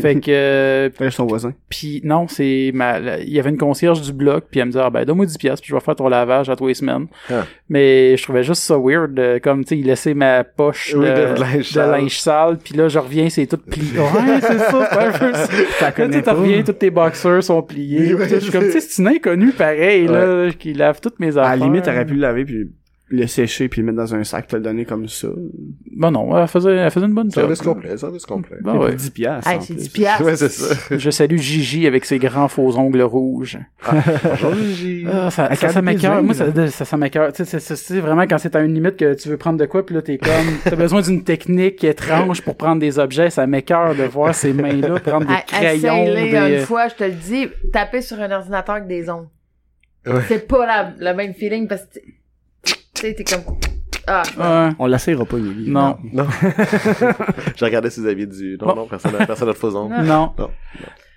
[SPEAKER 2] fait que, euh,
[SPEAKER 3] Fallait son voisin.
[SPEAKER 2] puis non, c'est ma la- il y avait une concierge du bloc puis elle me disait ah ben donne-moi 10 pièces puis je vais faire ton lavage à tous les semaines.
[SPEAKER 1] Ah.
[SPEAKER 2] Mais je trouvais juste ça weird euh, comme tu sais il laissait ma poche
[SPEAKER 1] Oui,
[SPEAKER 2] euh,
[SPEAKER 1] de linge
[SPEAKER 2] de
[SPEAKER 1] sale.
[SPEAKER 2] linge sale puis là je reviens c'est tout plié. [LAUGHS] ouais, c'est ça, c'est un peu ça.
[SPEAKER 3] Ça
[SPEAKER 2] Là, tu sais,
[SPEAKER 3] connaît
[SPEAKER 2] t'en
[SPEAKER 3] pas.
[SPEAKER 2] reviens, tous tes boxers sont pliés.
[SPEAKER 1] Ouais,
[SPEAKER 2] je suis comme, tu sais, c'est une inconnue pareil, là, qui lave toutes mes affaires.
[SPEAKER 3] À la limite, t'aurais pu le laver, puis le sécher, puis le mettre dans un sac, te le donner comme ça.
[SPEAKER 2] Bon, non, elle faisait, elle faisait une bonne job.
[SPEAKER 1] Service complet, service complet.
[SPEAKER 2] Bon,
[SPEAKER 3] C'est
[SPEAKER 2] ouais.
[SPEAKER 3] pour 10 piastres.
[SPEAKER 4] Hey,
[SPEAKER 3] en
[SPEAKER 4] c'est
[SPEAKER 3] plus.
[SPEAKER 4] 10 piastres.
[SPEAKER 1] Ouais, c'est ça.
[SPEAKER 2] Je salue Gigi avec ses grands faux ongles rouges.
[SPEAKER 1] Ah. Bonjour, Gigi.
[SPEAKER 2] Ah, ça,
[SPEAKER 3] À
[SPEAKER 2] ça, ça
[SPEAKER 3] quatre
[SPEAKER 2] m'écoeure.
[SPEAKER 3] dizaines,
[SPEAKER 2] Moi, ça, de- ça, ça m'écoeure. Tu sais, c'est- c'est- c'est vraiment quand c'est à une limite que tu veux prendre de quoi, puis là, t'es comme, [LAUGHS] t'as besoin d'une technique étrange pour prendre des objets. Ça m'écoeure de voir ces mains-là prendre des
[SPEAKER 4] Hey,
[SPEAKER 2] crayons.
[SPEAKER 4] essaye-les
[SPEAKER 2] des-
[SPEAKER 4] une fois, je te le dis, taper sur un ordinateur avec des ondes.
[SPEAKER 1] Ouais.
[SPEAKER 4] C'est pas la, le même feeling parce que tu tu sais, t'es comme. Ah,
[SPEAKER 2] Ouais.
[SPEAKER 3] On l'essayera pas, Yuli.
[SPEAKER 2] Non.
[SPEAKER 1] Non. je regardais si vous aviez du. Non,
[SPEAKER 2] Bon.
[SPEAKER 1] non, personne n'a personne n'a de faux ongles.
[SPEAKER 2] Non.
[SPEAKER 1] Non.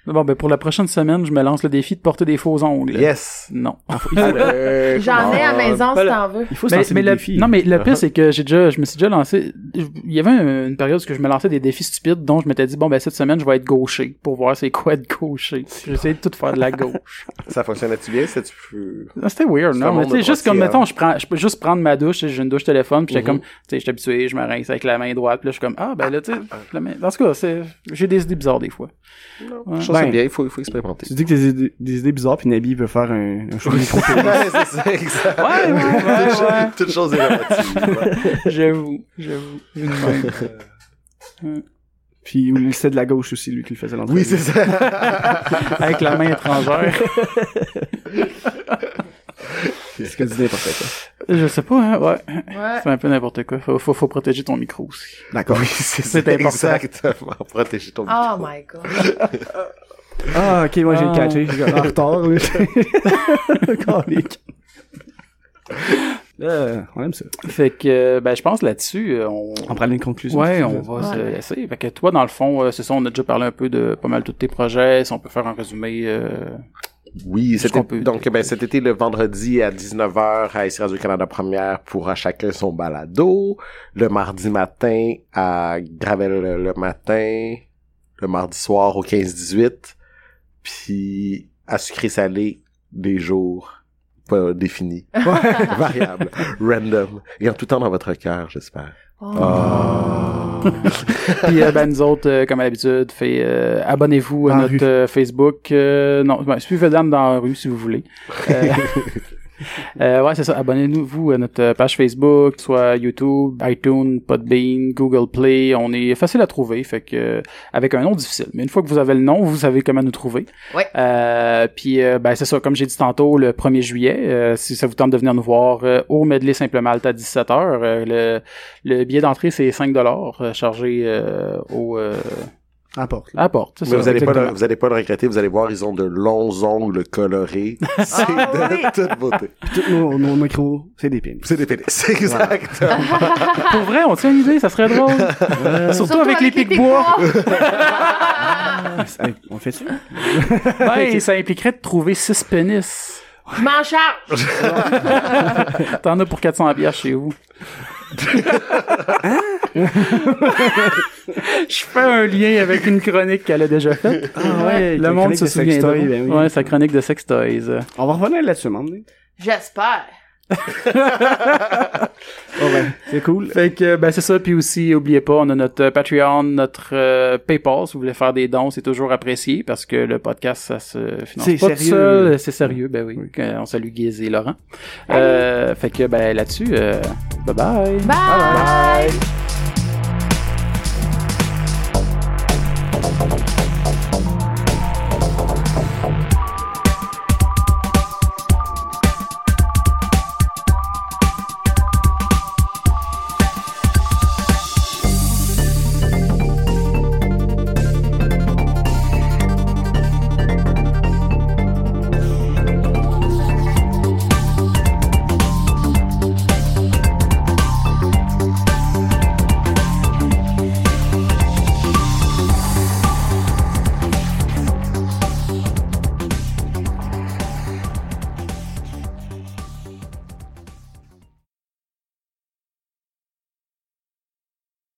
[SPEAKER 2] Bon, ben pour la prochaine semaine, je me lance le défi de porter des faux ongles. [LAUGHS]
[SPEAKER 1] Yes.
[SPEAKER 2] Non.
[SPEAKER 1] Allez,
[SPEAKER 4] J'en
[SPEAKER 1] come
[SPEAKER 4] ai à
[SPEAKER 1] on.
[SPEAKER 4] maison si
[SPEAKER 2] Voilà.
[SPEAKER 4] t'en veux.
[SPEAKER 3] Il faut se
[SPEAKER 2] Mais,
[SPEAKER 3] lancer
[SPEAKER 2] mais
[SPEAKER 3] des
[SPEAKER 2] le,
[SPEAKER 3] défis.
[SPEAKER 2] non, mais le [LAUGHS] pire, c'est que j'ai déjà, je me suis déjà lancé. Il y avait un- une période où je me lançais des défis stupides dont je m'étais dit, bon, ben, cette semaine, je vais être gaucher pour voir c'est quoi être gaucher. J'ai essayé de tout faire de la gauche.
[SPEAKER 1] Ça fonctionnait-tu bien? C'est plus.
[SPEAKER 2] Ah, C'était weird,
[SPEAKER 1] C'est un
[SPEAKER 2] [LAUGHS] non? Mais
[SPEAKER 1] monde
[SPEAKER 2] tu sais,
[SPEAKER 1] de
[SPEAKER 2] juste comme,
[SPEAKER 1] croustillants.
[SPEAKER 2] mettons, je prends, je peux juste prendre ma douche, tu sais, j'ai une douche téléphone, puis j'étais
[SPEAKER 1] Mhm.
[SPEAKER 2] comme, tu sais, j'étais habitué, je me rince avec la main droite, puis là, je suis comme, ah, ben là, tu sais, la main- dans ce cas, c'est, j'ai des idées bizarres des fois. Ouais.
[SPEAKER 1] Je trouve
[SPEAKER 3] Ben.
[SPEAKER 1] c'est bien, il faut, il faut expérimenter.
[SPEAKER 3] Tu dis que t'as des idées- des idées bizarres, puis Nabi veut faire un, un show de micro.
[SPEAKER 1] ouais, c'est ça, exact.
[SPEAKER 2] Ouais, [LAUGHS] ouais, ouais,
[SPEAKER 1] Toute
[SPEAKER 2] ouais.
[SPEAKER 1] chose- Toute chose est relative.
[SPEAKER 2] J'avoue, j'avoue. Une main.
[SPEAKER 3] Puis il c'est de la gauche aussi, lui, qui le faisait l'entraînement.
[SPEAKER 1] Oui, c'est ça.
[SPEAKER 2] Avec la main [LAUGHS] étrangère.
[SPEAKER 3] ce que tu dis n'importe quoi.
[SPEAKER 2] Je sais pas, hein, ouais.
[SPEAKER 4] Ouais.
[SPEAKER 2] C'est un peu n'importe quoi. Faut, faut, faut protéger ton micro aussi.
[SPEAKER 3] D'accord.
[SPEAKER 1] [LAUGHS] Oui, c'est
[SPEAKER 2] C'est
[SPEAKER 1] ça,
[SPEAKER 2] important.
[SPEAKER 1] Exactement. Protéger ton
[SPEAKER 4] Oh my god.
[SPEAKER 3] Ah, ok, moi j'ai
[SPEAKER 2] Ah.
[SPEAKER 3] catché. J'ai en retard, là. Calique. Là, Euh, on aime ça.
[SPEAKER 2] Fait que, euh, ben, je pense là-dessus, euh, on...
[SPEAKER 3] On prend une conclusion.
[SPEAKER 2] Ouais,
[SPEAKER 3] si tu
[SPEAKER 2] on
[SPEAKER 3] veux.
[SPEAKER 2] va se
[SPEAKER 4] Ouais.
[SPEAKER 2] laisser. Fait que toi, dans le fond, euh, c'est ça, on a déjà parlé un peu de pas mal tous tes projets. Si on peut faire un résumé, euh,
[SPEAKER 1] Oui, c'était,
[SPEAKER 2] qu'on peut-
[SPEAKER 1] donc ben, cet été, le vendredi à 19h à SC Radio-Canada Première pour À chacun son balado. Le mardi matin à Gravel le, le matin. Le mardi soir au 15-18. Puis à Sucré-Salé des jours pas définis, variables, random. Et en tout temps dans votre cœur, j'espère.
[SPEAKER 4] Oh.
[SPEAKER 1] Ah.
[SPEAKER 2] Puis euh, ben, nous autres, euh, comme à l'habitude, fait, euh, abonnez-vous à
[SPEAKER 3] Dans la
[SPEAKER 2] notre
[SPEAKER 3] rue.
[SPEAKER 2] euh, Facebook. euh, non, ben, suivez Dame dans la rue si vous voulez.
[SPEAKER 3] [LAUGHS]
[SPEAKER 2] Euh, euh, ouais, c'est ça. Abonnez-vous à notre euh, page Facebook, soit YouTube, iTunes, Podbean, Google Play. On est facile à trouver, fait que euh, avec un nom difficile. Mais une fois que vous avez le nom, vous savez comment nous trouver.
[SPEAKER 4] Ouais.
[SPEAKER 2] Euh, puis euh, ben, c'est ça, comme j'ai dit tantôt, le 1er juillet, euh, si ça vous tente de venir nous voir euh, au Medley Simple Malte à 17h, le, le billet d'entrée c'est 5 dollars chargé euh, au euh,
[SPEAKER 3] Rapporte, là.
[SPEAKER 2] à la porte. c'est
[SPEAKER 1] Mais
[SPEAKER 2] ça,
[SPEAKER 1] vous allez, pas le,
[SPEAKER 2] Ah, exactement.
[SPEAKER 1] vous allez pas le regretter, vous allez voir, ils ont de longs ongles colorés. C'est
[SPEAKER 4] Ah
[SPEAKER 1] de
[SPEAKER 4] oui.
[SPEAKER 1] toute beauté.
[SPEAKER 3] Puis tous nos, nos micros, c'est des pins.
[SPEAKER 1] C'est des pénis. [LAUGHS] Exactement.
[SPEAKER 2] Pour vrai, on tient une idée, ça
[SPEAKER 1] [LAUGHS]
[SPEAKER 2] serait drôle. Euh, surtout, avec, les pics bois. Ah.
[SPEAKER 3] Hey, on fait ça?
[SPEAKER 2] [LAUGHS] Ouais, et ça impliquerait de trouver 6 pénis.
[SPEAKER 4] Je m'en charge.
[SPEAKER 2] T'en as pour 400 bières
[SPEAKER 1] [LAUGHS]
[SPEAKER 2] chez vous.
[SPEAKER 1] Hein?
[SPEAKER 2] [LAUGHS] Je fais un lien avec une chronique qu'elle a déjà faite.
[SPEAKER 3] Ah ouais,
[SPEAKER 2] Le monde se souvient
[SPEAKER 3] souviendra.
[SPEAKER 2] de
[SPEAKER 1] ben
[SPEAKER 2] Ouais, sa chronique de sex toys.
[SPEAKER 3] On va revenir là-dessus, moment donné.
[SPEAKER 4] J'espère.
[SPEAKER 3] Oh, ouais. C'est cool.
[SPEAKER 2] Fait que ben c'est ça puis aussi oubliez pas on a notre euh, Patreon, notre euh, PayPal si vous voulez faire des dons, c'est toujours apprécié parce que le podcast ça se finance
[SPEAKER 3] C'est
[SPEAKER 2] pas tout
[SPEAKER 3] sérieux.
[SPEAKER 2] seul, c'est sérieux ben oui. Euh, On salue Guise et Laurent. Euh, fait que ben là-dessus euh, bye bye.
[SPEAKER 4] Bye.